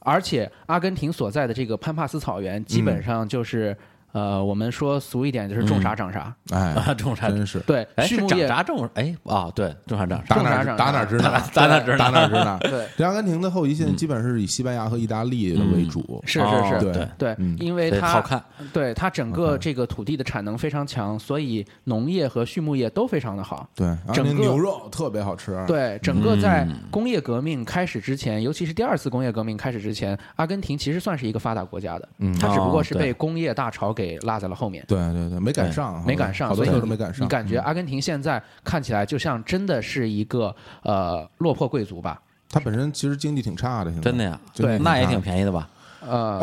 C: 而且阿根廷所在的这个潘帕斯草原，基
A: 嗯
C: 本上就是、呃，我们说俗一点就是种啥长啥，
A: 啊，
B: 哎，
A: 种啥？
B: 真是
C: 对，
A: 哎，
C: 畜
A: 是
C: 牧
A: 长
C: 业，
A: 啥种？哎啊，对，种啥长啥？
B: 打
C: 种
B: 哪
C: 啥
B: 儿
C: 长
B: 打
C: 啥
B: 哪儿指哪儿，
A: 打哪儿指哪儿
B: 打哪儿指哪儿。
C: 对，
B: 这阿根廷的后裔现在基本上是以西班牙和意大利为主，
C: 是
A: 哦
C: 是是，
B: 对
A: 对
C: 对，
B: 嗯
C: 因为
A: 对
C: 它
A: 好看，嗯
C: 对它整个这个土地的产能非常强，所以农业和畜牧业都非常的好。
B: 对，阿根
C: 整
B: 廷
C: 个
B: 牛肉特别好吃，
A: 嗯
C: 对，整个在工业革命开始之前，尤其是第二次工业革命开始之前，阿根廷其实算是一个发达国家的，
B: 嗯
C: 它只不
A: 哦
C: 过是
A: 对
C: 被工业大潮给落在了后面。
B: 对对对，没赶
A: 对
B: 上，
C: 没赶上，
B: 好多
C: 所以
B: 球
C: 你
B: 都没赶上。嗯
C: 你感觉阿根廷现在看起来就像真的是一个呃落魄贵族吧？
B: 它本身其实经济挺差的，现在
A: 真的。呀？
B: 真的
C: 对
A: 那也挺便宜的吧？，
B: 啊
C: 呃，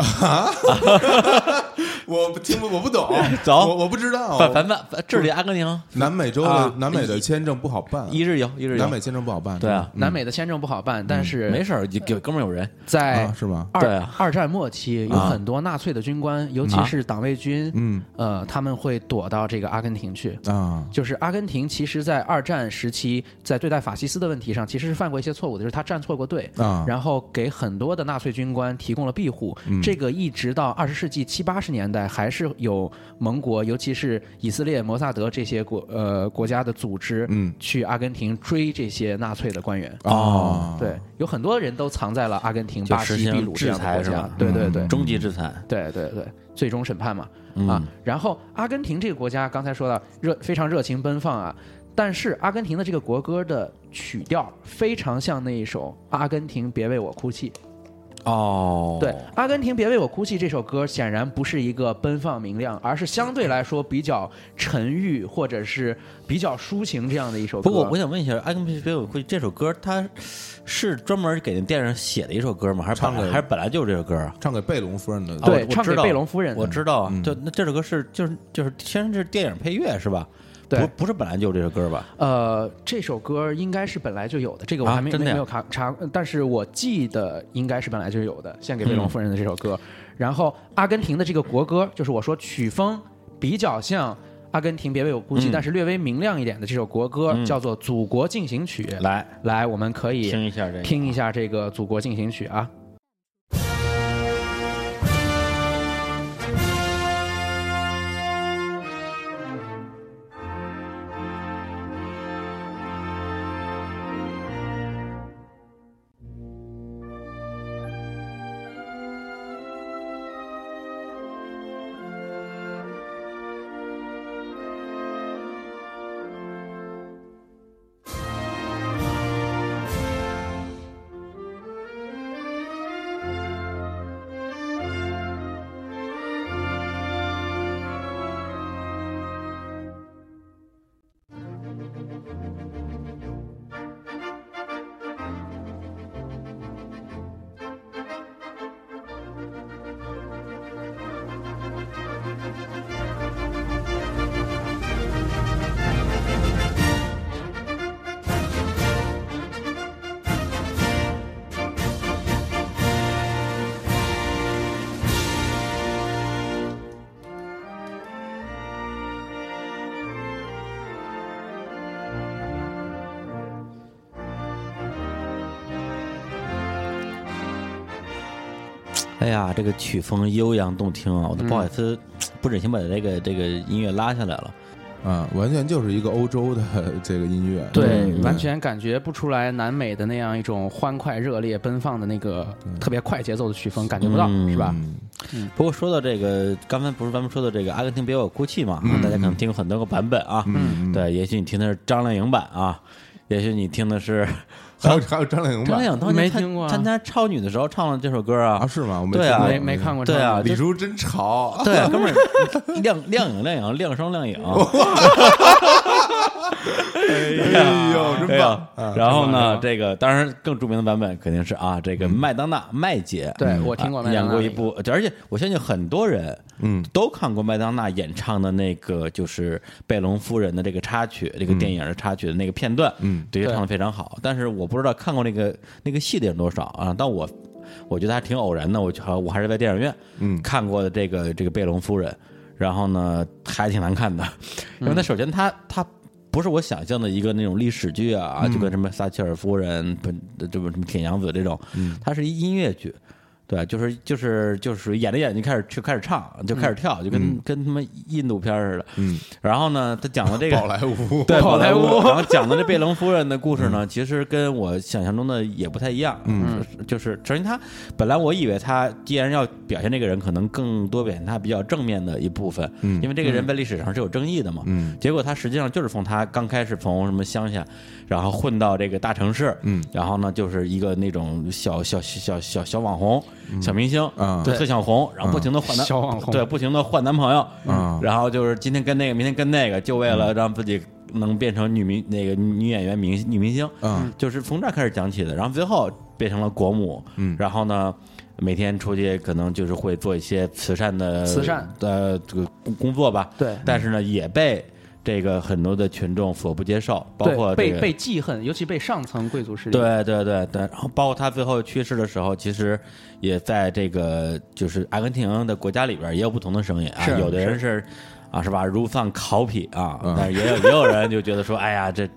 B: 我不听不我不懂
A: 走
B: 我我不知道。
A: 反反反，这里阿根廷
B: 南美洲的
A: 啊
B: 南美的签证不好办，
A: 一日游，一日游
B: 南，美签证不好办。
A: 对啊
B: 嗯
C: 南美的签证不好办，但
A: 没
C: 是
A: 事儿，有有哥们儿有人，
C: 在
B: 啊是吗？
C: 二、
A: 对啊
C: 二战末期有
A: 啊
C: 很多纳粹的军官，尤其
A: 啊
C: 是党卫军，
B: 嗯
C: 呃，他们会躲到这个阿根廷去。
B: 啊，
C: 就是阿根廷，其实，在二战时期，在对待法西斯的问题上，其实是犯过一些错误的，就是他站错过队，
B: 啊
C: 然后给很多的纳粹军官提供了庇护。
A: 嗯
C: 这个一直到二十世纪七八十年代，还是有盟国，尤其是以色列、摩萨德这些国呃国家的组织，
B: 嗯
C: 去阿根廷追这些纳粹的官员。
B: 啊，
C: 哦对，有很多人都藏在了阿根廷、
A: 就
C: 巴
A: 实
C: 西、秘
A: 行
C: 鲁这
A: 制
C: 样的
A: 裁
C: 国
A: 是
C: 家
A: 吧？。嗯
C: 对对对，
A: 终极制裁，
C: 对对对，最终审判嘛、
A: 嗯
C: 啊。然后阿根廷这个国家，刚才说到热非常热情奔放啊，但是阿根廷的这个国歌的曲调非常像那一首《阿根廷别为我哭泣》。
A: 哦，
C: 对，《阿根廷别为我哭泣》这首歌显然不是一个奔放明亮，而是相对来说比较沉郁或者是比较抒情这样的一首歌。
A: 不过我想问一下，《阿根廷别我会这首歌，它是专门给那电影写的一首歌吗？还是本
B: 唱
A: 来
B: 给
A: 还是本来就是这首歌啊？
B: 唱给贝隆夫人的。
A: 啊我
C: 对
A: 我
C: 唱给
A: 知道
C: 贝隆夫人的
A: 我知道啊。就那这首歌是就是就是先是电影配乐是吧？
C: 对
A: 不不是本来就有这首歌吧？
C: 呃，这首歌应该是本来就有的，这个我
A: 啊
C: 还没、
A: 真的
C: 没
A: 呀
C: 没有查查，但是我记得应该是本来就有的，献给贝隆夫
A: 嗯
C: 人的这首歌。然后阿根廷的这个国歌，就是我说曲风比较像。阿根廷别为我哭
A: 嗯
C: 泣，但是略微明亮一点的这首国歌叫做《祖国进行曲》。
A: 来
C: 来，我们可以
A: 听一下这个
C: 听一下这个《祖国进行曲》啊。
A: 哎呀，这个曲风悠扬动听啊，我都不好意思，不忍心把这个这个音乐拉下来了。
B: 啊，完全就是一个欧洲的 这个音乐，嗯
C: 对，嗯完全感觉不出来南美的那样一种欢快、热烈、奔放的那个特别快节奏的曲风，感觉不到，
A: 嗯
C: 是吧？
B: 嗯
A: 不过说到这个，刚才不是咱们说的这个《阿根廷别为我哭泣》嘛，大家可能听过很多个版本啊。
B: 嗯，嗯，
A: 对，也许你听的是张靓颖版啊，也许你听的是
B: 还有还有张靓颖
A: 张
B: 版
A: 靓颖当 年
C: 没
A: 参
C: 听过啊
A: 参加超女的时候唱了这首歌
B: 啊，
A: 啊。
B: 是吗？我没
A: 对啊
B: 听过
C: 没没看过，
A: 对啊
B: 嗯李叔真潮，
A: 对啊，哥们儿， 亮亮颖亮颖亮声亮颖，
B: 哎呦，
A: 对
B: 真嗯棒嗯
A: 呀！。啊然后呢，这个当然更著名的版本肯定是啊，这个麦当娜麦姐，嗯啊
C: 对我听过麦当
A: 演
C: 娜
A: 过一部，而且我相信很多人嗯都看过麦当娜演唱的那个就是《贝隆夫人》的这个插曲，这个电影的插曲的那个片段，嗯，的确唱的非常好。但是我不知道看过那个那个戏的人多少啊，但我。我觉得还挺偶然的，我好我还是在电影院嗯看过的这个这个贝隆夫人，然后呢还挺难看的，因为它首先它它不是我想象的一个那种历史剧啊，就跟什么撒切尔夫人、本这不什么铁娘子这种，它是一音乐剧。对，就是就是就是属于演着演着就开始就开始唱，就开始跳，就跟、跟他妈印度片儿似的。嗯，然后呢，他讲的这个
B: 宝莱坞，
A: 对，
C: 宝莱坞
A: 然后讲的这贝隆夫人的故事呢，其实跟我想象中的也不太一样。嗯，就是首先她本来我以为她既然要表现这个人，可能更多表现她比较正面的一部分，嗯，因为这个人在历史上是有争议的嘛。嗯，结果她实际上就是从她刚开始从什么乡下，然后混到这个大城市，嗯，然后呢就是一个那种小小小小小网红、小明星
B: 啊
A: 就特想红，然后不停的换男
C: 小网红
A: 对，不停的换男朋友，
B: 啊
A: 然后就是今天跟那个，明天跟那个，就为了让自己能变成女明那个女演员明女明星，
B: 嗯，
A: 就是从这儿开始讲起的，然后最后变成了国母，嗯，然后呢，每天出去可能就是会做一些慈善的
C: 慈善
A: 的这个工工作吧，
C: 对
A: 但是呢，也被这个很多的群众所不接受，包括
C: 对
A: 这
C: 被
A: 个
C: 被记恨，尤其被上层贵族势力。，
A: 对对对对，然后包括他最后去世的时候，其实也在这个就是阿根廷的国家里边也有不同的声音啊，
C: 是
A: 有的人是啊是吧，如丧考妣啊，但是也有也有人就觉得说，哎呀这。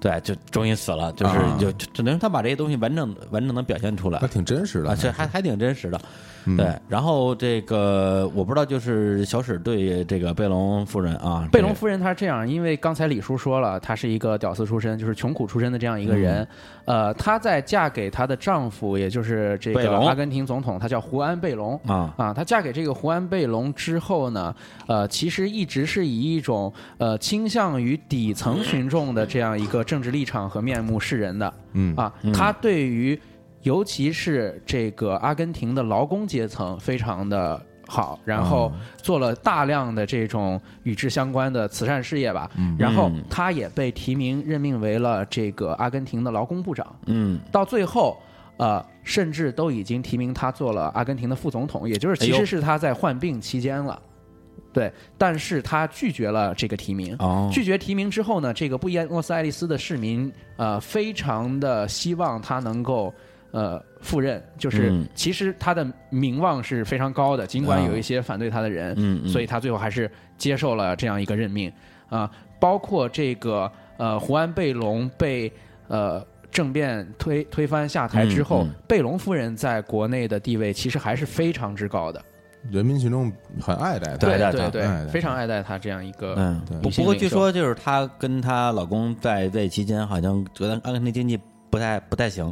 A: 对，就终于死了，就是
B: 啊
A: 就就只能他把这些东西完整完整的表现出来
B: 那，挺真实的
A: 啊，，这还还挺真实的，对。然后这个我不知道，就是小史对这个贝隆夫人啊，
C: 贝隆夫人她是这样，因为刚才李叔说了，她是一个屌丝出身，就是穷苦出身的这样一个人。呃，她在嫁给她的丈夫，也就是这
A: 嗯贝
C: 个
A: 隆
C: 阿根廷总统，他叫胡安·贝隆。
A: 啊
C: 啊，她嫁给这个胡安·贝隆之后呢，呃，其实一直是以一种呃倾向于底层群众的这样一个政治立场和面目示人的。
B: 嗯
C: 啊，她对于尤其是这个阿根廷的劳工阶层非常的。好，然
B: 哦
C: 后做了大量的这种与之相关的慈善事业吧，
B: 嗯
C: 然后她也被提名任命为了这个阿根廷的劳工部长。
A: 嗯，
C: 到最后，呃，甚至都已经提名他做了阿根廷的副总统，也就是其
A: 哎呦
C: 实是他在患病期间了。对，但是他拒绝了这个提名。
A: 哦
C: 拒绝提名之后呢，这个布宜诺斯艾利斯的市民呃非常的希望他能够呃赴任，就是
A: 嗯
C: 其实他的名望是非常高的，尽管
A: 啊
C: 有一些反对他的人，
A: 嗯嗯
C: 所以他最后还是接受了这样一个任命啊、包括这个呃胡安贝隆被呃。政变推推翻下台之后，
A: 嗯嗯
C: 贝隆夫人在国内的地位其实还是非常之高的，
B: 人民群众很爱戴他
A: 对，爱戴
C: 对
A: 她
B: 爱戴
C: 对，
B: 她
C: 非常爱戴她这样一个
A: 嗯，
B: 对
A: 不
C: 女性
A: 不过
C: 领
A: 据
C: 袖
A: 说就是她跟她老公在位期间，好像觉得阿根廷经济不太不太行，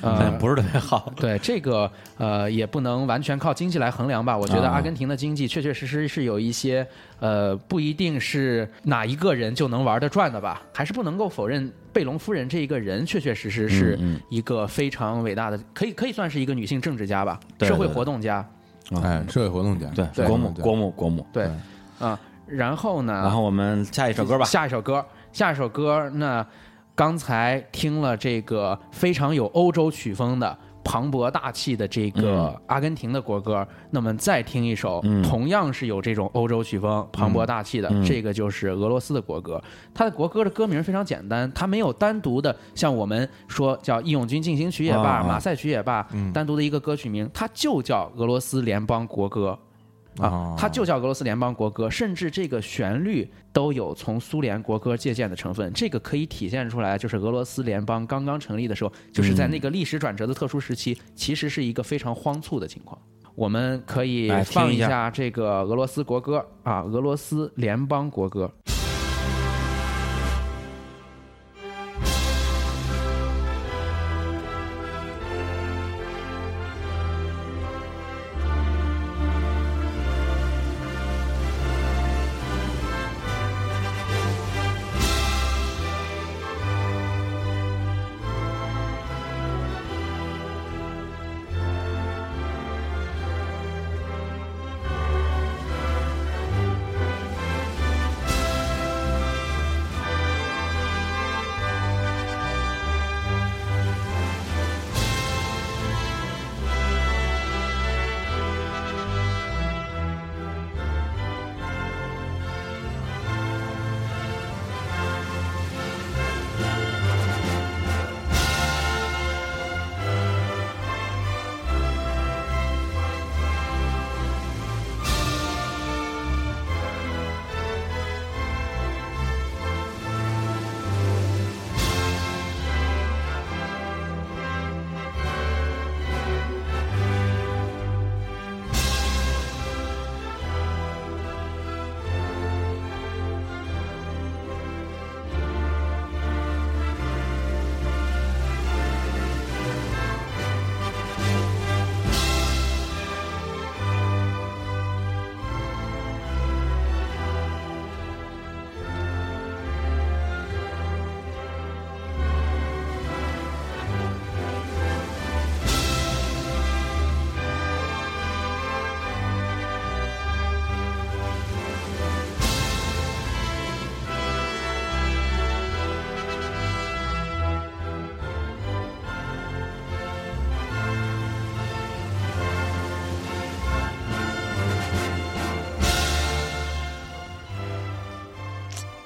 C: 呃
A: 好像不是特别 好。
C: 对这个呃，也不能完全靠经济来衡量吧。我觉得
A: 啊
C: 阿根廷的经济确确实实是有一些呃，不一定是哪一个人就能玩得转的吧，还是不能够否认贝隆夫人这一个人确确实实是
A: 嗯嗯
C: 一个非常伟大的，可以可以算是一个女性政治家吧，
A: 对
C: 社会
A: 对对
C: 活动家。
B: 哎，社会活动家，
A: 对，
C: 对
A: 国母
B: 对
A: 国母国母。
C: 对，啊、然后呢？
A: 然后我们下一首歌吧。
C: 下一首歌，下一首歌。那刚才听了这个非常有欧洲曲风的磅礴大气的这个
A: 嗯
C: 阿根廷的国歌，那么再听一首、
A: 嗯
C: 同样是有这种欧洲曲风磅礴大气的，
A: 嗯
C: 这个就是俄罗斯的国歌。它的国歌的歌名非常简单，它没有单独的像我们说叫《义勇军进行曲》也罢，
A: 啊嗯
C: 马赛曲》也罢，单独的一个歌曲名，它就叫俄罗斯联邦国歌。啊
B: 哦，
C: 它就叫俄罗斯联邦国歌，甚至这个旋律都有从苏联国歌借鉴的成分。这个可以体现出来，就是俄罗斯联邦刚刚成立的时候，就是在那个历史转折的特殊时期，其实是一个非常荒促的情况。我们可以
A: 来听
C: 放
A: 一
C: 一
A: 下
C: 下这个俄罗斯国歌啊，俄罗斯联邦国歌。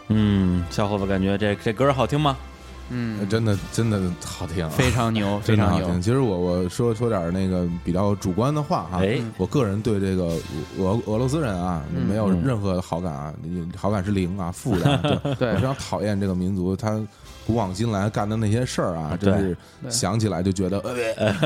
A: 嗯，小伙伴感觉这这歌好听吗？
B: 真的真的好听啊，
C: 非常牛，非
B: 真的
C: 常
B: 好
C: 牛
B: 听。。其实我我说说点儿那个比较主观的话啊，
A: 哎
B: 我个人对这个俄俄罗斯人啊没有
A: 嗯
B: 任何好感啊，好感是零啊，负的啊。对
C: 对
B: 我非常讨厌这个民族，他古往今来干的那些事儿啊，
A: 对
B: 真是
C: 对
B: 想起来就觉得呃，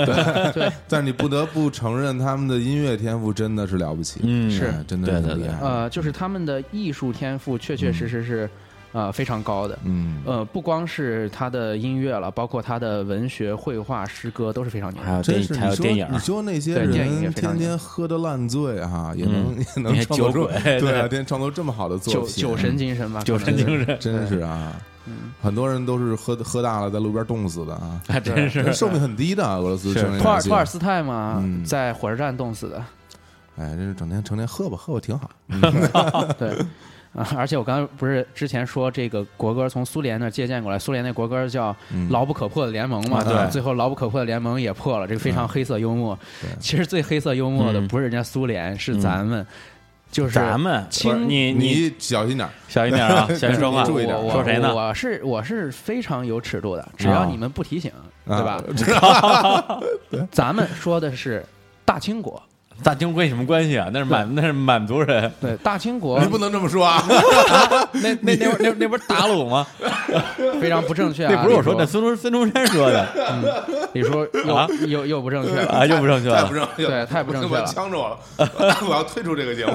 B: 对
C: 对，
B: 但是你不得不承认他们的音乐天赋真的是了不起，
A: 嗯
C: 是
B: 哎真的是
A: 对对
B: 厉害，
C: 呃，就是他们的艺术天赋确确实实是、呃非常高的。
B: 嗯，
C: 呃，不光是他的音乐了，包括他的文学、绘画、诗歌都是非常牛。
A: 还有
B: 真
A: 电
B: 是
A: 啊还
B: 你
A: 有
B: 说
A: 电影
B: 你，说那些
C: 对电影也
B: 人
C: 非常
B: 天天喝的烂醉哈，也能 也能
A: 也
B: 创作
A: 嗯酒
B: 出
A: 鬼
B: 对
A: 对
B: 啊，天创作这么好的作
C: 酒
B: 品，啊
C: 酒神精神吧，
A: 酒
C: 可能
A: 神精神，
B: 真是啊，
C: 嗯
B: 很多人都是喝喝大了在路边冻死的啊，
A: 还 真是
B: 寿命很低的啊俄罗斯
A: 是
B: 成年人
C: 托尔
B: 记
C: 托尔斯泰嘛，
B: 嗯
C: 在火车站冻死 的。
B: 哎，这是整天成天喝吧喝吧挺 好，
C: 对，啊，而且我刚刚不是之前说这个国歌从苏联那儿借鉴过来，苏联那国歌叫《牢不可破的联盟》嘛，
B: 嗯啊对嗯
C: 吧最后《牢不可破的联盟》也破了，这个非常黑色幽默
B: 对。嗯
C: 其实最黑色幽默的不是人家苏联，是咱们。就
A: 嗯
C: 是
A: 咱们不是
C: 清
A: 你
B: 你小心点儿，
A: 小心点啊，小心说话，
B: 注意点
C: 我
A: 说谁呢？
C: 我是我是非常有尺度的，只要你们不提醒，
B: 啊
C: 对 吧？咱们说的是大清国，
A: 大清跟你什么关系啊？那是满那是满族人，
C: 对大清国
B: 你不能这么说啊！
A: 那那那会儿那那不是打鲁 吗？
C: 非常不正确啊。
A: 那不是我说的，
C: 李叔
A: 孙中孙中山说的
C: 李叔
A: 啊
C: 又又又不正确了。
A: 啊，又不正确
B: 太不
A: 了。
B: 正确了，
C: 对太不正确了
B: 我呛着我了， 我要退出这个节目。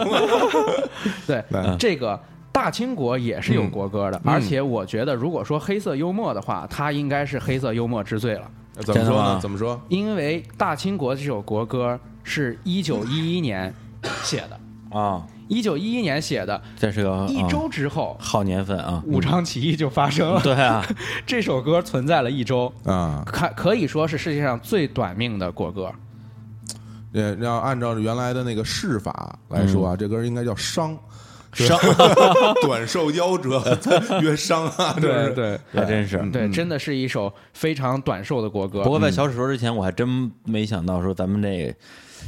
C: 对
A: 啊
B: 嗯，
C: 这个大清国也是
A: 嗯
C: 有国歌的，而且我觉得，如果说黑色幽默的话，它应该是黑色幽默之最了，
B: 怎么
A: 真的
B: 说
A: 吗
B: 呢？怎么说？
C: 因为大清国这首国歌是一九一一年写的，
A: 啊，
C: 一九一一年写的，
A: 这是个
C: 一
A: 啊
C: 周之后。
A: 好年份啊。
C: 武昌起义就发生了，
A: 对啊，
C: 这首歌存在了一周，
B: 啊，
C: 可可以说是世界上最短命的国歌。
B: 呃，要按照原来的那个释法来说啊，这歌儿应该叫《伤》，
A: 伤
B: 短寿夭折，曰伤啊，这是
C: 对
A: 还真是。
C: 对，真的是一首非常短寿的国歌。
A: 嗯不过在小史说之前，我还真没想到说咱们这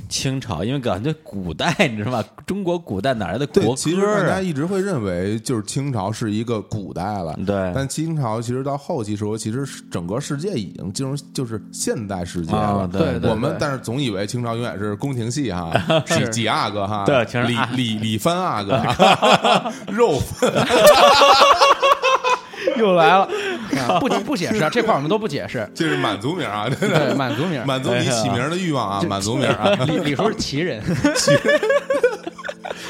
A: 清朝，因为感觉古代你知道吧，中国古代哪来的
B: 对，
A: 国
B: 其实大
A: 歌
B: 家
A: 啊？
B: 一直会认为就是清朝是一个古代了，
A: 对
B: 但清朝其实到后期时候，其实是整个世界已经进入就是现代世界
A: 啊
B: 了。
A: 对
C: 对对
B: 我们但是总以为清朝永远是宫廷戏哈，几
C: 是
B: 几阿哥哈，
A: 对其实
B: 李
A: 啊
B: 李李藩阿哥， 肉番
C: 又来了，啊不不解释啊，这块我们都不解 释。
B: 这是满族名啊，真
C: 对，
B: 的
C: 满族名儿，
B: 满足你起名的欲望啊，满族名啊，
C: 李李叔是旗人，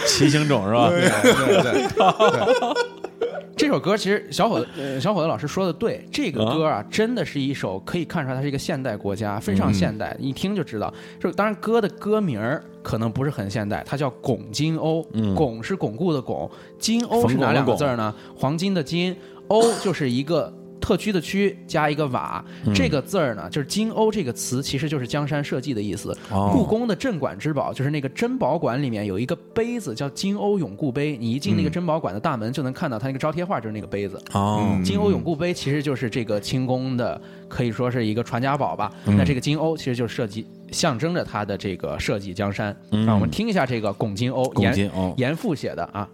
A: 骑行种是吧？
B: 对对对，
C: 这首歌其实小伙子、呃小伙子老师说的对，这个歌啊，真的是一首可以看出来它是一个现代国家，非常现代，一听就知道。就当然歌的歌名儿可能不是很现代，它叫《巩金欧》，巩是巩固的嗯巩，金欧是哪两个字儿呢？黄金的金，欧就是一个。特区的区加一个瓦，
A: 嗯
C: 这个字儿呢，就是金瓯这个词，其实就是江山社稷的意思。
A: 哦
C: 故宫的镇馆之宝，就是那个珍宝馆里面有一个杯子叫金瓯永固杯，你一进那个珍宝馆的大门就能看到它那个招贴画，就是那个杯子。嗯
A: 哦，
C: 金瓯永固杯其实就是这个清宫的，可以说是一个传家宝吧。
A: 嗯
C: 那这个金瓯其实就是设计象征着它的这个社稷江山。那我们听一下这个《拱金瓯》，
A: 拱嗯金
C: 严
A: 瓯
C: 严复写的啊。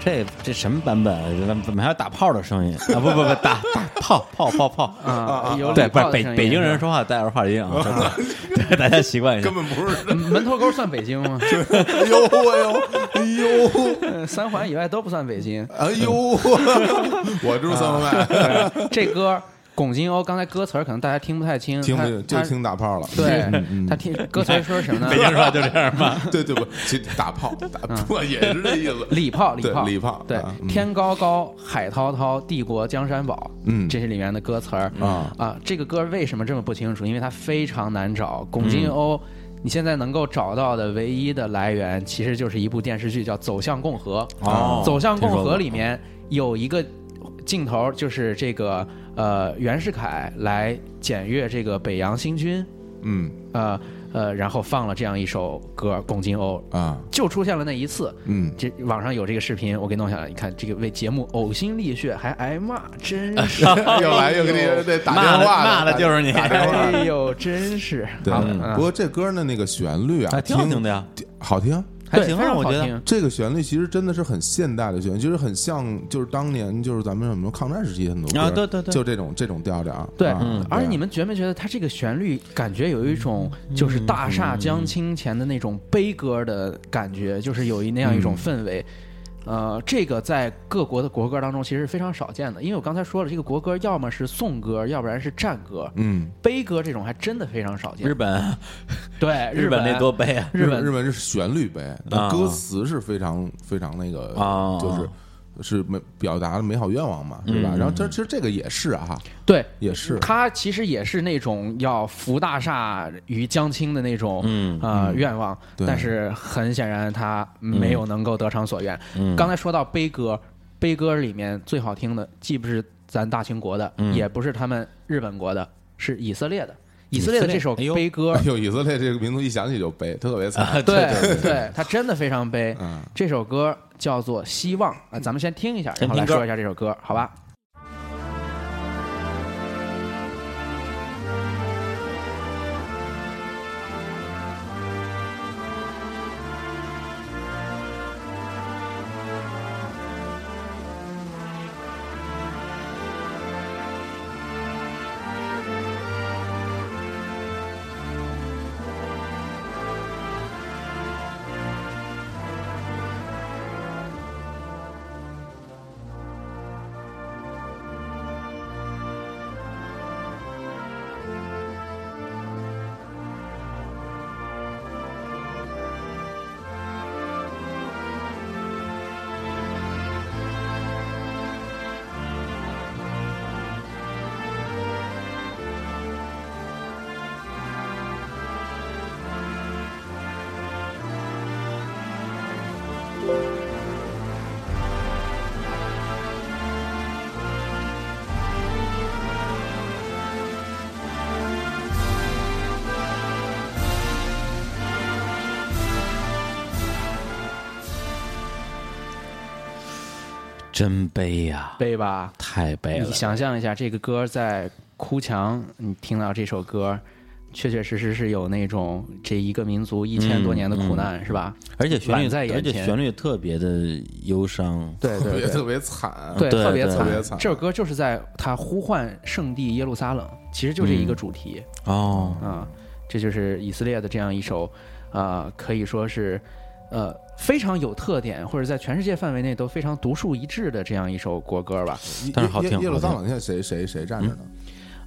A: 这这什么版本啊？这怎么还有打炮的 声音啊？不不不，打打炮炮炮炮！
C: 啊，有
A: 对，
C: 礼
A: 不是
C: 炮的
A: 北
C: 声音
A: 北京人
C: 是吧
A: 说话带儿化音啊， 对对，大家习惯一下
B: 根。本不是，
C: 门头沟算北京 吗？
B: 哎呦哎呦哎呦
C: 呃三环以外都不算北 京。
B: 哎呦， 我就是三万
C: 这歌《拱金哦瓯》，刚才歌词儿可能大家听不太清，
B: 听
C: 它
B: 不就
C: 它
B: 听打炮了，
C: 对，他听歌词儿说什么 呢
A: 北？京人说话就这样嗯嘛。
B: 对对不，其实打炮打炮也是这意思，
C: 礼炮，礼
B: 对
C: 炮，
B: 礼炮
C: 对
B: 啊，嗯
C: 天高高，海滔滔，帝国江山宝，
B: 嗯
C: 这是里面的歌词儿
B: 啊
C: 这个歌为什么这么不清楚？因为它非常难找，《
B: 嗯
C: 龚金瓯》你现在能够找到的唯一的来源，其实就是一部电视剧叫《走向共和》。啊
A: 哦
C: 走向
A: 听
C: 共
A: 说
C: 和》
A: 过
C: 里面有一个镜头，就是这个呃袁世凯来检阅这个北洋新军，
B: 嗯
C: 呃呃，然后放了这样一首歌《龚金瓯》，
B: 啊
C: 就出现了那一次。
B: 嗯，
C: 这网上有这个视频，我给弄下来，你看这个为节目呕心沥血还挨骂，真 是，
B: 啊又来又给你得打
A: 骂
B: 电
A: 的
B: 话
A: 骂的就是你
B: 打电话
C: 哎呦，真是。
B: 对
C: 啊，
B: 不过这歌的那个旋律啊，
A: 还挺好听的呀，
B: 好听。
A: 还行
C: 对非
A: 啊，
C: 常
A: 我
C: 好
A: 觉得
C: 听
B: 这个旋律其实真的是很现代的旋律，就是很像，就是当年就是咱们什么抗战时期很多歌
A: 啊对对对嗯
B: 就这种这种调调啊。
C: 对
B: 啊，
C: 而你们觉没觉得它这个旋律感觉有一种就是大
B: 嗯
C: 厦将倾前的那种悲歌的感觉，就是有一那样一种氛围。呃，这个在各国的国歌当中其实是非常少见的，因为我刚才说了，这个国歌要么是颂歌，要不然是战歌，
B: 嗯，
C: 悲歌这种还真的非常少见。
A: 日本
C: 对
A: 日
C: 本
A: 本那多悲啊，
C: 日
B: 本
C: 本
B: 日本是旋律呗，
A: 啊
B: 那歌词是非常非常那个
A: 啊，嗯
B: 就是是美表达美好愿望嘛，是吧？然后这其实这个也是啊，
C: 对
B: 也是
C: 他其实也是那种要扶大厦于江青的那种，嗯啊、愿望，
B: 对
C: 但是很显然他没有能够得偿所愿。刚才说到悲歌，悲歌里面最好听的既不是咱大清国的，也不是他们日本国的，是以色列的。以色列的这首
A: 以色列哎呦
C: 悲歌，
B: 哎呦，以色列这个民族一想起就悲，特别惨。
C: 对对，他真的非常悲。
B: 嗯
C: 这首歌叫做《希望》啊，咱们先听一下，
A: 先
C: 然后来
A: 听歌
C: 说一下这首歌，好吧？
A: 真悲呀，
C: 悲吧？
A: 太
B: 哎
A: 悲了
C: 你。想象一下，这个歌在哭墙，你听到这首歌，确确实实是有那种这一个民族一千多年的苦
B: 嗯
C: 难，是吧？
A: 而且旋律
C: 揽在，眼
A: 而且
C: 前
A: 旋律特别的忧伤，
C: 对
B: 特
C: 对
B: 别
C: 对。
B: 特别惨，啊
C: 对，
A: 对
C: 特别
A: 对
B: 嗯
C: 惨
B: 特别惨
C: 这首歌就是在他呼唤圣地耶路撒冷，其实就这一
B: 嗯
C: 个主题
A: 哦，
C: 啊、这就是以色列的这样一首，啊、可以说是，呃，非常有特点，或者在全世界范围内都非常独树一帜的这样一首国歌吧。
A: 但是好听
B: 耶耶路撒
A: 好
B: 冷现在谁谁谁站着呢？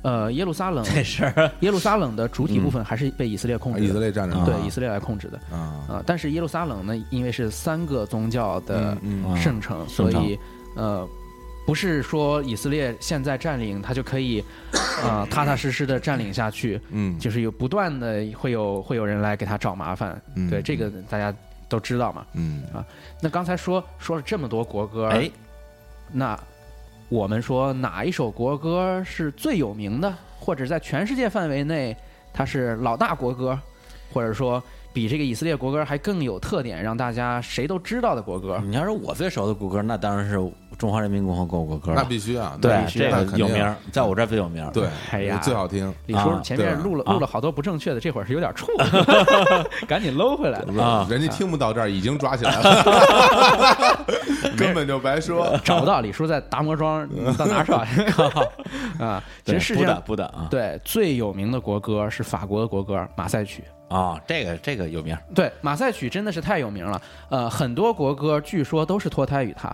C: 呃，耶路撒冷，
A: 这事儿
C: 耶路撒冷的主体部分还是被以色列控
B: 啊
C: 制
B: 以
C: 的
B: 色，列站着呢。
C: 嗯对以色列来控制的
B: 啊，
C: 啊、但是耶路撒冷呢，因为是三个宗教的
B: 嗯
A: 嗯
C: 圣城，所以呃，不是说以色列现在占领，它就可以呃踏踏实实的占领下去，
B: 嗯，
C: 就是有不断的会有会有人来给他找麻烦。
B: 嗯
C: 对这个大家都知道嘛。
B: 嗯
C: 那刚才说说了这么多国歌，
A: 哎，
C: 那我们说哪一首国歌是最有名的，或者在全世界范围内它是老大国歌，或者说比这个以色列国歌还更有特点，让大家谁都知道的国歌？
A: 哎你要说我最熟的国歌，那当然是中华人民共和国国歌
B: 那
A: 了。
B: 必须啊，
A: 对
B: 那，必须
A: 这
B: 那
A: 个
B: 肯定
A: 有名儿，
C: 嗯
A: 在我这儿最有名儿。
B: 对，
C: 哎呀
B: 最好听。
C: 李叔
A: 啊
C: 前面
B: 对
C: 录了、
A: 啊
C: 录了好多不正确的，这会儿是有点怵， 赶紧搂回来。
A: 啊
B: 人家听不到这儿，已经抓起来了，根本就白说。
C: 找不到李叔在达摩庄，到哪儿找去？ 啊，其
A: 对，
C: 实世界
A: 不打
C: 上
A: 不打啊
C: 对最有名的国歌是法国的国歌《马赛曲》。
A: 啊，这个这个有名儿，
C: 对，《马赛曲》真的是太有名了。呃，很多国歌据说都是脱胎于它。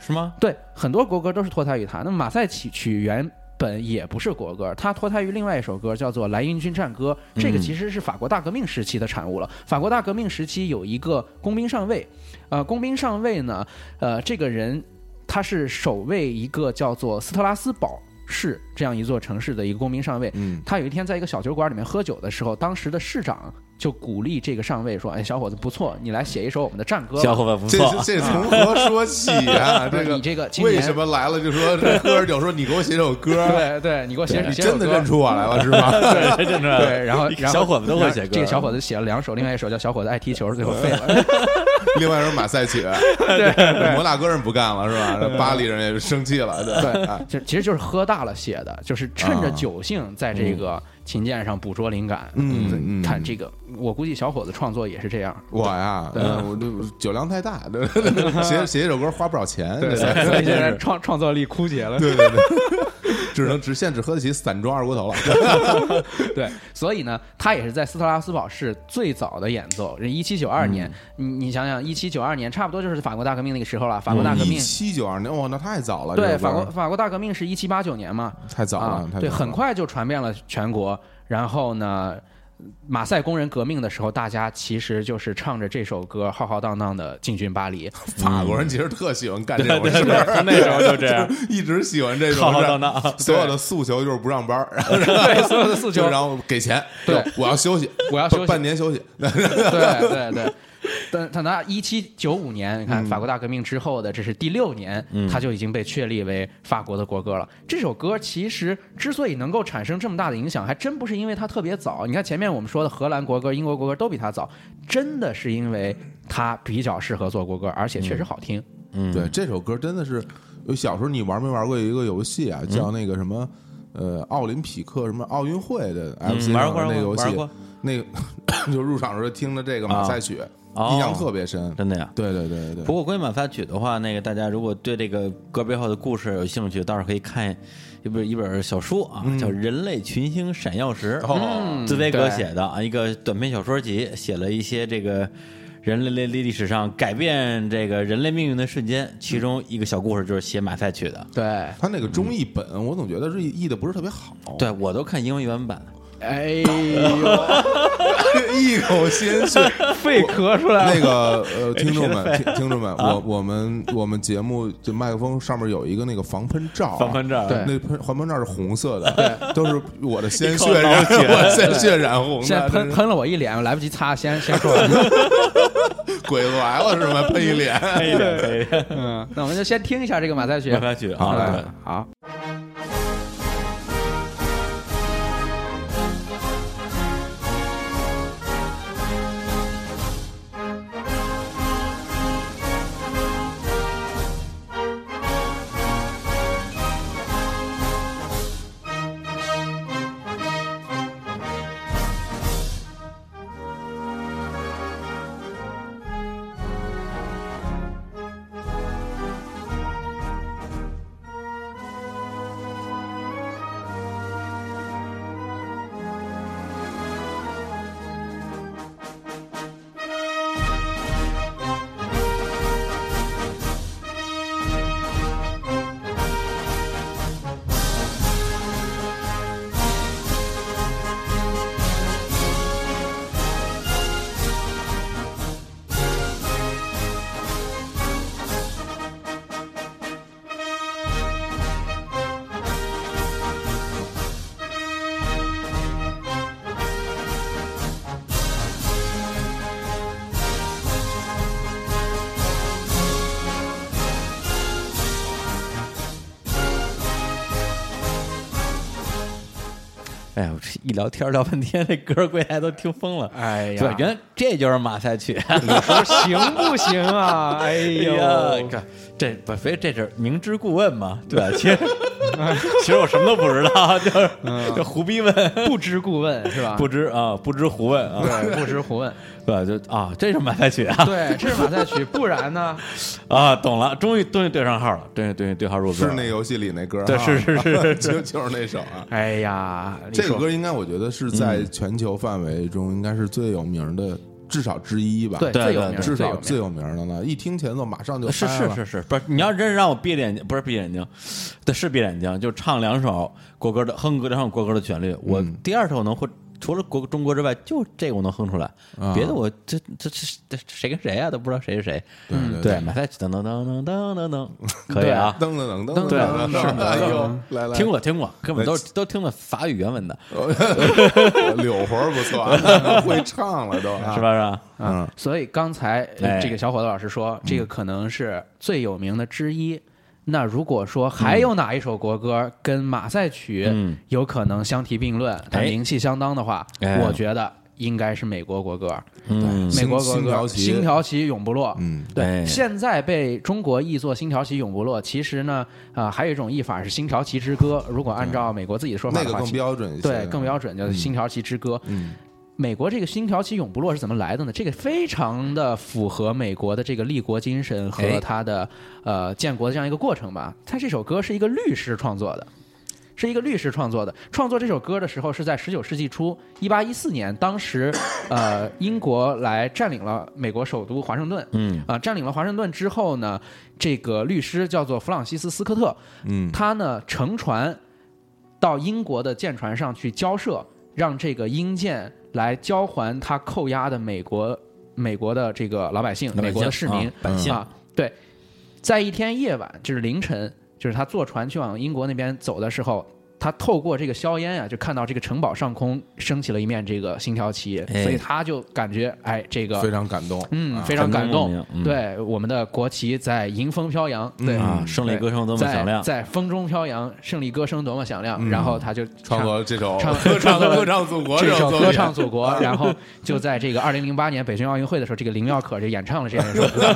A: 是吗？
C: 对，很多国歌都是脱胎于它。那么《马赛曲》曲原本也不是国歌，它脱胎于另外一首歌，叫做《莱茵军战歌》。
B: 嗯
C: 这个其实是法国大革命时期的产物了。法国大革命时期有一个工兵上尉，呃，工兵上尉呢，呃，这个人他是守卫一个叫做斯特拉斯堡市这样一座城市的一个工兵上尉。
B: 嗯
C: 他有一天在一个小酒馆里面喝酒的时候，当时的市长就鼓励这个上尉说：“哎，小伙子不错，你来写一首我们的战歌吧。”
A: 小伙伴不
B: 这
A: 错
B: 这，这从何说起啊？
C: 不是
B: 这个
C: 你这个今
B: 为
C: 年
B: 什么来了就说这喝着酒说你给我写首歌？
C: 对对，你给我写
B: 你
C: 写首
B: 真的
C: 歌
B: 认出我来了是吗？
A: 对，真的。
C: 对，然后然
A: 呃
C: 后
A: 小伙子都会写歌，嗯
C: 这个小伙子写了两首，另外一首叫《小伙子爱踢球》，最后废了。
B: 另外一首马赛曲，对，摩纳哥人不干了是吧？这巴黎人也生气了，对啊
C: 就 其实就是喝大了写的，就是趁
A: 啊
C: 着酒性在这
A: 嗯
C: 个琴键上捕捉灵感。
B: 嗯嗯
C: 看这个，我估计小伙子创作也是这样。
B: 我呀，呃我这酒量太大，对 写写一首歌花不少钱，
C: 所以现在创创作力枯竭了。
B: 对对对，只能只现在只喝得起散装二锅头了。
C: 对，所以呢，他也是在斯特拉斯堡市最早的演奏，人一七九二年，
A: 嗯
C: 你你想想，一七九二年差不多就是法国大革命那个时候了。法国大革
B: 一
C: 命，
B: 七九二年，哇，那太早了。
C: 对，
B: 这
C: 法
B: 歌
C: 国法国大革命是一七八九年嘛，
B: 太早了嗯
C: 啊，
B: 太
C: 对，
B: 早
C: 很
B: 了。
C: 快就传遍了全国。然后呢，马赛工人革命的时候，大家其实就是唱着这首歌，浩浩荡荡的进军 巴黎。
B: 法国人其实特喜欢干这种事
A: 对
B: 儿
A: 对，那时候就这 样，
B: 一直喜欢这种事
A: 浩
B: 儿
A: 浩荡荡
B: 所有的诉求就是不上班儿，然后
C: 对，所有的诉求
B: 就，然后给钱，
C: 对
B: 就我要休息，
C: 我要休息
B: 半年休息。
C: 对对对。但等到一七九五年，你看
B: 嗯
C: 法国大革命之后的，这是第六年，它就已经被确立为法国的国歌了。这首歌其实之所以能够产生这么大的影响，还真不是因为它特别早。你看前面我们说的荷兰国歌、英国国歌都比它早，真的是因为它比较适合做国歌，而且确实
B: 嗯
C: 好听。
A: 嗯
B: 对，这首歌真的是，有小时候你玩没玩过一个游戏
A: 嗯
B: 啊，叫那个什么，呃，奥林匹克什么奥运会的 FC
A: 嗯玩
B: 上
A: 过
B: 的那个游
A: 玩过啊
B: 戏，那个 就入场时候听的这个马赛曲，
A: 哦
B: 印象特别深。
A: 真的呀。
B: 对对对对
A: 不
B: 对，
A: 过《关于马萨曲》的话，那个大家如果对这个歌背后的故事有兴趣，倒是可以看一本一本小书啊，叫《人类群星闪耀时》，
B: 哦
A: 茨威格
C: 对
A: 写的啊，一个短篇小说集，写了一些这个人类历历史上改变这个人类命运的瞬间，其中一个小故事就是写马赛曲的。
C: 对，
B: 他那个中译本，我总觉得是译的不是特别好，
A: 对 我都看英文原版，
C: 哎呦，
B: 一口 鲜血。
C: 肺咳出来了。
B: 那个呃，听众
A: 哎
B: 们，听听众们，
A: 啊
B: 我我们我们节目就麦克风上面有一个那个防喷罩啊，
A: 翻翻这儿，
C: 对
B: 那喷防喷罩是红色的， 都是我的鲜
A: 一口
B: 血
A: 老
B: 染，
A: 血
B: 我 鲜血染红
C: 现在
B: 的，
C: 喷
B: 真是
C: 喷了我一脸，我来不及擦，先 先说完。
B: 鬼子来了是吗？喷一脸，
A: 可以的，可以的，
C: 嗯，那我们就先听一下这个马赛曲。
A: 马赛曲
C: 好
A: 啊，对
C: 嘞好。
A: 哎呀，我这一聊天聊半天，这 歌柜台都听疯了。
C: 哎呀
A: 对，原来这就是马赛曲。
C: 你说行不行啊？哎
A: 哎
C: 呦，
A: 呀，看这不，所以这是明知故问嘛？对吧？其实其实我什么都不知道，就是就胡逼问，
C: 不知故问是吧？
A: 不知啊，不知胡问啊，
C: 对，不知胡问。
A: 对，就啊，这是马赛曲啊
C: 对，这是马赛曲，不然呢？
A: 啊，懂了，终于终于对上号了，终于对对号入座
B: 是
A: 了，
B: 那游戏里那歌啊，
A: 对，是 是是
B: 就就是那首啊。
C: 哎呀，你
B: 这
C: 说
B: 个歌应该我觉得是在全球范围中应该是最有名的，至少之一吧。
C: 对
A: 对
C: 最有
A: 对
C: 名，
B: 至少最
C: 最有
B: 有名的了，一听前奏马上就
A: 是
B: 嗨
A: 是
B: 了
A: 是是，不是你要真是让我闭着眼睛，不是闭着眼睛，对，是闭着眼睛，就唱两首国歌的哼歌，两首国歌的旋律，我
C: 嗯
A: 第二首能会。除了国中国之外，就这个我能哼出来，
B: 啊
A: 别的我这这这这谁跟谁啊都不知道谁是谁。嗯
B: 对对
A: 对，马赛曲噔噔噔噔噔噔噔，可以啊，
B: 噔噔噔噔
A: 对
B: 噔
A: 是
B: 噔，
A: 的
B: 哎呦，来来，
A: 听过听过，根本都是都听的法语原文的，
B: 柳活儿不错啊，会唱了都啊
A: 是？吧？是吧？
C: 名啊。所以刚才呃
A: 嗯哎
C: 这个小伙子老师说，这个可能是最有名的之一。那如果说还有哪一首国歌跟马赛曲
A: 嗯
C: 有可能相提并论，它
A: 哎
C: 名气相当的话
A: 哎，
C: 我觉得应该是美国国歌。
A: 嗯，
C: 美国国歌
B: 星条旗
C: 星条旗永不落。
B: 嗯
C: 对，
A: 哎
C: 现在被中国译作星条旗永不落。其实呢，啊，还有一种译法是星条旗之歌。如果按照美国自己的说法
B: 那
C: 的
B: 个
C: 话，
B: 更
C: 其
B: 标准一些，啊
C: 对更标准，叫星条旗之歌。
B: 嗯
C: 美国这个星条旗永不落是怎么来的呢？这个非常的符合美国的这个立国精神
A: 哎
C: 和它的、呃建国的这样一个过程吧。它这首歌是一个律师创作的，是一个律师创作的。创作这首歌的时候是在十九世纪初，一八一四年，当时呃英国来占领了美国首都华盛顿，
A: 嗯
C: 啊、占领了华盛顿之后呢，这个律师叫做弗朗西斯·斯科特，
B: 嗯，
C: 他呢乘船到英国的舰船上去交涉，让这个英舰来交还他扣押的美国美国的这个老百姓、
A: 老百姓
C: 美国的市民
A: 啊、百姓
C: 啊。对，在一天夜晚，就是凌晨，就是他坐船去往英国那边走的时候。他透过这个硝烟啊，就看到这个城堡上空升起了一面这个星条旗，
A: 哎
C: 所以他就感觉哎，这个
B: 非常感动，
C: 嗯
B: 啊，
C: 非常感
A: 很
C: 动
A: 动。嗯
C: 对，我们的国旗在迎风飘扬，对
A: 啊胜利歌声多么响亮
C: 在在风中飘扬，胜利歌声多么响亮。然后他就
B: 创作了这首
C: 唱
B: 歌 唱
C: 唱
B: 歌唱祖国
C: 这首
B: 作
C: 歌
B: 品
C: 唱祖国，然后就在这个二零零八年北京奥运会的时候，这个林妙可就演唱了这样一首歌。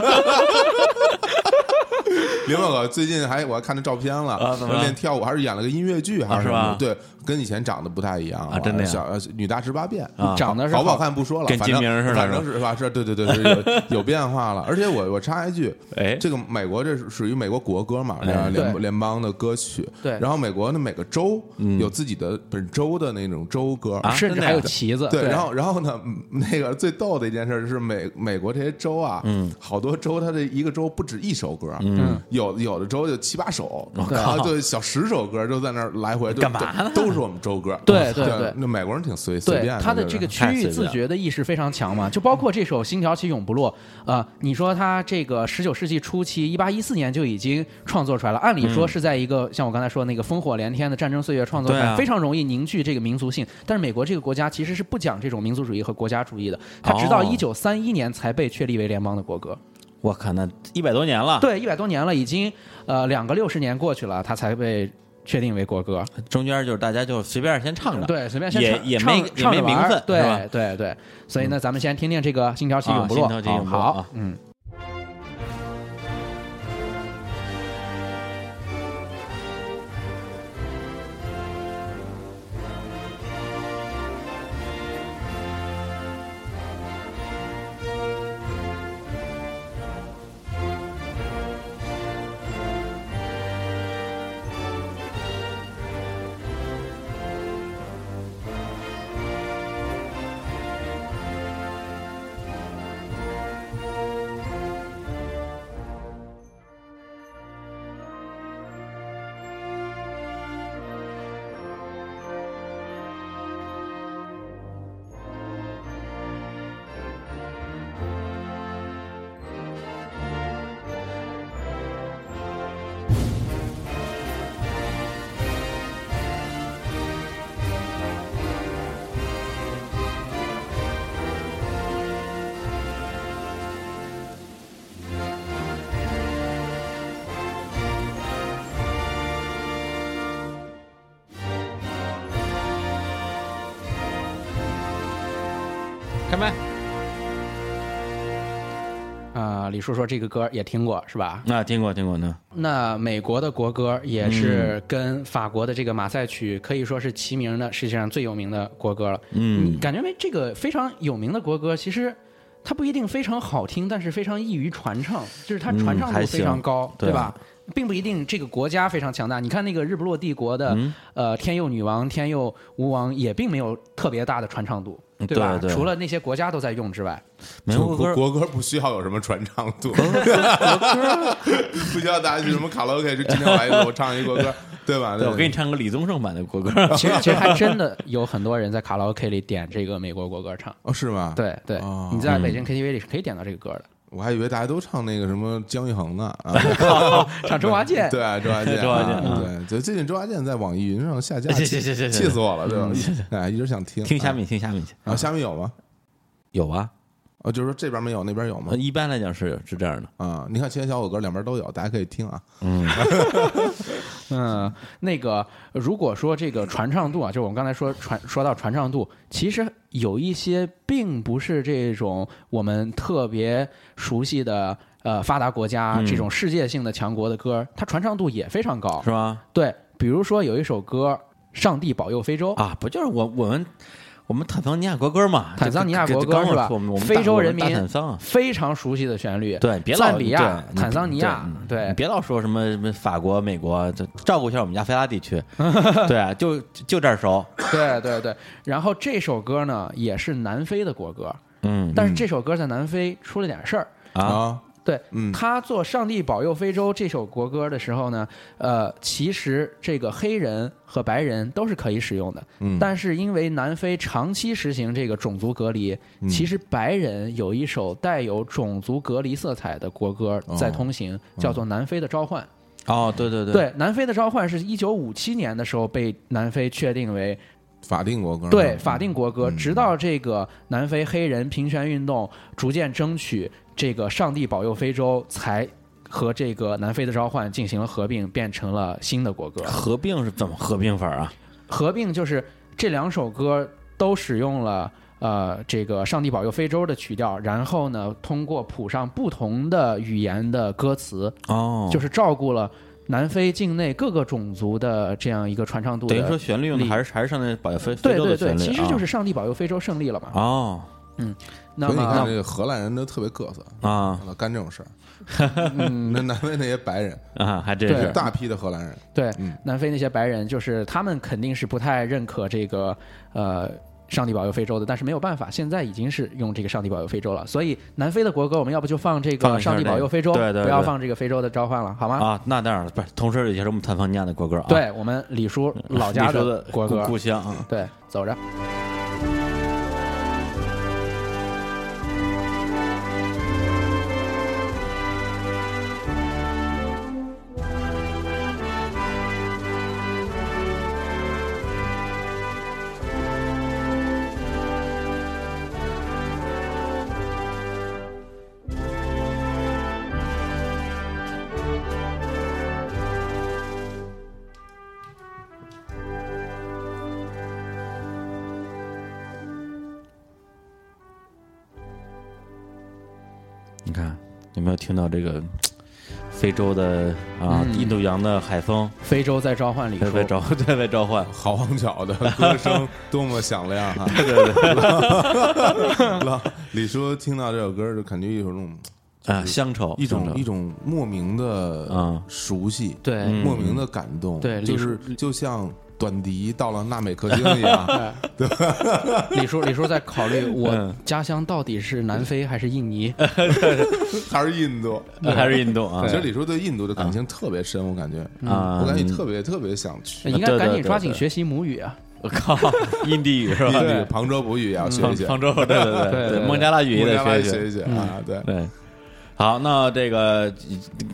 B: 林梦可最近还我还看他照片了，
A: 啊怎么了
B: 练跳舞还是演了个音乐剧还
A: 啊是
B: 什
A: 吧
B: 么的？对，跟以前长得不太一样
A: 啊真的呀
B: 小呃女大十八变
A: 啊
C: 长得是
B: 好不好
C: 好
B: 看不说了，
A: 跟
B: 反正
A: 金明似的
B: 反正是吧？是，对对对，是有有变化了。而且我我插一句，
A: 哎
B: 这个美国这是属于美国国歌嘛，呃
A: 哎
C: 对
B: 联联邦的歌曲。
C: 对
B: 然后美国的每个州有自己的本州的那种州歌
A: 嗯啊
C: 甚至还有旗子，
B: 对，然后然后呢，嗯那个最逗的一件事是美美国这些州啊，嗯，好多州它这一个州不止一首歌，嗯，有有的州就七八首，啊，对，小十首歌就在那儿来回就
A: 干嘛呢
B: 都都是我们州歌，
C: 对对
B: 对
C: 对，
B: 那美国人挺随随
C: 对
B: 便的，
C: 他的
B: 就
C: 这
B: 是
C: 个区
A: 太随
C: 域
A: 便
C: 自
A: 了
C: 觉的意识非常强嘛，就包括这首《星条旗永不落》呃，你说他这个十九世纪初期，一八一四年就已经创作出来了，按理
A: 嗯
C: 说是在一个、像我刚才说的那个烽火连天的战争岁月创作出来，
A: 对啊
C: 非常容易凝聚这个民族性。但是美国这个国家其实是不讲这种民族主义和国家主义的，它直到
A: 哦啊
C: 一九三一年才被确立为联邦的国歌。
A: 我靠，那一百多年了，
C: 对，一百多年了，已经呃两个六十年过去了，它才被确定为国歌。
A: 中间就是大家就随便先唱着，
C: 对，随便先
A: 也
C: 唱
A: 也
C: 唱
A: 没
C: 着
A: 也
C: 唱
A: 没
C: 着玩
A: 名
C: 儿
A: 分是吧嗯
C: 对对对，所以呢，咱们先听听这个《星条旗
A: 啊
C: 永不
A: 星
C: 落
A: 条》旗永不落
C: 好
A: 啊
C: 好，嗯，
A: 开麦。
C: 啊，李叔说这个歌也听过是吧？
A: 那啊听过听嗯过呢，
C: 那美国的国歌也
A: 嗯
C: 是跟法国的这个马赛曲可以说是齐名的，世界上最有名的国歌了。
A: 嗯，
C: 感觉没这个非常有名的国歌，其实它不一定非常好听，但是非常易于传唱，就是它传唱
A: 嗯
C: 度
A: 还
C: 非常
A: 行
C: 高，
A: 对
C: 对吧？并不一定这个国家非常强大。你看那个日不落帝国的、
A: 嗯
C: 呃天佑女王、天佑吴王也并没有特别大的传唱度，
A: 嗯
C: 吧？
A: 对对
C: 除了那些国家都在用 之外，
A: 美
B: 就
A: 国
B: 国
A: 歌
B: 国歌不需要有什么传唱度， 不需要大家去什么卡拉 OK，就今天我来一个，我唱一国歌，对吧？
A: 对我给你
B: 你
A: 唱个李宗盛版的国歌，
C: 其实其实还真的有很多人在卡拉 OK 里点这个美国国歌唱。
B: 哦，是吗？，
C: 对对，
B: 哦
C: 你在
A: 嗯
C: 北京 KTV 里是可以点到这个歌的，
B: 我还以为大家都唱那个什么姜育恒呢 啊。
C: 唱周华健。
B: 对，周华 健，
A: 周华健嗯
B: 啊对，就最近周华健在网易云上下架，
A: 行行行行行
B: 气死我了，对吧？哎，一直想听，
A: 听虾
B: 面
C: 嗯
A: 米听虾米去，
B: 啊，下面有吗？
A: 有啊，
B: 啊，就是说这边没有，那边有吗
A: 呃？一般来讲是是这样的，
B: 啊，你看前小火歌两边都有，大家可以听啊。
C: 嗯，那个如果说这个传唱度啊，就我们刚才说传说到传唱度，其实有一些并不是这种我们特别熟悉的呃发达国家、
A: 嗯
C: 这种世界性的强国的歌，它传唱度也非常高
A: 是。吧？啊
C: 对，比如说有一首歌《上帝保佑非洲》，
A: 啊，不就是我我们我们坦桑尼亚国歌嘛，
C: 坦桑尼亚国歌
A: 这
C: 是
A: 刚
C: 吧
A: 说我们我？们大
C: 非洲人
A: 我们
C: 民
A: 大坦桑啊
C: 非常熟悉的旋律，
A: 对，别老
C: 赞比亚
A: 对、你
C: 坦桑尼亚
A: 对，嗯
C: 对
A: 你别老说什么什么法国、美国，就照顾一下我们家非拉地 区。对啊，就就这儿熟。
C: 对对对。然后这首歌呢，也是南非的国歌，
A: 嗯
C: 但是这首歌在南非出了点事儿。
A: 啊，
B: 啊，
C: 对，
B: 嗯
C: 他做《上帝保佑非洲》这首国歌的时候呢，呃，其实这个黑人和白人都是可以使用的，
B: 嗯
C: 但是因为南非长期实行这个种族隔离，其实白人有一首带有种族隔离色彩的国歌在通行，叫做《南非的召唤》。
A: 哦，对对对，
C: 对，《南非的召唤》是一九五七年的时候被南非确定为
B: 法定国
A: 嗯
B: 歌嘛，
C: 对法定国歌，直到这个南非黑人平权运动逐渐争取这个“上帝保佑非洲”，才和这个南非的召唤进行了合并，变成了新的国歌。
A: 合并是怎么合并法啊？
C: 合并就是这两首歌都使用了。呃，这个“上帝保佑非洲”的曲调，然后呢，通过谱上不同的语言的歌词，
A: 哦，
C: 就是照顾了南非境内各个种族的这样一个传唱度的。
A: 等于说旋律用的还是还是上那保非非
C: 对
A: 洲
C: 对
A: 的
C: 对，
A: 旋律啊，
C: 其实就是“上帝保佑非洲”胜利了嘛。
A: 哦
C: 那
B: 所以
C: 么
B: 你看这个荷兰人都特别嘚瑟，
A: 啊
B: 老干这种事儿。 嗯那南非那些白人，
A: 啊，还真
C: 对
A: 是
B: 大批的荷兰人，
C: 对，
A: 嗯
C: 南非那些白人，就是他们肯定是不太认可这个呃“上帝保佑非洲”的，但是没有办法，现在已经是用这个“上帝保佑非洲”了。所以南非的国歌，我们要不就放这
A: 放一
C: 个“
A: 下
C: 上帝保佑非洲”，
A: 这个对对
C: 不要
A: 对
C: 放这个“非洲的召唤”了，好吗？
A: 啊，那当然了，不是，同时也是我们坦桑尼亚的国歌啊，
C: 对我们李叔老家
A: 你说的
C: 国歌
A: 故，故乡啊，
C: 对，走着。
A: 你看有没有听到这个非洲的啊，印度洋的海风
C: 非洲在召唤李
A: 在
C: 叔
A: 被，召 在被召唤，
B: 好望角的歌声多么响亮哈！
A: 对对对
B: 老李叔听到这首歌，就感觉有种
A: 啊，乡愁，
B: 一种
A: 乡愁
B: 一种莫名的
A: 啊
B: 熟悉，
C: 对
B: 莫名的感动，
C: 对
B: 就
C: 李
B: 是
C: 叔
B: 就像短笛到了纳美克星一样，
C: 李叔李叔在考虑我
A: 嗯
C: 家乡到底是南非还是印尼？
B: 还是印度。
A: 还是印度啊，
B: 其实李叔对印度的感情特别深，我感觉
A: 啊
B: 我感觉你特别特别想去
C: 应该
A: 对对
C: 赶紧
A: 对
C: 抓紧
A: 对
C: 学习母语啊！
A: 我靠，印地语是
B: 印
A: 吧？
B: 度旁遮普语也要啊学一
A: 方
B: 学，
A: 方舟，对对对
C: 对对对
A: 孟加拉语也
B: 孟加拉
A: 得
B: 也
A: 学
B: 学
A: 一
B: 一
A: 学。
B: 学啊，对。
A: 对，好，那这个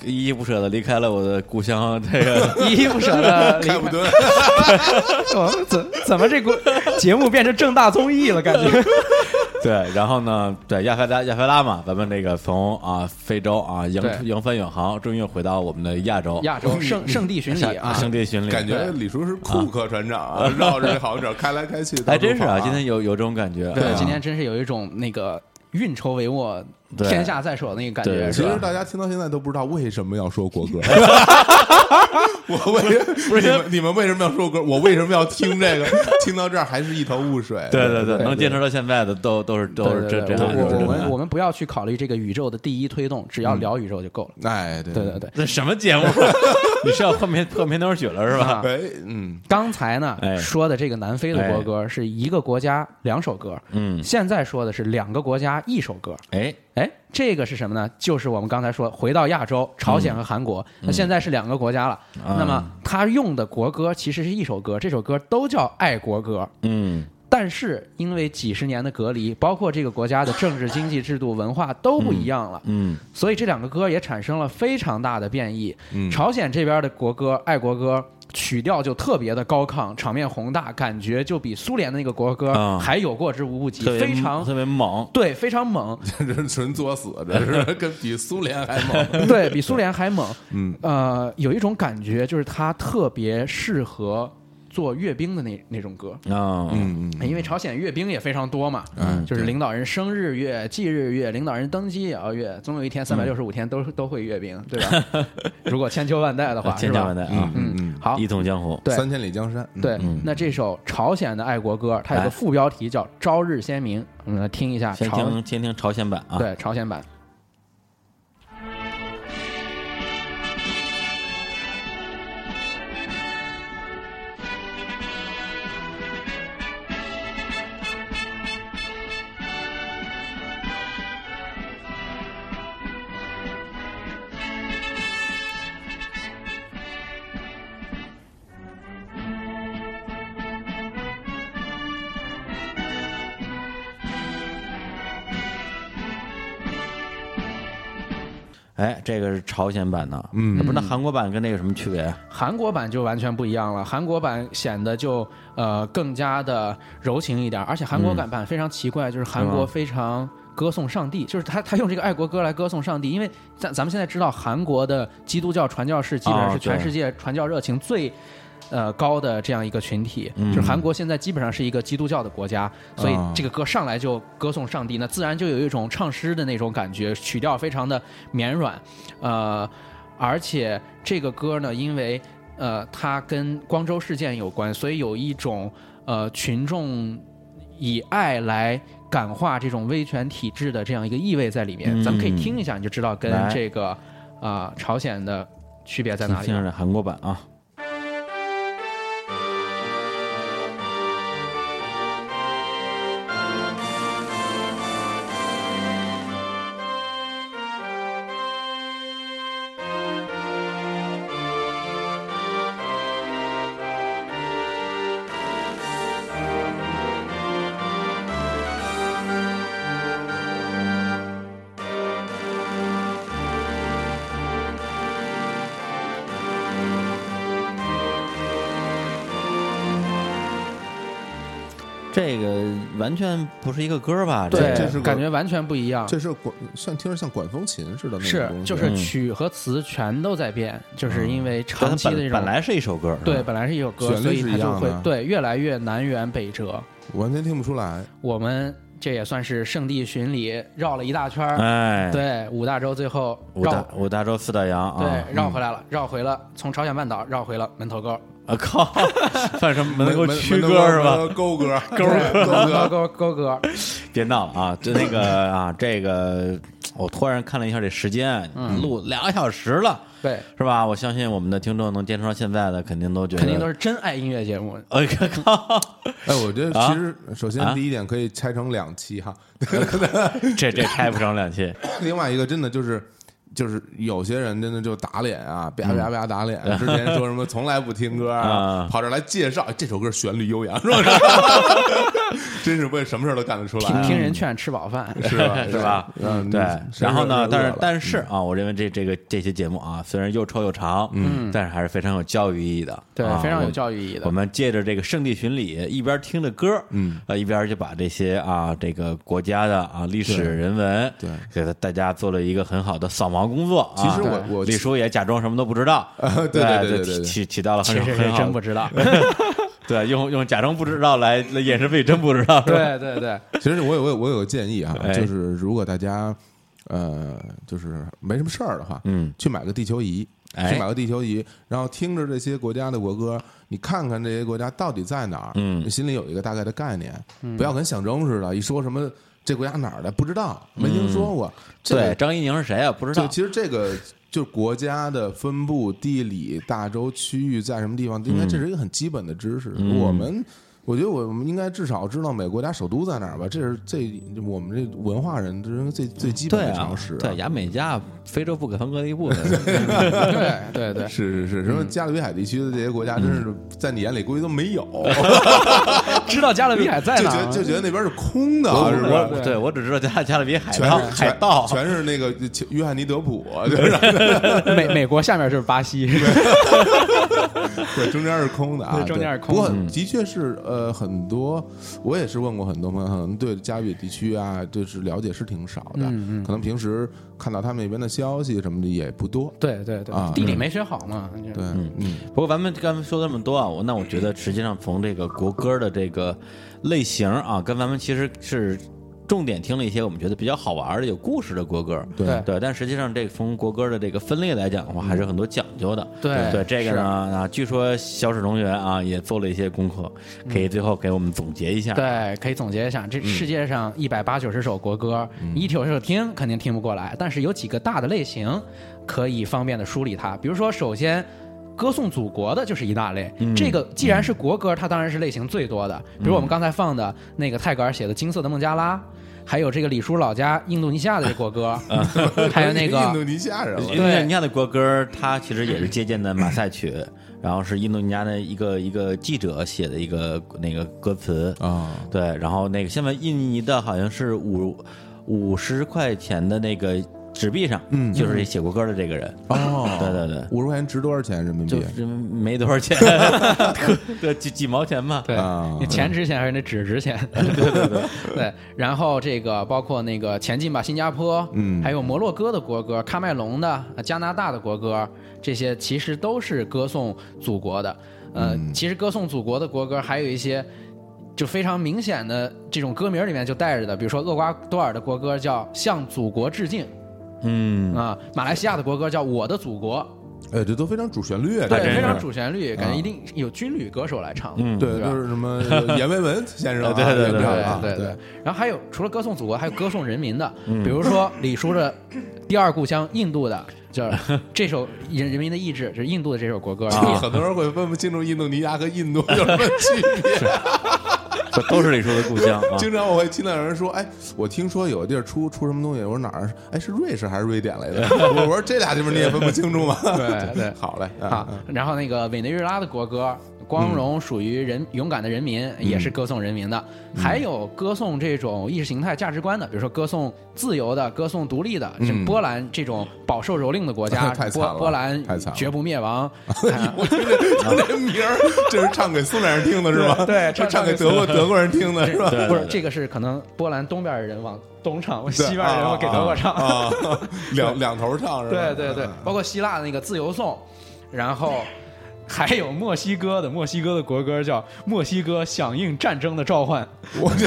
A: 依依不舍的离开了我的故乡，这个
C: 依依不舍的离
B: 开
C: 开
B: 普敦，
C: 怎怎怎么这个节目变成正大综艺了？感觉
A: 对，然后呢，对亚非拉亚非拉嘛，咱们这个从啊非洲啊扬
C: 对
A: 扬帆远航，终于又回到我们的亚洲
C: 亚洲圣圣地巡
A: 下
C: 礼啊，
A: 哦嗯圣地巡礼，
B: 感觉李叔是库克船长啊，绕着这好者开来开去，
A: 还真是
B: 到处跑
A: 啊，
B: 啊。
A: 今天有有这种感觉，
C: 对，
A: 啊
C: 今天真是有一种那个运筹帷幄、
A: 对
C: 天下在手的那个感
A: 对
C: 觉，
B: 其
C: 是
B: 实
C: 吧？
B: 大家听到现在都不知道为什么要说国歌。我为不是你们你们为什么要说歌？我为什么要听这个？ 听到这儿还是一头雾水。
A: 对对对，
B: 对，
A: 能坚持到现在的都都是都是啊嗯
C: 对
A: 这
C: 对
A: 这样，
C: 对，我我我
A: 这
C: 们
A: 样
C: 我们不要去考虑这个宇宙的第一推动，只要聊宇宙就够了。
B: 哎对
C: 对对对，
A: 这什么节目？ 你是要换片换片头曲了是
C: 啊
A: 吧？
B: 哎嗯，
C: 刚才呢
A: 哎
C: 说的这个南非的国歌是一个国家两首歌，
A: 嗯，
C: 现在说的是两个国家一首歌。
A: 哎，
C: 哎，这个是什么呢？就是我们刚才说回到亚洲，朝
A: 嗯
C: 鲜和韩国，那现在是两个国家了。那么他用的国歌其实是一首歌，这首歌都叫爱国歌。
A: 嗯。
C: 但是因为几十年的隔离，包括这个国家的政治、经济制度、文化都不一样了，
A: 嗯，
C: 所以这两个歌也产生了非常大的变异。
A: 嗯
C: 朝鲜这边的国歌爱国歌曲调就特别的高亢，场面宏大，感觉就比苏联的那个国
A: 啊
C: 歌还有过之无不及，
A: 特别
C: 非常
A: 特别猛，
C: 对，非 常猛。
B: 这是纯作死，这是跟比苏联还猛。
C: 对比苏联还猛。嗯，呃，有一种感觉就是它特别适合做阅兵的那那种歌。
A: 啊，
B: 嗯嗯，
C: 因为朝鲜阅兵也非常多嘛，
B: 嗯
C: 就是
B: 对
C: 领导人生日阅、忌日阅，领导人登基也要阅，总有 一天三百六十五天都、都会阅兵，对吧？如果千秋万代的话，
A: 千
C: 是
A: 家
C: 吧？
A: 万代啊，
C: 嗯，好
A: 一统江湖
C: 对
B: 三千里江山，嗯
C: 对，那这首朝鲜的爱国歌，它有
A: 来
C: 个副标题叫《朝日鲜明》，我们来听一下》，
A: 先
C: 朝
A: 听先听朝鲜版啊，
C: 对朝鲜版。
A: 哎，这个是朝鲜版的，嗯，不是那韩国版跟那个什么区别啊？
C: 韩国版就完全不一样了，韩国版显得就呃更加的柔情一点，而且韩国版版非常奇怪，就是韩国非常歌颂上帝，就是他他用这个爱国歌来歌颂上帝，因为咱咱们现在知道韩国的基督教传教士基本上
A: 哦
C: 是全
A: 对
C: 世界传教热情最。呃，高的这样一个群体，就是韩国现在基本上是一个基督教的国家，所以
B: 哦
C: 这个歌上来就歌颂上帝，那自然就有一种唱诗的那种感觉，曲调非常的绵软，呃，而且这个歌呢，因为呃它跟光州事件有关，所以有一种呃群众以爱来感化这种威权体制的这样一个意味在里面。
A: 嗯
C: 咱们可以听一下，你就知道跟
A: 来
C: 这个啊、朝鲜的区别在
A: 听
C: 哪里
A: 听。这韩国版啊。这个完全不是一个歌吧？
B: 对
A: 这
B: 这是个
C: 感觉完全不一样。
B: 这是管像听着像管风琴似的那种
C: 是，
B: 东西，嗯
C: 就是曲和词全都在变，就是因为
A: 它
C: 长期的这
A: 本
C: 种
A: 本来是一首歌，
C: 对，本来是一首歌，
B: 旋律
C: 所以
B: 是
C: 它
B: 一
C: 就
B: 样
C: 会
B: 的
C: 对越来越南辕北辙。
B: 完全听不出来。
C: 我们这也算是圣地巡礼，绕了一大圈儿。
A: 哎，，
C: 对，五大洲最后
A: 五
C: 绕
A: 大五大洲四大洋啊，
C: 对绕回来了，绕回了从朝鲜半岛绕回了门头沟，
A: 啊 靠，算什么门头沟区
B: 门
A: 歌是吧？？
B: 门头沟歌，沟
C: 门头
B: 歌，
C: 沟沟哥，
A: 别闹了啊！就那 个啊，这个我突然看了一下这时间，
C: 嗯
A: 录两个小时了，
C: 对，
A: 是吧？我相信我们的听众能坚持到现在的，肯定都觉得
C: 肯定都是真爱音乐节目。
A: 哎靠，
B: 哎，我觉得
A: 啊
B: 其实首先第一点可以拆成两期哈，
A: 这这开不成两期，
B: 另外一个真的就是。就是有些人真的就打脸啊，啪啪啪 打脸。之前说什么从来不听歌
A: 嗯啊
B: 啊，跑这儿来介绍这首歌旋律悠 扬，是吧？真是为什么事儿都干得出
C: 听
B: 来，啊
C: 听人劝，吃饱饭。
B: 是吧？
A: 是吧？
B: 嗯，
A: 对
B: 真，是
A: 然后
B: 有
A: 呢？
B: 点
A: 但
B: 饿
A: 是
B: 了
A: 但
B: 嗯
A: 是啊，我认为这这个这些节目啊，虽然又臭又长，嗯，但是还是非常有教育意义的，
C: 对
A: 啊，
C: 非常有
A: 我
C: 教育意义的
A: 我。们借着这个圣地巡礼，一边听着歌，嗯，呃，一边就把这些啊，这个国家的啊历史
B: 对
A: 人文，
B: 对
A: 给他大家做了一个很好的扫盲工作啊。
B: 其实我我
A: 李叔也假装什么都不知道，呃
B: 对对对对
A: 就
B: 对对
A: 起起到了
C: 其
A: 很
C: 实
A: 很
C: 是
A: 好
C: 真不知道，
A: 对，用用假装不知道来来掩饰自己真不知道，是吧，
C: 对对对，
B: 其实我有我有我有个建议啊
A: 哎，
B: 就是如果大家呃就是没什么事儿的话，
A: 嗯，
B: 去买个地球仪，
A: 哎
B: 去买个地球仪，然后听着这些国家的国歌，你看看这些国家到底在哪儿，
A: 嗯
B: 你心里有一个大概的概念，不要跟想征似的，一说什么这国家哪儿的不知道，没听说过，
A: 嗯
B: 这
A: 对，
B: 个
A: 张怡宁是谁啊？不知
B: 就
A: 道，
B: 其实这个。就是国家的分布、地理、大洲区域在什么地方，应该
A: 嗯
B: 这是一个很基本的知识。我们，我觉得我们应该至少知道每个国家首都在哪儿吧，这是最我们这文化人这是最最基本
A: 对
B: 的
A: 啊
B: 常识、，
A: 对，牙买加非洲不可分割的一部分，
C: 对 对对，
B: 是是是，什
A: 嗯
B: 么加勒比海地区的这些国家，真是在你眼里估计都没 有，
C: 知道加勒比海在
B: 就
C: 哪
B: 觉
C: 儿
B: 得
C: 吗？
B: 就觉得那边是空的，啊是不
A: 啊我
B: 是？
A: 我
C: 对
A: 对我只知道加加勒比海
B: 全
A: 盗，
B: 是
A: 海盗，
B: 全全是那个呃约翰尼德普，啊 就是
C: 美美国下面就是巴西，
B: 对，中间是空的啊，
C: 对中间是空
B: 不过
C: 的
B: 的确是，呃，很多我也是问过很多朋友，可能对加勒比地区啊，就是了解是挺少的，
C: 嗯
B: 可能平时看到他们那边的消息什么的也不多。
C: 对对对
B: 啊，
C: 地
A: 嗯
C: 理没学好嘛，
B: 对，嗯，
A: 不过咱们刚才说这么多啊，我那我觉得实际上从这个国歌的这个类型啊，跟咱们其实是重点听了一些我们觉得比较好玩儿的、有故事的国歌。
C: 对
A: 对，但实际上这个从国歌的这个分类来讲的话，还是有很多讲究的。
C: 对
A: 对，这个呢啊，据说小史同学啊也做了一些功课，可以最后给我们总结一下。
C: 对，可以总结一
B: 嗯
C: 下，这世界上一百八九十首国歌，一九首听肯定听不过来，但是有几个大的类型可以方便的梳理它。比如说，首先。歌颂祖国的就是一大类，
B: 嗯
C: 这个既然是国歌，它当然是类型最多的。比如我们刚才放的那个泰戈尔写的《金色的孟加拉》，还有这个李叔老家印度尼西亚的这国 歌，嗯还有那个
B: 啊印度尼西亚人了，
A: 印度尼西亚的国歌，它其实也是借鉴的马赛 曲，然后是印度尼西亚的一个一个记者写的一个那个歌词
C: 嗯
B: 啊
A: 对，然后那个现在印尼的好像是五五十块钱的那个纸币上，嗯，就是写国歌的这个人，
C: 嗯
B: 哦，
A: 对对对，
B: 五十块钱值多少钱人民币啊
A: 就？是没多少 钱，对几几毛钱嘛，
C: 对
B: 啊，
C: 你钱值钱还是那纸值钱？ 对对对对。然后这个包括那个前进吧新加坡，
B: 嗯
C: 还有摩洛哥的国歌、喀麦隆的、呃加拿大的国歌，这些其实都是歌颂祖国的。呃，其实歌颂祖国的国歌还有一些。就非常明显的这种歌名里面就带着的，比如说厄瓜多尔的国歌叫《向祖国致敬》
A: 嗯，
C: 啊、马来西亚的国歌叫《我的祖国
B: 哎，这都非常主旋律，》，啊
A: 还
C: 对，
A: 真
C: 非常
A: 是
C: 主旋律，感觉一定有军旅歌手来唱的。
A: 嗯
B: 对，
C: 对吧
B: 就是什 么阎维文先生啊，
A: 对对对
B: 也
A: 对
B: 表
C: 对
B: 啊
C: 对
B: 对，。 嗯
C: 然后还有除了歌颂祖国，还有歌颂人民的，比如说李叔的第二故乡印度的， 就是这首《人人民的意志》，就是印度的这首国歌。
B: 就是很多人会分不清楚印度尼西亚和印度有什么区别。
A: 这都是李叔的故乡 啊，
B: 经常我会听到有人说：“哎，我听说有个地儿出出什么东西，我说哪儿？哎，是瑞士还是瑞典来的？” 我说：“这俩地方你也分不清楚吗？”
C: 对对
B: 好嘞
C: 啊，然后那个委内瑞拉的国歌《光
B: 嗯
C: 荣》属于人勇敢的人民，也是歌颂人民的。还有歌颂这种意识形态价值观的，比如说歌颂自由的、歌颂独立的，这
B: 嗯
C: 波兰这种饱受蹂�躏的国家
B: 太，惨
C: 波
B: 了
C: 波兰
B: 太惨了
C: 绝不 灭亡。
B: 我听这听这名儿，这是唱给苏联人听的是吗？
C: 对对
B: 这唱
C: 唱
B: 给德国德国人听的是吧？
A: 对
C: 不是，这个是可能波兰东边人往东唱，西边人往给德
B: 德
C: 国
B: 国
C: 唱。
B: 啊，啊 两两头唱是吧？
C: 对对对，包括希腊的那个自由颂，然后还有墨西哥的，墨西哥的国歌叫《墨西哥响应战争的召唤》。
B: 我这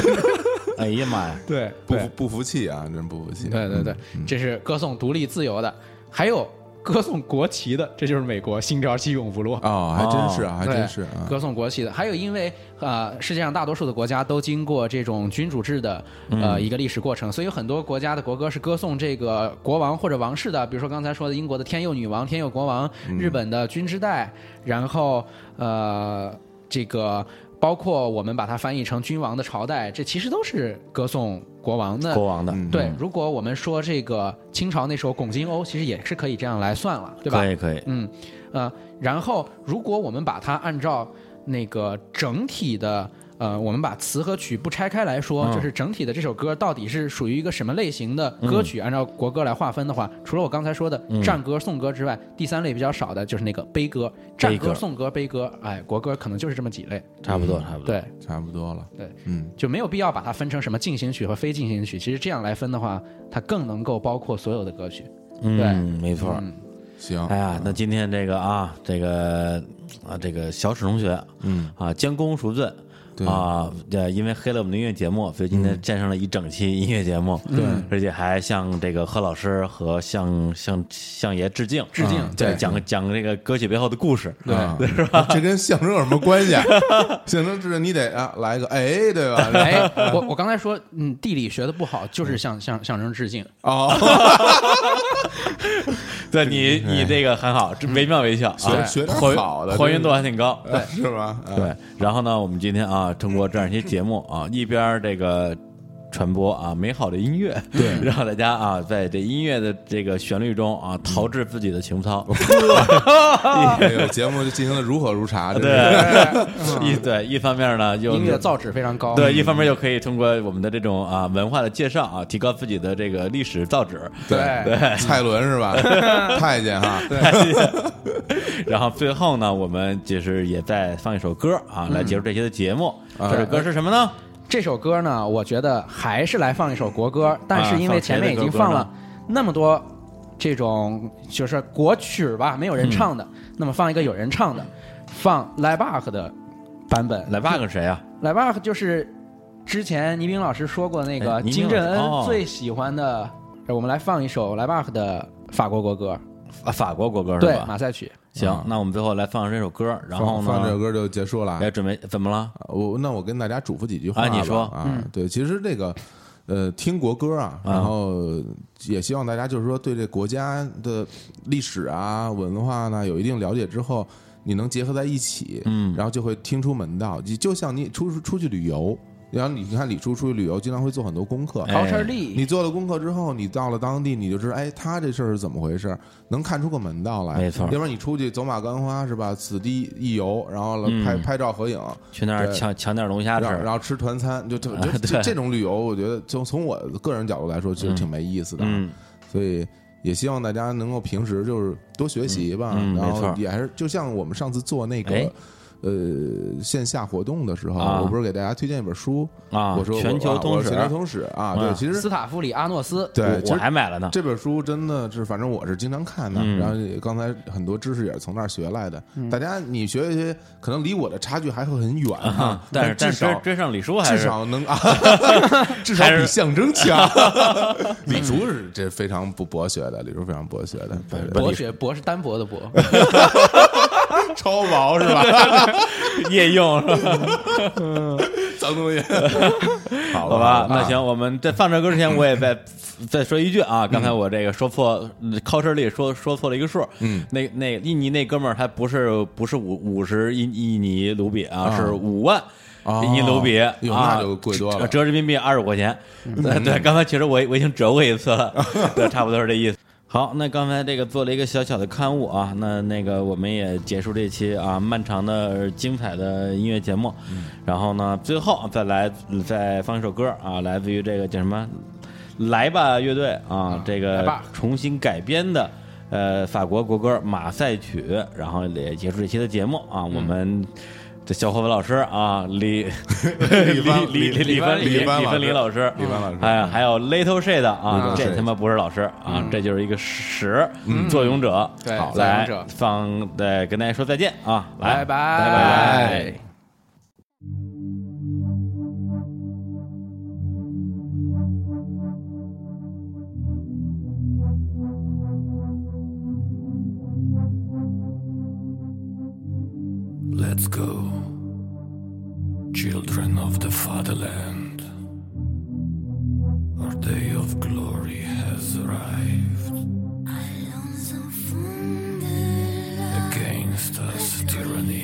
A: 哎呀妈呀，
C: 对，
B: 不
C: 对
B: 服嗯不服气啊，真不服气。
C: 对对对，这是歌颂独立自由的，还有歌颂国旗的，这就是美国星条旗永不落。
B: 哦，还真是啊，还
C: 对，
B: 真是啊。
C: 歌颂国旗的，还有因为呃，世界上大多数的国家都经过这种君主制的呃、
B: 嗯
C: 一个历史过程，所以有很多国家的国歌是歌颂这个国王或者王室的，比如说刚才说的英国的天佑女王、天佑国王，
B: 嗯
C: 日本的君之代，然后呃这个。包括我们把它翻译成“君王的朝代”，这其实都是歌颂国王的。
A: 国王的，
C: 嗯
B: 嗯
C: 对，如果我们说这个清朝那时候拱金瓯，其实也是可以这样来算了，对吧
A: 可？以可以，
C: 嗯，呃，然后如果我们把它按照那个整体的。呃，我们把词和曲不拆开来说，
A: 嗯
C: 就是整体的这首歌到底是属于一个什么类型的歌
A: 嗯
C: 曲？按照国歌来划分的话，除了我刚才说的战歌、颂歌之外，第三类比较少的就是那个悲歌、战
A: 悲歌
C: 歌、颂歌、悲歌。哎，国歌可能就是这么几类。
A: 差不多差不多，
C: 对，
B: 差不多了，
C: 对，
B: 嗯，
C: 就没有必要把它分成什么进行曲和非进行曲。其实这样来分的话，它更能够包括所有的歌 曲。
A: 嗯，没错。
C: 嗯，
B: 行，
A: 哎呀，那今天这个啊，这个啊，这个小史同学，嗯啊，将功赎罪。
B: 对
A: 啊，呃，因为黑了我们的音乐节目，所以今天站上了一整期音乐节目，对、而且还向这个贺老师和向向向爷致敬，
C: 致敬
A: 啊
C: 对
A: 对，讲讲这个歌曲背后的故事，
C: 对
B: 啊，是吧？这跟相声有什么关系？啊？ 相声这你得啊，来个哎， 对吧？
C: 哎，我我刚才说，嗯，地理学的不好，就是向向向人致敬。
B: 哦，
A: 对你你这个很好，这惟妙惟肖，
B: 学
A: 啊，
B: 学点
A: 还
B: 好的，
A: 还原度还挺高，
B: 对，是吧？啊，
A: 对，然后呢，我们今天啊，通过这样一些节目 啊，一边儿这个传播啊美好的音乐， 对，让大家啊在这音乐的这个旋律中
C: 嗯
A: 啊陶冶自己的情 操，
B: 这个节目就进行了如火如茶，真是
A: 对， 一对一方面呢又
C: 嗯音乐造诣非常高。嗯
A: 对，一方面又可以通过我们的这种啊文化的介绍啊，提高自己的这个历史造 纸，
C: 对
B: 对，蔡伦是吧？ 太监哈，
A: 然后最后呢，我们就是也再放一首歌啊，来结束这期的节目。
C: 嗯
A: 这首歌是什么呢？
C: 这首歌呢，我觉得还是来放一首国歌，但是
A: 啊
C: 因为前面已经放了那么多这种就是国曲儿吧，没有人唱的，
A: 嗯
C: 那么放一个有人唱的，放 l i b a c h 的版本。
A: 来 bug 谁啊？
C: l i b a c h 就是之前倪斌老师说过，那
A: 哎
C: 个
A: 倪斌
C: 金正
A: 老
C: 恩
A: 师哦
C: 最喜欢的，呃我们来放一首莱巴赫的法国国歌，
A: 啊，法国国歌是
C: 对，
A: 吧？
C: 马赛曲。
A: 行，那我们最后来放这首歌，然后
B: 放嗯放这首
A: 呢，
B: 啊歌就结束了。啊
A: 来准备怎么了？
B: 我那我跟大家嘱咐几句话
A: 啊
B: 吧。
A: 你说
B: 啊，对，其实这个呃，听国歌啊，然后也希望大家就是说对这国家的历史啊、文化呢有一定了解之后，你能结合在一起，嗯，然后就会听出门道。就就像你出出去旅游，然后你你看李叔出去旅游，经常会做很多功课，
A: 哎
C: Culture Lee，
B: 你做了功课之后，你到了当地，你就知道，哎，他这事儿是怎么回事儿，能看出个门道来。
A: 没错
B: 要不然你出去走马观花是吧？此地一游，然后
A: 嗯
B: 了拍、拍照合影，
A: 去那儿
B: 对
A: 抢抢点龙虾吃
B: 然后然后吃团餐，就就
A: 啊
B: 就
A: 对
B: 这这种旅游，我觉得就从我个人角度来说，其实挺没意思的。
A: 嗯，
B: 所以也希望大家能够平时就是多学习吧，
A: 嗯嗯
B: 然
A: 没错
B: 后也还是就像我们上次做那个、
A: 哎
B: 呃线下活动的时候，
A: 啊
B: 我不是给大家推荐一本书，
A: 啊
B: 我说我
A: 全球
B: 啊
A: 通
B: 我说
A: 史
B: 全球通史啊，
A: 啊
B: 对，其实
C: 斯塔夫里阿诺斯，
B: 对，
A: 我
B: 其
A: 我
B: 实
A: 还买了呢。
B: 这本书真的是，反正我是经常看的。
A: 嗯
B: 然后刚才很多知识也是从那儿学来的。大家你学一学，可能离我的差距还会很远啊
A: 啊，但是但
B: 至
A: 是追
B: 少
A: 追上李叔还
B: 至
A: 是
B: 少 能啊，至少比象征强。 李叔是这非常不博学的，李叔非常博学的，对对
C: 博学博是单薄 的博，
B: 对超薄是 吧？
A: 夜用是吧？
B: 张东 西，好
A: 好吧
B: 吧，，
A: 那
B: 啊嗯
A: 行，我们在放这歌之前，我也 再再说一句啊，刚才我这个说错，culture 嗯里说说错了一个数，嗯，那那印尼那哥们儿他不是不是五五十印印尼卢比啊，
B: 啊
A: 是五万。
B: 哦
A: 印尼卢比啊，
B: 哟那就贵多了嗯
A: 折折人民币二十块钱。对 对，刚才其实我我已经折过一次 了，对，差不多是这意思。好，那刚才这个做了一个小小的刊物啊，那那个我们也结束这期啊漫长的精彩的音乐节目，然后呢，最后再来再放一首歌啊，来自于这个叫什么？来吧乐队啊，这
C: 来
A: 个
C: 吧
A: 重新改编的呃法国国歌《马赛曲》，然后也结束这期的节目啊，我们。这小伙伴老师啊，李李
B: 帆
A: 李李
B: 李
A: 李帆
B: 李
A: 李
B: 帆老
A: 帆
B: 师
A: 李老师，
B: 李帆老师
A: 哎，还有 Little Shade 啊，
B: Little
A: 这
B: Shade
A: 他妈不是老师啊，这就是一个屎作俑者，
C: 对
A: 好
C: 作俑
A: 来
C: 者
A: 放，对，跟大家说再见啊，来，
C: 拜拜
A: 拜拜。
D: Let's go, children of the fatherland. Our day of glory has arrived.
E: Allons au fond de la
D: Against us, tyranny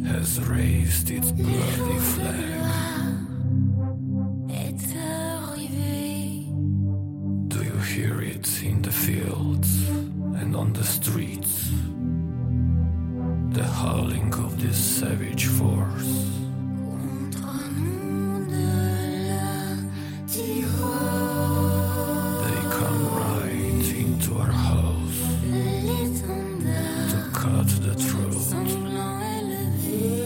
E: nuit.
D: has raised its bloody flag.
E: Gloire est arrivée.
D: Do you hear it in the fields and on the streets? The howling of this savage force.
E: Contre nous de la tyrannie.
D: They come right into our house
E: L'étendard
D: to cut the throat.
E: sanglant élevé.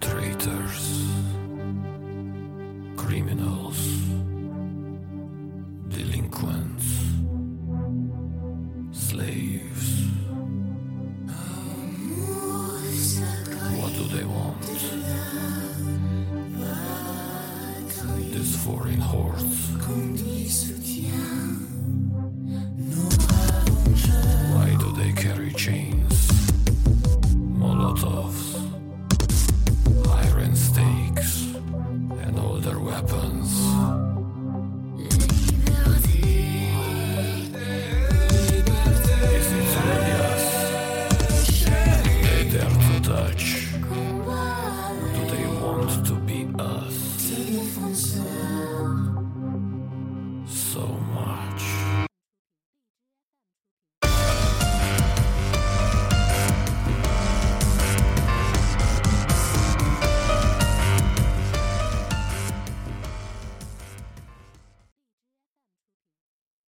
D: traitors, criminals, delinquents, slaves. What do they want? This foreign horse. Why do they carry chains? Molotovs.